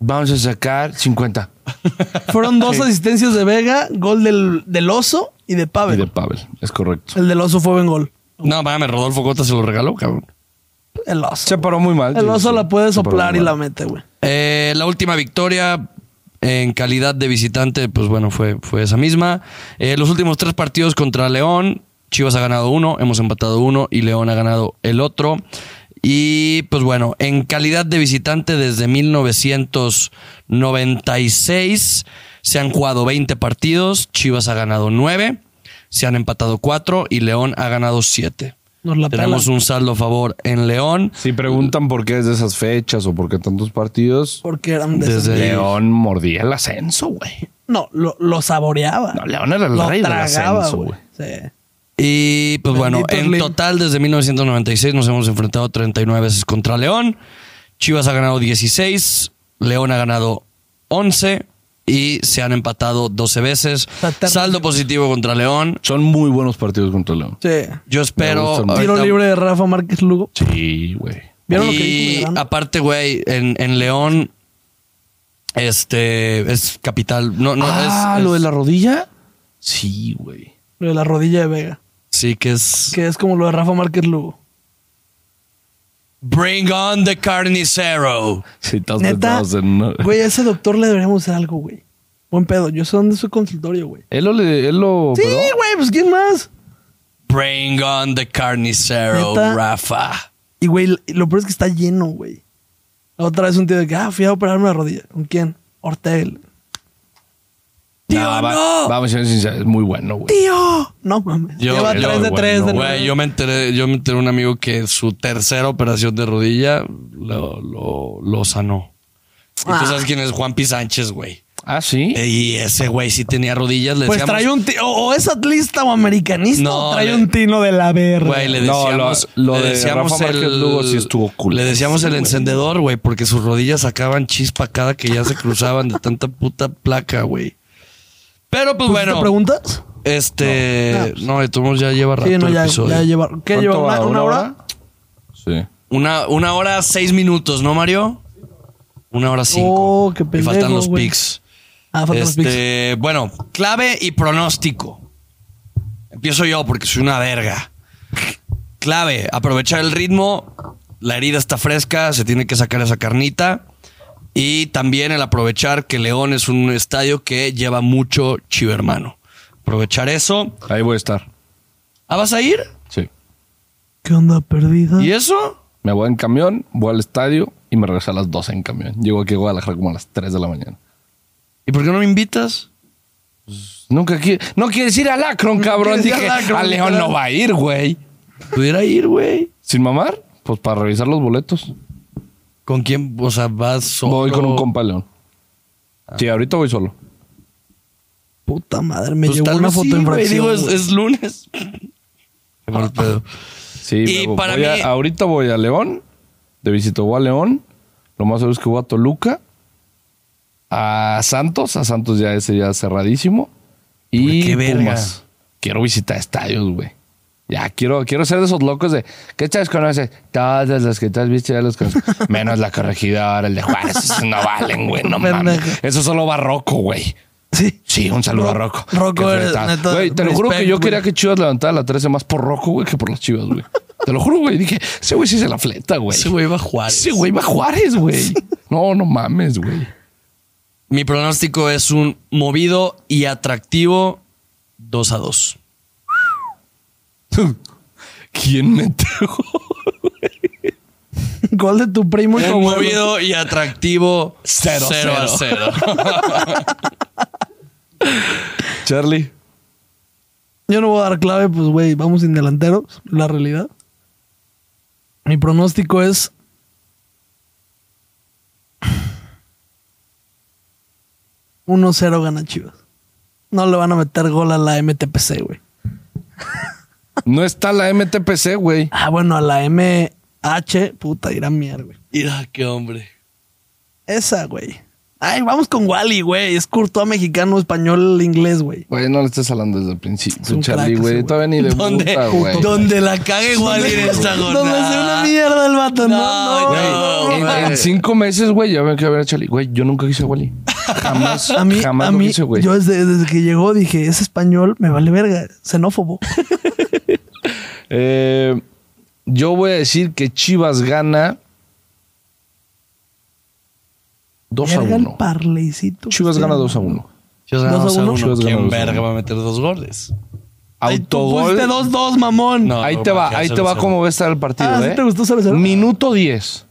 C: Vamos a sacar 50. [LAUGHS]
A: Fueron dos asistencias de Vega, gol del, del oso y de
C: Y
A: Pavel.
C: de Pavel, es correcto.
A: El del oso fue buen gol.
B: No, mames, Rodolfo Cota se lo regaló, cabrón.
A: El oso.
C: Se paró muy mal.
A: El
C: sí,
A: oso
C: sí.
A: la puede
C: Se paró
A: soplar
C: muy
A: y la
C: mal.
A: mete, güey.
B: Eh, la última victoria en calidad de visitante, pues bueno, fue, fue esa misma. Eh, los últimos tres partidos contra León, Chivas ha ganado uno, hemos empatado uno y León ha ganado el otro. Y pues bueno, en calidad de visitante desde 1996 se han jugado 20 partidos, Chivas ha ganado 9, se han empatado 4 y León ha ganado 7.
A: Nos la
B: Tenemos
A: pelan.
B: un saldo a favor en León.
C: Si preguntan por qué es de esas fechas o por qué tantos partidos,
A: Porque eran de
B: Desde-
A: esos-
C: León mordía el ascenso, güey.
A: No, lo, lo saboreaba.
C: No, León era el
A: lo
C: rey del
A: tragaba,
C: ascenso,
A: güey.
C: güey.
A: Sí.
B: Y pues
A: Bendito
B: bueno, en
A: Slim.
B: total desde 1996 nos hemos enfrentado 39 veces contra León. Chivas ha ganado 16, León ha ganado 11 y se han empatado 12 veces.
A: sea, ter-
B: Saldo positivo contra León.
C: Son muy buenos partidos contra León.
A: Sí.
B: Yo espero...
C: gustan mucho.
A: Tiro
B: ahorita-
A: libre de Rafa Márquez Lugo.
C: Sí, güey.
A: ¿Vieron lo que
B: y
A: dijo Medrano?
B: aparte, güey, en, en León este es capital. No, no,
C: ah,
B: es,
C: lo de
B: es-
C: la rodilla. Sí, güey.
A: Lo de la rodilla de Vega.
B: Sí, que es...
A: Que es como lo de Rafa Márquez Lugo.
B: Bring on the carnicero.
C: Sí, estás
A: Neta.
C: metidos en una-
A: Güey, a ese doctor le deberíamos hacer algo, güey. Buen pedo. Yo sé dónde es su consultorio, güey.
C: Él lo, le- él lo
A: Sí,
C: operó.
A: güey, pues ¿quién más?
B: Bring on the carnicero,
A: Neta.
B: Rafa.
A: Y, güey, lo peor es que está lleno, güey. La otra vez un tío de que, ah, fui a operarme la rodilla. ¿Con quién? Ortel. ¡Tío,
C: Nah, va-
A: no!
C: Vamos a ser sinceros, es muy bueno, güey.
A: ¡Tío! No, mames.
B: Yo-
A: Lleva
B: yo-
A: 3 de
C: bueno,
A: 3 de nuevo.
B: Güey, yo me enteré, yo me enteré de un amigo que su tercera operación de rodilla lo, lo, lo sanó. Y tú sabes quién es Juan P. Sánchez, güey.
C: Ah, sí.
B: Eh, Y ese güey sí tenía rodillas. Le
A: Pues
B: decíamos-
A: trae un ti- o, o es atlista o americanista
B: No,
A: o trae
B: le-
A: un tino de la verga.
B: Güey, le
C: No,
B: decíamos,
C: lo- lo
B: le
C: de
B: decíamos
C: Rafa Márquez
B: el
C: Lugo sí estuvo cool.
B: Le decíamos el encendedor, güey, porque sus rodillas sacaban chispa cada que ya se cruzaban de tanta puta placa, güey. Pero pues
A: ¿Pusiste
B: bueno,
A: preguntas? No. Ah,
B: este,
A: pues.
B: no, de todos modos ya lleva rato
A: Sí, no,
B: el
A: ya,
B: episodio.
A: ya lleva. ¿Qué
C: ¿Cuánto
A: lleva? ¿Una,
C: va?
A: una hora?
C: Sí.
B: Una, una hora seis minutos, ¿no, Mario? Una hora cinco.
A: Oh, qué
B: Y faltan
A: pendejo,
B: los
A: güey.
B: pics.
A: Ah, faltan los pics.
B: Este, bueno, clave y pronóstico. Empiezo yo porque soy una verga. Clave, aprovechar el ritmo. La herida está fresca, se tiene que sacar esa carnita. Y también el aprovechar que León es un estadio que lleva mucho chivo hermano. Aprovechar eso.
C: Ahí voy a estar.
B: ¿Ah, vas a ir?
C: Sí.
A: ¿Qué onda perdida?
B: ¿Y eso?
C: Me voy en camión, voy al estadio y me regreso a las 12 en camión. Llego aquí a Guadalajara como a las 3 de la mañana.
B: ¿Y por qué no me invitas?
C: Nunca quiere, no quieres ir al Akron, cabrón.
A: quieres ir
C: Dije,
A: al Akron,
C: a León
A: literal.
C: no va a ir, güey.
B: Pudiera ir, güey.
C: Sin mamar, pues para revisar los boletos.
B: ¿Con quién? O sea, vas solo.
C: Voy con un compa de León. Sí, ahorita voy solo.
A: Puta madre, me
B: Pues
A: llegó
B: tal
A: una
B: vez
A: foto
B: sí,
A: en
B: güey.
A: fracción.
B: Digo, es,
A: güey.
B: es lunes. Qué mal pedo.
C: Sí,
B: Y
C: luego
B: para
C: voy a-
B: mí-
C: ahorita voy a León. De visito voy a León. Lo más seguro es que voy a Toluca. A Santos. A Santos ya ese ya cerradísimo. Y
B: ¿Por qué verga?
C: Pumas. Quiero visitar estadios, güey. Ya, quiero, quiero ser de esos locos de... ¿Qué estadios conoces? Todas las que te has visto ya los
B: [LAUGHS]
C: conoces. Menos la corregidora, el de Juárez. Esos no valen, güey, no mames.
A: Pendejo.
C: Eso solo barroco, güey.
A: Sí. [LAUGHS]
C: Sí, un saludo
A: Ro-
C: a Rocco.
A: Rocco,
C: Que fue
A: el-
C: esta-
A: neta,
C: Güey, te lo juro que
A: respect,
C: yo
A: güey.
C: quería que Chivas levantara la 13 más por Rocco, güey, que por las Chivas, güey. Te lo juro, güey. Dije, ese güey sí se la fleta, güey.
B: Ese güey va a jugar.
C: Ese güey va a Juárez, güey. No, no mames, güey.
B: Mi pronóstico es un movido y atractivo 2 a 2.
C: ¿Quién metió?
A: Gol de tu primo.
B: Un
A: Como
B: movido y atractivo 0
C: Cero,
B: a 0.
C: Charlie.
A: Yo no voy a dar clave, pues, güey, vamos sin delanteros, la realidad. Mi pronóstico es. Uno 0 gana Chivas. No le van a meter gol a la MTPC, güey.
C: No está la MTPC, güey.
A: Ah, bueno, a la MH, puta, irá mierda, güey.
B: Mira, ah, qué hombre.
A: Esa, güey. Ay, vamos con Wally, güey. Es Courtois mexicano, español, inglés, güey.
C: Güey, no le estás hablando desde el
A: Es
C: principio,
A: un
C: Charlie,
A: crack ese,
C: güey.
A: güey.
C: Todavía ni de
B: Donde,
C: puta, güey.
B: Ah, donde la cague igual en esta jornada.
A: Donde sea una mierda el vato, no,
B: No,
A: no,
B: güey.
A: no,
C: Güey, en,
A: güey.
C: en cinco meses, güey, ya me quedé a ver a Charlie. Güey, yo nunca quise
A: [LAUGHS]
C: a Wally. Jamás,
A: A mí,
C: jamás
A: a
C: lo
A: mí
C: quise, güey.
A: yo desde, desde que llegó dije, es español, me vale verga,
C: [LAUGHS]
A: xenófobo.
C: Eh, yo voy a decir que Chivas gana 2 a
A: Verga el
C: 1.
A: parleycito.
C: Chivas gana 2 a 1.
B: Chivas
A: Dos
B: gana
A: a
B: 2 a
A: uno.
B: 1.
C: Chivas gana
B: ¿Quién
C: dos a
B: verga
C: uno.
B: va a meter dos goles?
A: Autogol.
C: Autogol.
A: Pusiste 2-2, mamón.
B: No.
C: ahí
B: no,
C: te va,
B: para que
C: ahí
B: sea
C: te va
B: cero.
C: cómo va a estar el partido,
A: Ah, ¿sí
C: ¿eh?
A: te gustó cero cero?
C: Minuto 10.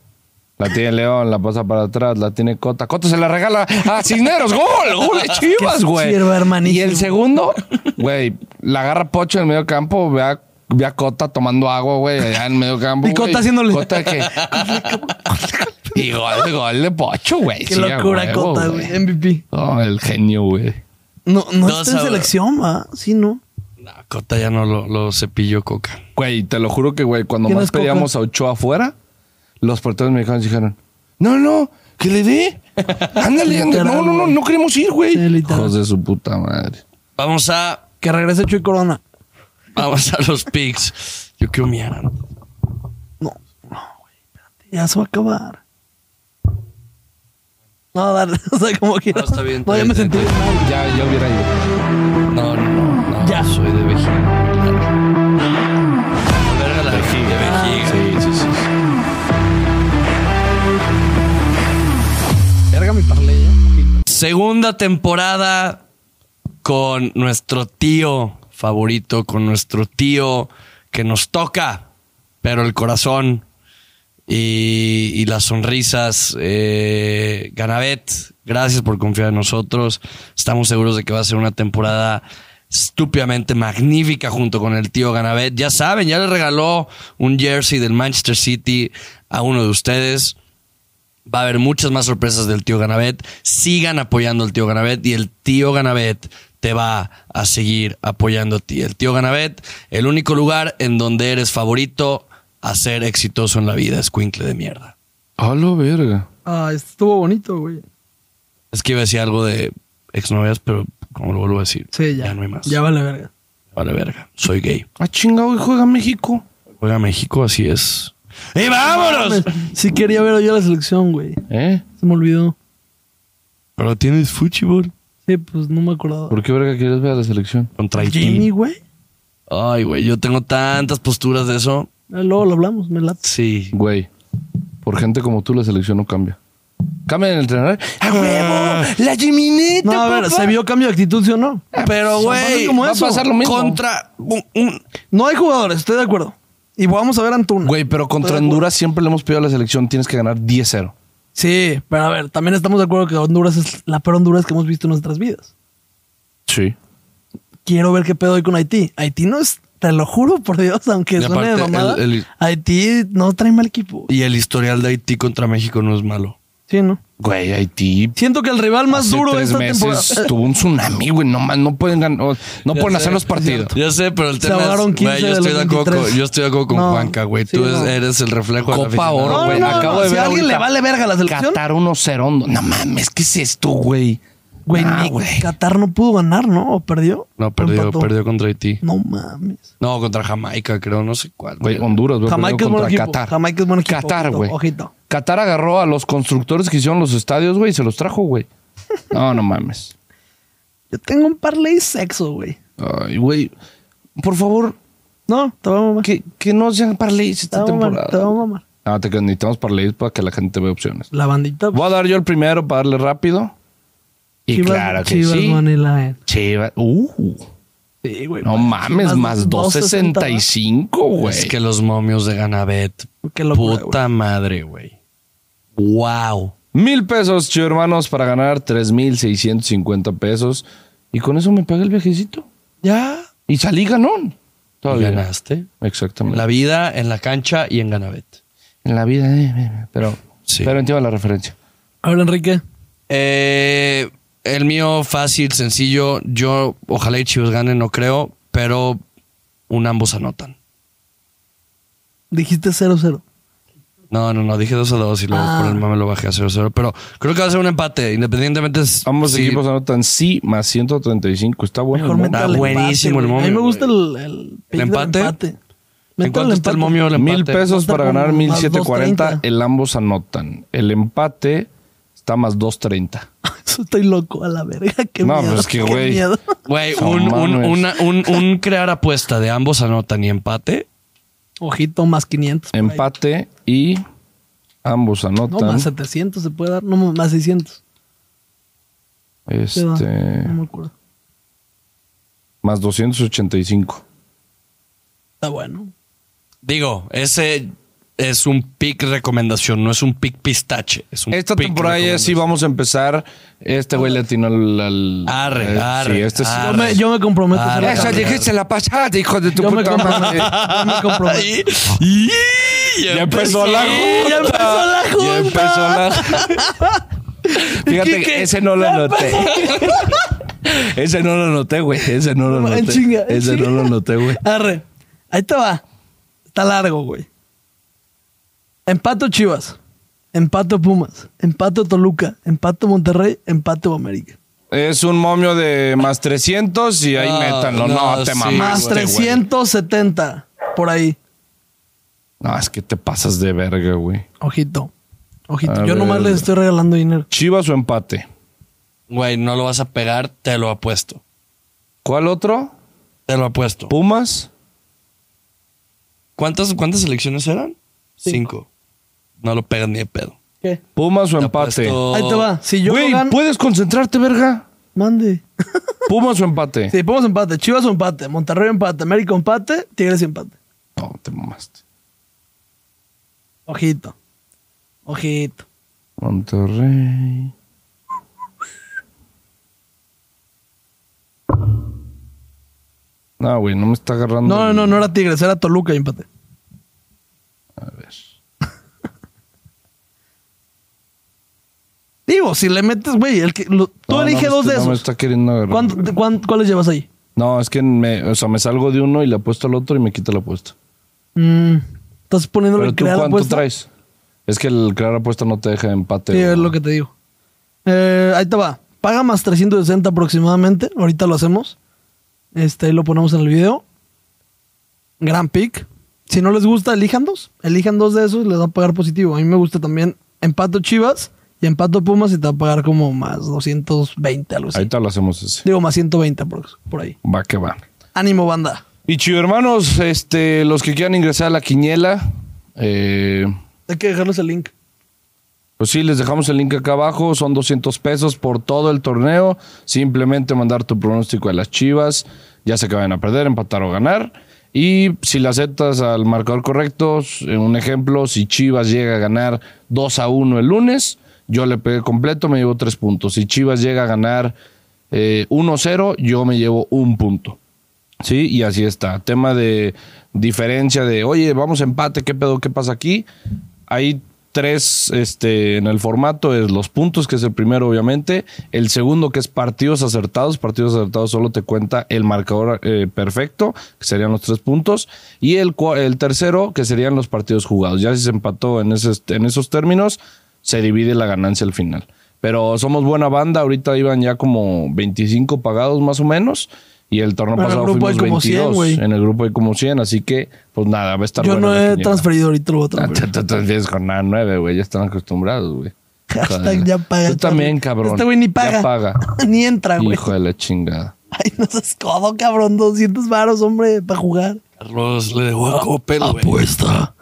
C: La tiene León, la pasa para atrás, la tiene Cota. Cota se la regala a Cisneros. ¡Gol! ¡Gol de Chivas,
A: Qué
C: güey!
A: sierva, hermanísimo.
C: Y el segundo, güey, la agarra Pocho en el medio campo, ve a, ve a Cota tomando agua, güey, allá en el medio campo.
A: Y Cota
C: güey.
A: haciéndole- [LAUGHS]
C: Cota que... y gol, gol de Pocho, güey.
A: Qué
C: Sí, a
A: locura,
C: huevo,
A: Cota, güey. MVP.
C: Oh, el genio, güey.
A: No, no
B: Dos
A: está en
B: a-
A: selección, va. Sí, no.
B: No, Cota ya no lo, lo cepilló Coca.
C: Güey, te lo juro que, güey, cuando
A: ¿Quién
C: más
A: es Coca?
C: pedíamos a Ochoa afuera, los porteros mexicanos dijeron, no, no, que
A: [LAUGHS]
C: le dé. Ándale, ándale.
A: Literal,
C: No, no, no,
A: güey.
C: no queremos ir, güey.
A: Sí, literal.
C: Hijos de su puta madre.
B: Vamos a,
A: Que regrese Chuy Corona.
B: vamos a los picks. Yo quiero mi Aran.
A: No, no, güey, espérate. Ya se va a acabar. No, dale. [LAUGHS] O sea, como que.
B: No, está bien,
A: [LAUGHS] No, ya
B: está bien,
A: me
B: está
A: sentí
B: bien.
A: mal.
C: Ya, ya hubiera ido.
B: No, no, no, no.
A: Ya.
B: Soy de vejiga. Verga la vejiga. De vejiga.
C: Sí, sí, sí.
A: Verga mi parley, ¿eh?
B: Segunda temporada con nuestro tío favorito, con nuestro tío que nos toca, pero el corazón y, y las sonrisas. Eh, Ganavet, gracias por confiar en nosotros. Estamos seguros de que va a ser una temporada estúpidamente magnífica junto con el tío Ganavet. Ya saben, ya le regaló un jersey del Manchester City a uno de ustedes Va a haber muchas más sorpresas del tío Ganabet. Sigan apoyando al tío Ganabet y el tío Ganabet te va a seguir apoyando a ti. El tío Ganabet, el único lugar en donde eres favorito a ser exitoso en la vida, es Escuincle de mierda.
C: A lo verga.
A: Ah, estuvo bonito, güey.
B: Es que iba a decir algo de exnovias, pero como lo vuelvo a decir,
A: Sí, ya.
B: no hay más.
A: Ya vale verga.
B: Vale, verga. Soy gay.
C: Ah, chingado, y juega México.
B: Juega México, así es. ¡Y vámonos!
A: Sí quería ver hoy a la selección, güey.
C: ¿Eh?
A: Se me olvidó.
B: Pero tienes fútbol
A: Sí, pues no me acordaba.
C: ¿Por qué verga quieres ver a la selección?
B: contra Haití.
A: Jimmy, güey.
B: Ay, güey, yo tengo tantas posturas de eso.
A: Ah, Luego lo hablamos, me late.
B: Sí.
C: Güey, por gente como tú la selección no cambia. Cambia en el entrenar. ¡A huevo! ¡La Jimineta,
A: Ah. No, a ver,
C: papá! Ah, pues,
A: ¿se vio cambio de actitud, sí o no? pasa
B: Pero, güey,
A: como
C: Va a
A: eso.
C: pasar lo mismo.
B: contra un- un-
A: No hay jugadores, estoy de acuerdo. Y vamos a ver a Antuna.
C: Güey, pero contra Honduras siempre le hemos pedido a la selección tienes que ganar 10-0.
A: Sí, pero a ver, también estamos de acuerdo que Honduras es la peor Honduras que hemos visto en nuestras vidas.
C: Sí.
A: Quiero ver qué pedo hay con Haití. Haití no es, te lo juro por Dios, aunque
B: Y
A: suene de
B: aparte,
A: mamada.
B: el- el-
A: Haití no trae mal equipo.
B: Y el historial de Haití contra México no es malo.
A: Sí, ¿no?
C: Güey, Haití.
A: Siento que el rival más
C: hace
A: duro
C: tres
A: esta temporada.
C: meses tuvo un tsunami, güey. No, más, no pueden ganar, no pueden hacer los partidos.
B: Ya sé, pero el
A: Se
B: tema es,
A: ahogaron 15
B: güey, yo
A: de
B: estoy
A: los
B: de acuerdo con,
A: 23.
B: yo estoy de acuerdo con
A: No,
B: Juanca, güey.
A: sí,
B: Tú
A: no.
B: eres el reflejo de la
C: Copa
B: afición.
A: [LAUGHS]
C: Oro,
A: No,
C: güey.
A: no, no,
C: Acabo
A: no.
C: de
A: Si
C: ver
A: a alguien
C: ahorita
A: le vale verga la selección.
C: Qatar 1-0. Hondo. No mames, ¿qué es esto, güey?
A: Güey,
C: Nah,
A: ni- Qatar no pudo ganar, ¿no? ¿O perdió?
B: No,
A: ¿O
B: perdió,
A: empató?
B: perdió contra Haití.
A: No mames.
B: No, contra Jamaica, creo, no sé cuál.
C: Güey, Honduras, güey.
A: Jamaica es
C: perdió
A: buen
C: contra
A: equipo.
C: Qatar.
A: Jamaica es buen equipo.
C: Qatar,
A: Ojito,
C: güey.
A: Ojito.
C: Qatar agarró a los constructores que hicieron los estadios, güey, y se los trajo, güey. No, no mames.
A: Yo tengo un parlay sexo, güey.
C: Ay, güey. Por favor,
A: No, te vamos a mamar.
C: que, que no sean parlays
A: Te
C: esta
A: vamos a mamar. Te
C: temporada.
A: vamos a mamar.
C: No, Ah, te creas, necesitamos parlays para que la gente vea opciones.
A: La bandita.
C: Voy a dar yo el primero para darle rápido. Y claro que
A: Chivas
C: sí.
A: Money Line.
C: Chivas. Uh,
A: Sí, güey.
C: no mames, más 2.65,
B: Es
C: güey.
B: que los momios de Ganabet.
A: Qué locura,
B: puta madre, güey. Wow.
C: Mil pesos, chido hermanos, para ganar 3.650 pesos. Y con eso me pagué el viajecito.
A: Ya.
C: Y salí ganón. Todavía.
B: Ganaste. En
C: Exactamente.
B: la vida, en la cancha y en Ganabet.
C: En la vida, eh, eh, pero,
B: Sí.
C: pero entiendo la referencia.
A: Ahora, Enrique.
B: Eh, el mío fácil, sencillo. Yo ojalá y Chivas gane, no creo, pero un ambos anotan.
A: Dijiste 0-0.
B: No, no, no, dije 2 a 2 y luego
A: Ah.
B: por el mame lo bajé a 0 0. Pero creo que va a ser un empate, independientemente. es-
C: Ambos
B: sí,
C: equipos anotan sí más 135. Está bueno.
A: Mejor
C: el
A: meta
B: Está
A: el empate, güey.
B: buenísimo el
A: A mí me
B: momio,
A: gusta el, el, pick del
B: empate? ¿En
A: Métele
B: cuánto está el momio? El
C: mono. Mil
B: empate?
C: pesos
A: Está
C: para
A: como
C: ganar
A: más
C: 1740.
A: 2.30.
C: El ambos anotan. El empate está más 230.
A: [LAUGHS] Eso estoy loco a la verga. Qué
C: No,
A: miedo.
C: pues que,
A: qué
C: güey.
A: miedo. [LAUGHS]
B: Güey,
C: No
B: un, un-
C: mames.
B: una- un- un crear apuesta de ambos anotan y empate.
A: Ojito, más 500. por ahí.
C: Empate y ambos
A: No,
C: anotan.
A: más 700 se puede dar. No, más 600. Se da.
C: este,
A: No me acuerdo.
C: más 285.
A: Está bueno.
B: Digo, ese es un pick recomendación, no es un pick pistache. Es un
C: Esta
B: pick
C: temporada ya sí
B: recomendación.
C: vamos a empezar. Este güey le atinó al. al-
B: Arre,
C: eh, Sí,
B: arre,
C: este sí.
A: Yo
B: arre.
A: me, yo me comprometo a
B: Ah,
A: hacer
B: esa
A: la
B: arre.
A: tarea.
C: dijiste la pasada, hijo de tu
A: Yo me comprometo. Yo me comprometo.
B: Y-
C: Ya empezó la junta.
A: ya empezó la
C: Ya
A: junta.
C: empezó
A: [LAUGHS]
C: la Fíjate, que
A: Quique,
C: ese no lo noté. ese no lo noté, güey. Ese no lo noté.
A: En chinga, en
C: ese
A: chinga.
C: no lo noté, güey.
A: Arre. Ahí te va. Está largo, güey. Empato Chivas. Empato Pumas. Empato Toluca. Empato Monterrey. Empato América.
C: Es un momio de más 300 y ahí
B: No,
C: métanlo. No,
B: no,
C: te
B: sí,
C: mamaste,
A: Más
C: güey.
A: 370. Por ahí.
C: No, es que te pasas de verga, güey.
A: Ojito. Ojito.
C: A
A: Yo nomás
C: ver.
A: les estoy regalando dinero.
C: Chivas o empate.
B: Güey, no lo vas a pegar, te lo apuesto.
C: ¿Cuál otro?
B: Te lo apuesto.
C: Pumas.
B: ¿Cuántas, cuántas elecciones eran? Cinco.
A: Cinco.
B: No lo pegan ni de pedo.
A: ¿Qué?
C: Pumas o
B: Te
C: empate.
B: apuesto-
A: Ahí te va. Si yo
C: Güey,
A: no gano,
C: puedes concentrarte, verga.
A: mande.
C: Pumas o empate.
A: Si ponemos empate, Chivas o empate, Monterrey empate, América empate, Tigres empate.
C: No, te mamaste.
A: Ojito. Ojito.
C: Monterrey. No, güey, no me está agarrando.
A: No, no, no, no era Tigres, era Toluca y empate.
C: A ver.
A: digo, si le metes, güey, el que, lo- tú
C: No,
A: elige
C: no me
A: dos
C: está-
A: de
C: No me
A: esos.
C: está queriendo agarrar.
A: ¿Cuánto- de- cuán- ¿Cuáles llevas ahí?
C: No, es que me, o sea, me salgo de uno y le apuesto al otro y me quita la apuesta.
A: Mm, Estás poniéndolo
C: Pero
A: en
C: tú
A: crear
C: cuánto
A: apuesta?
C: traes? Es que el crear apuesta no te deja empate.
A: Sí, es
C: güey.
A: lo que te digo. Eh, ahí te va. Paga más 360 aproximadamente. Ahorita lo hacemos. Este, ahí lo ponemos en el video. Gran pick. Si no les gusta, elijan dos. Elijan dos de esos, les va a pagar positivo. A mí me gusta también empato Chivas y empato Pumas y te va a pagar como más 220, algo así.
C: Ahorita lo hacemos ese.
A: Digo, más 120 aprox, por ahí.
C: Va que va.
A: Ánimo, banda.
C: Y chido, hermanos, este, los que quieran ingresar a la quiniela, eh,
A: Hay que dejarles el link.
C: Pues sí, les dejamos el link acá abajo. Son 200 pesos por todo el torneo. Simplemente mandar tu pronóstico de las chivas, ya sea que vayan a perder, empatar o ganar. Y si le aceptas al marcador correcto, eh, un ejemplo, si Chivas llega a ganar 2 a 1 el lunes, yo le pegué completo, me llevo 3 puntos. Si Chivas llega a ganar eh, 1-0, yo me llevo un punto. Sí, y así está. Tema de diferencia de, oye, vamos a empate, ¿qué pedo? ¿Qué pasa aquí? Hay tres este, en el formato, es los puntos, que es el primero obviamente. El segundo, que es partidos acertados. Partidos acertados solo te cuenta el marcador eh, perfecto, que serían los tres puntos. Y el, cua- el tercero, que serían los partidos jugados. Ya si se empató en, ese- en esos términos, se divide la ganancia al final. Pero somos buena banda, ahorita iban ya como 25 pagados más o menos. Y el torneo
A: En el
C: pasado
A: grupo hay
C: fuimos
A: como 100,
C: 22.
A: güey.
C: en el grupo hay como 100, así que pues nada, va a estar
A: Yo
C: buena
A: no
C: la
A: he
C: quiniela.
A: transferido ahorita lo voy a transferir.
C: Ah, Tú tú tienes jornada 9, güey, ya están acostumbrados, güey.
A: [LAUGHS] Hashtag ya paga.
C: Tú también, cabrón.
A: Este güey ni paga.
C: Ya paga.
A: [LAUGHS] ni entra, güey.
C: Hijo de la chingada.
A: Ay, no seas codo, cabrón. 200 varos, hombre, para jugar.
B: Carlos le dejó
C: Ah,
B: a Coppel, güey.
A: Apuesta.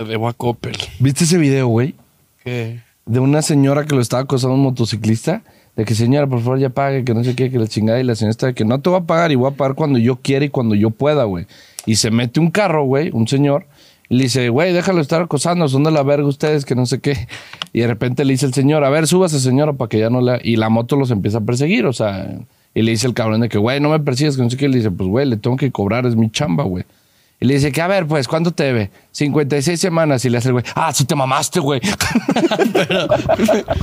B: Le dejó a Coppel.
C: ¿Viste ese video, güey?
B: ¿Qué?
C: De una señora que lo estaba acosando un motociclista. De que, señora, por favor, ya pague, que no sé qué, que la chingada. Y la señora está de que no te voy a pagar y voy a pagar cuando yo quiera y cuando yo pueda, güey. Y se mete un carro, güey, un señor. Y le dice, güey, déjalo estar acosando, son de la verga ustedes, que no sé qué. Y de repente le dice el señor, a ver, súbase, señora, para que ya no la... Y la moto los empieza a perseguir, o sea... Y le dice el cabrón de que, güey, no me persigues, que no sé qué. Y le dice, pues, güey, le tengo que cobrar, es mi chamba, güey. Y le dice que, a ver, pues, ¿cuánto te debe? 56 semanas. Y le hace el güey, ah, sí te mamaste, güey. [LAUGHS]
B: Pero,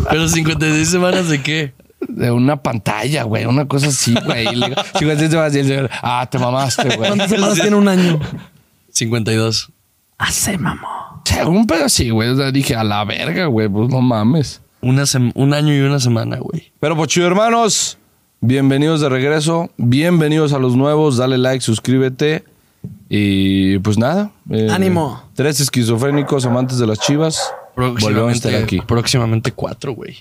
B: pero 56 semanas de qué?
C: De una pantalla, güey, una cosa así, güey. Y le digo, 56 semanas. Y el señor, ah, te mamaste, güey.
A: ¿Cuántas semanas tiene un año?
B: 52.
A: Hace, mamá.
C: Según pedo así, güey. O sea, dije, a la verga, güey, pues no mames.
B: Una sem- un año y una semana, güey.
C: Pero pues chido, hermanos, bienvenidos de regreso, bienvenidos a los nuevos, dale like, suscríbete y pues nada. eh,
A: Ánimo.
C: Tres esquizofrénicos amantes de las chivas. Volvemos a estar
B: Próximamente,
C: aquí.
B: próximamente cuatro, güey.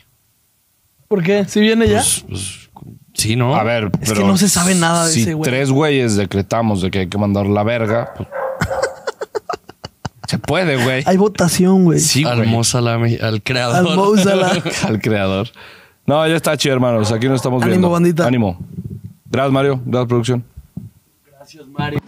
A: ¿Por qué? ¿Si viene ya?
B: Pues, pues, sí, ¿no?
C: A ver,
A: Es que no se sabe nada de
C: si
A: ese güey.
C: tres güeyes decretamos de que hay que mandar la verga,
A: [LAUGHS]
C: pues, se puede, güey.
A: Hay votación, güey.
C: Sí,
B: al
C: güey.
B: Mo Salami, al creador.
A: Al Mo
B: [LAUGHS]
A: Salah.
C: [LAUGHS] Al creador. No, ya está chido, hermanos. Aquí nos estamos
A: Ánimo,
C: viendo.
A: bandita.
C: Ánimo. Gracias, Mario. Gracias, producción.
B: Gracias, Mario.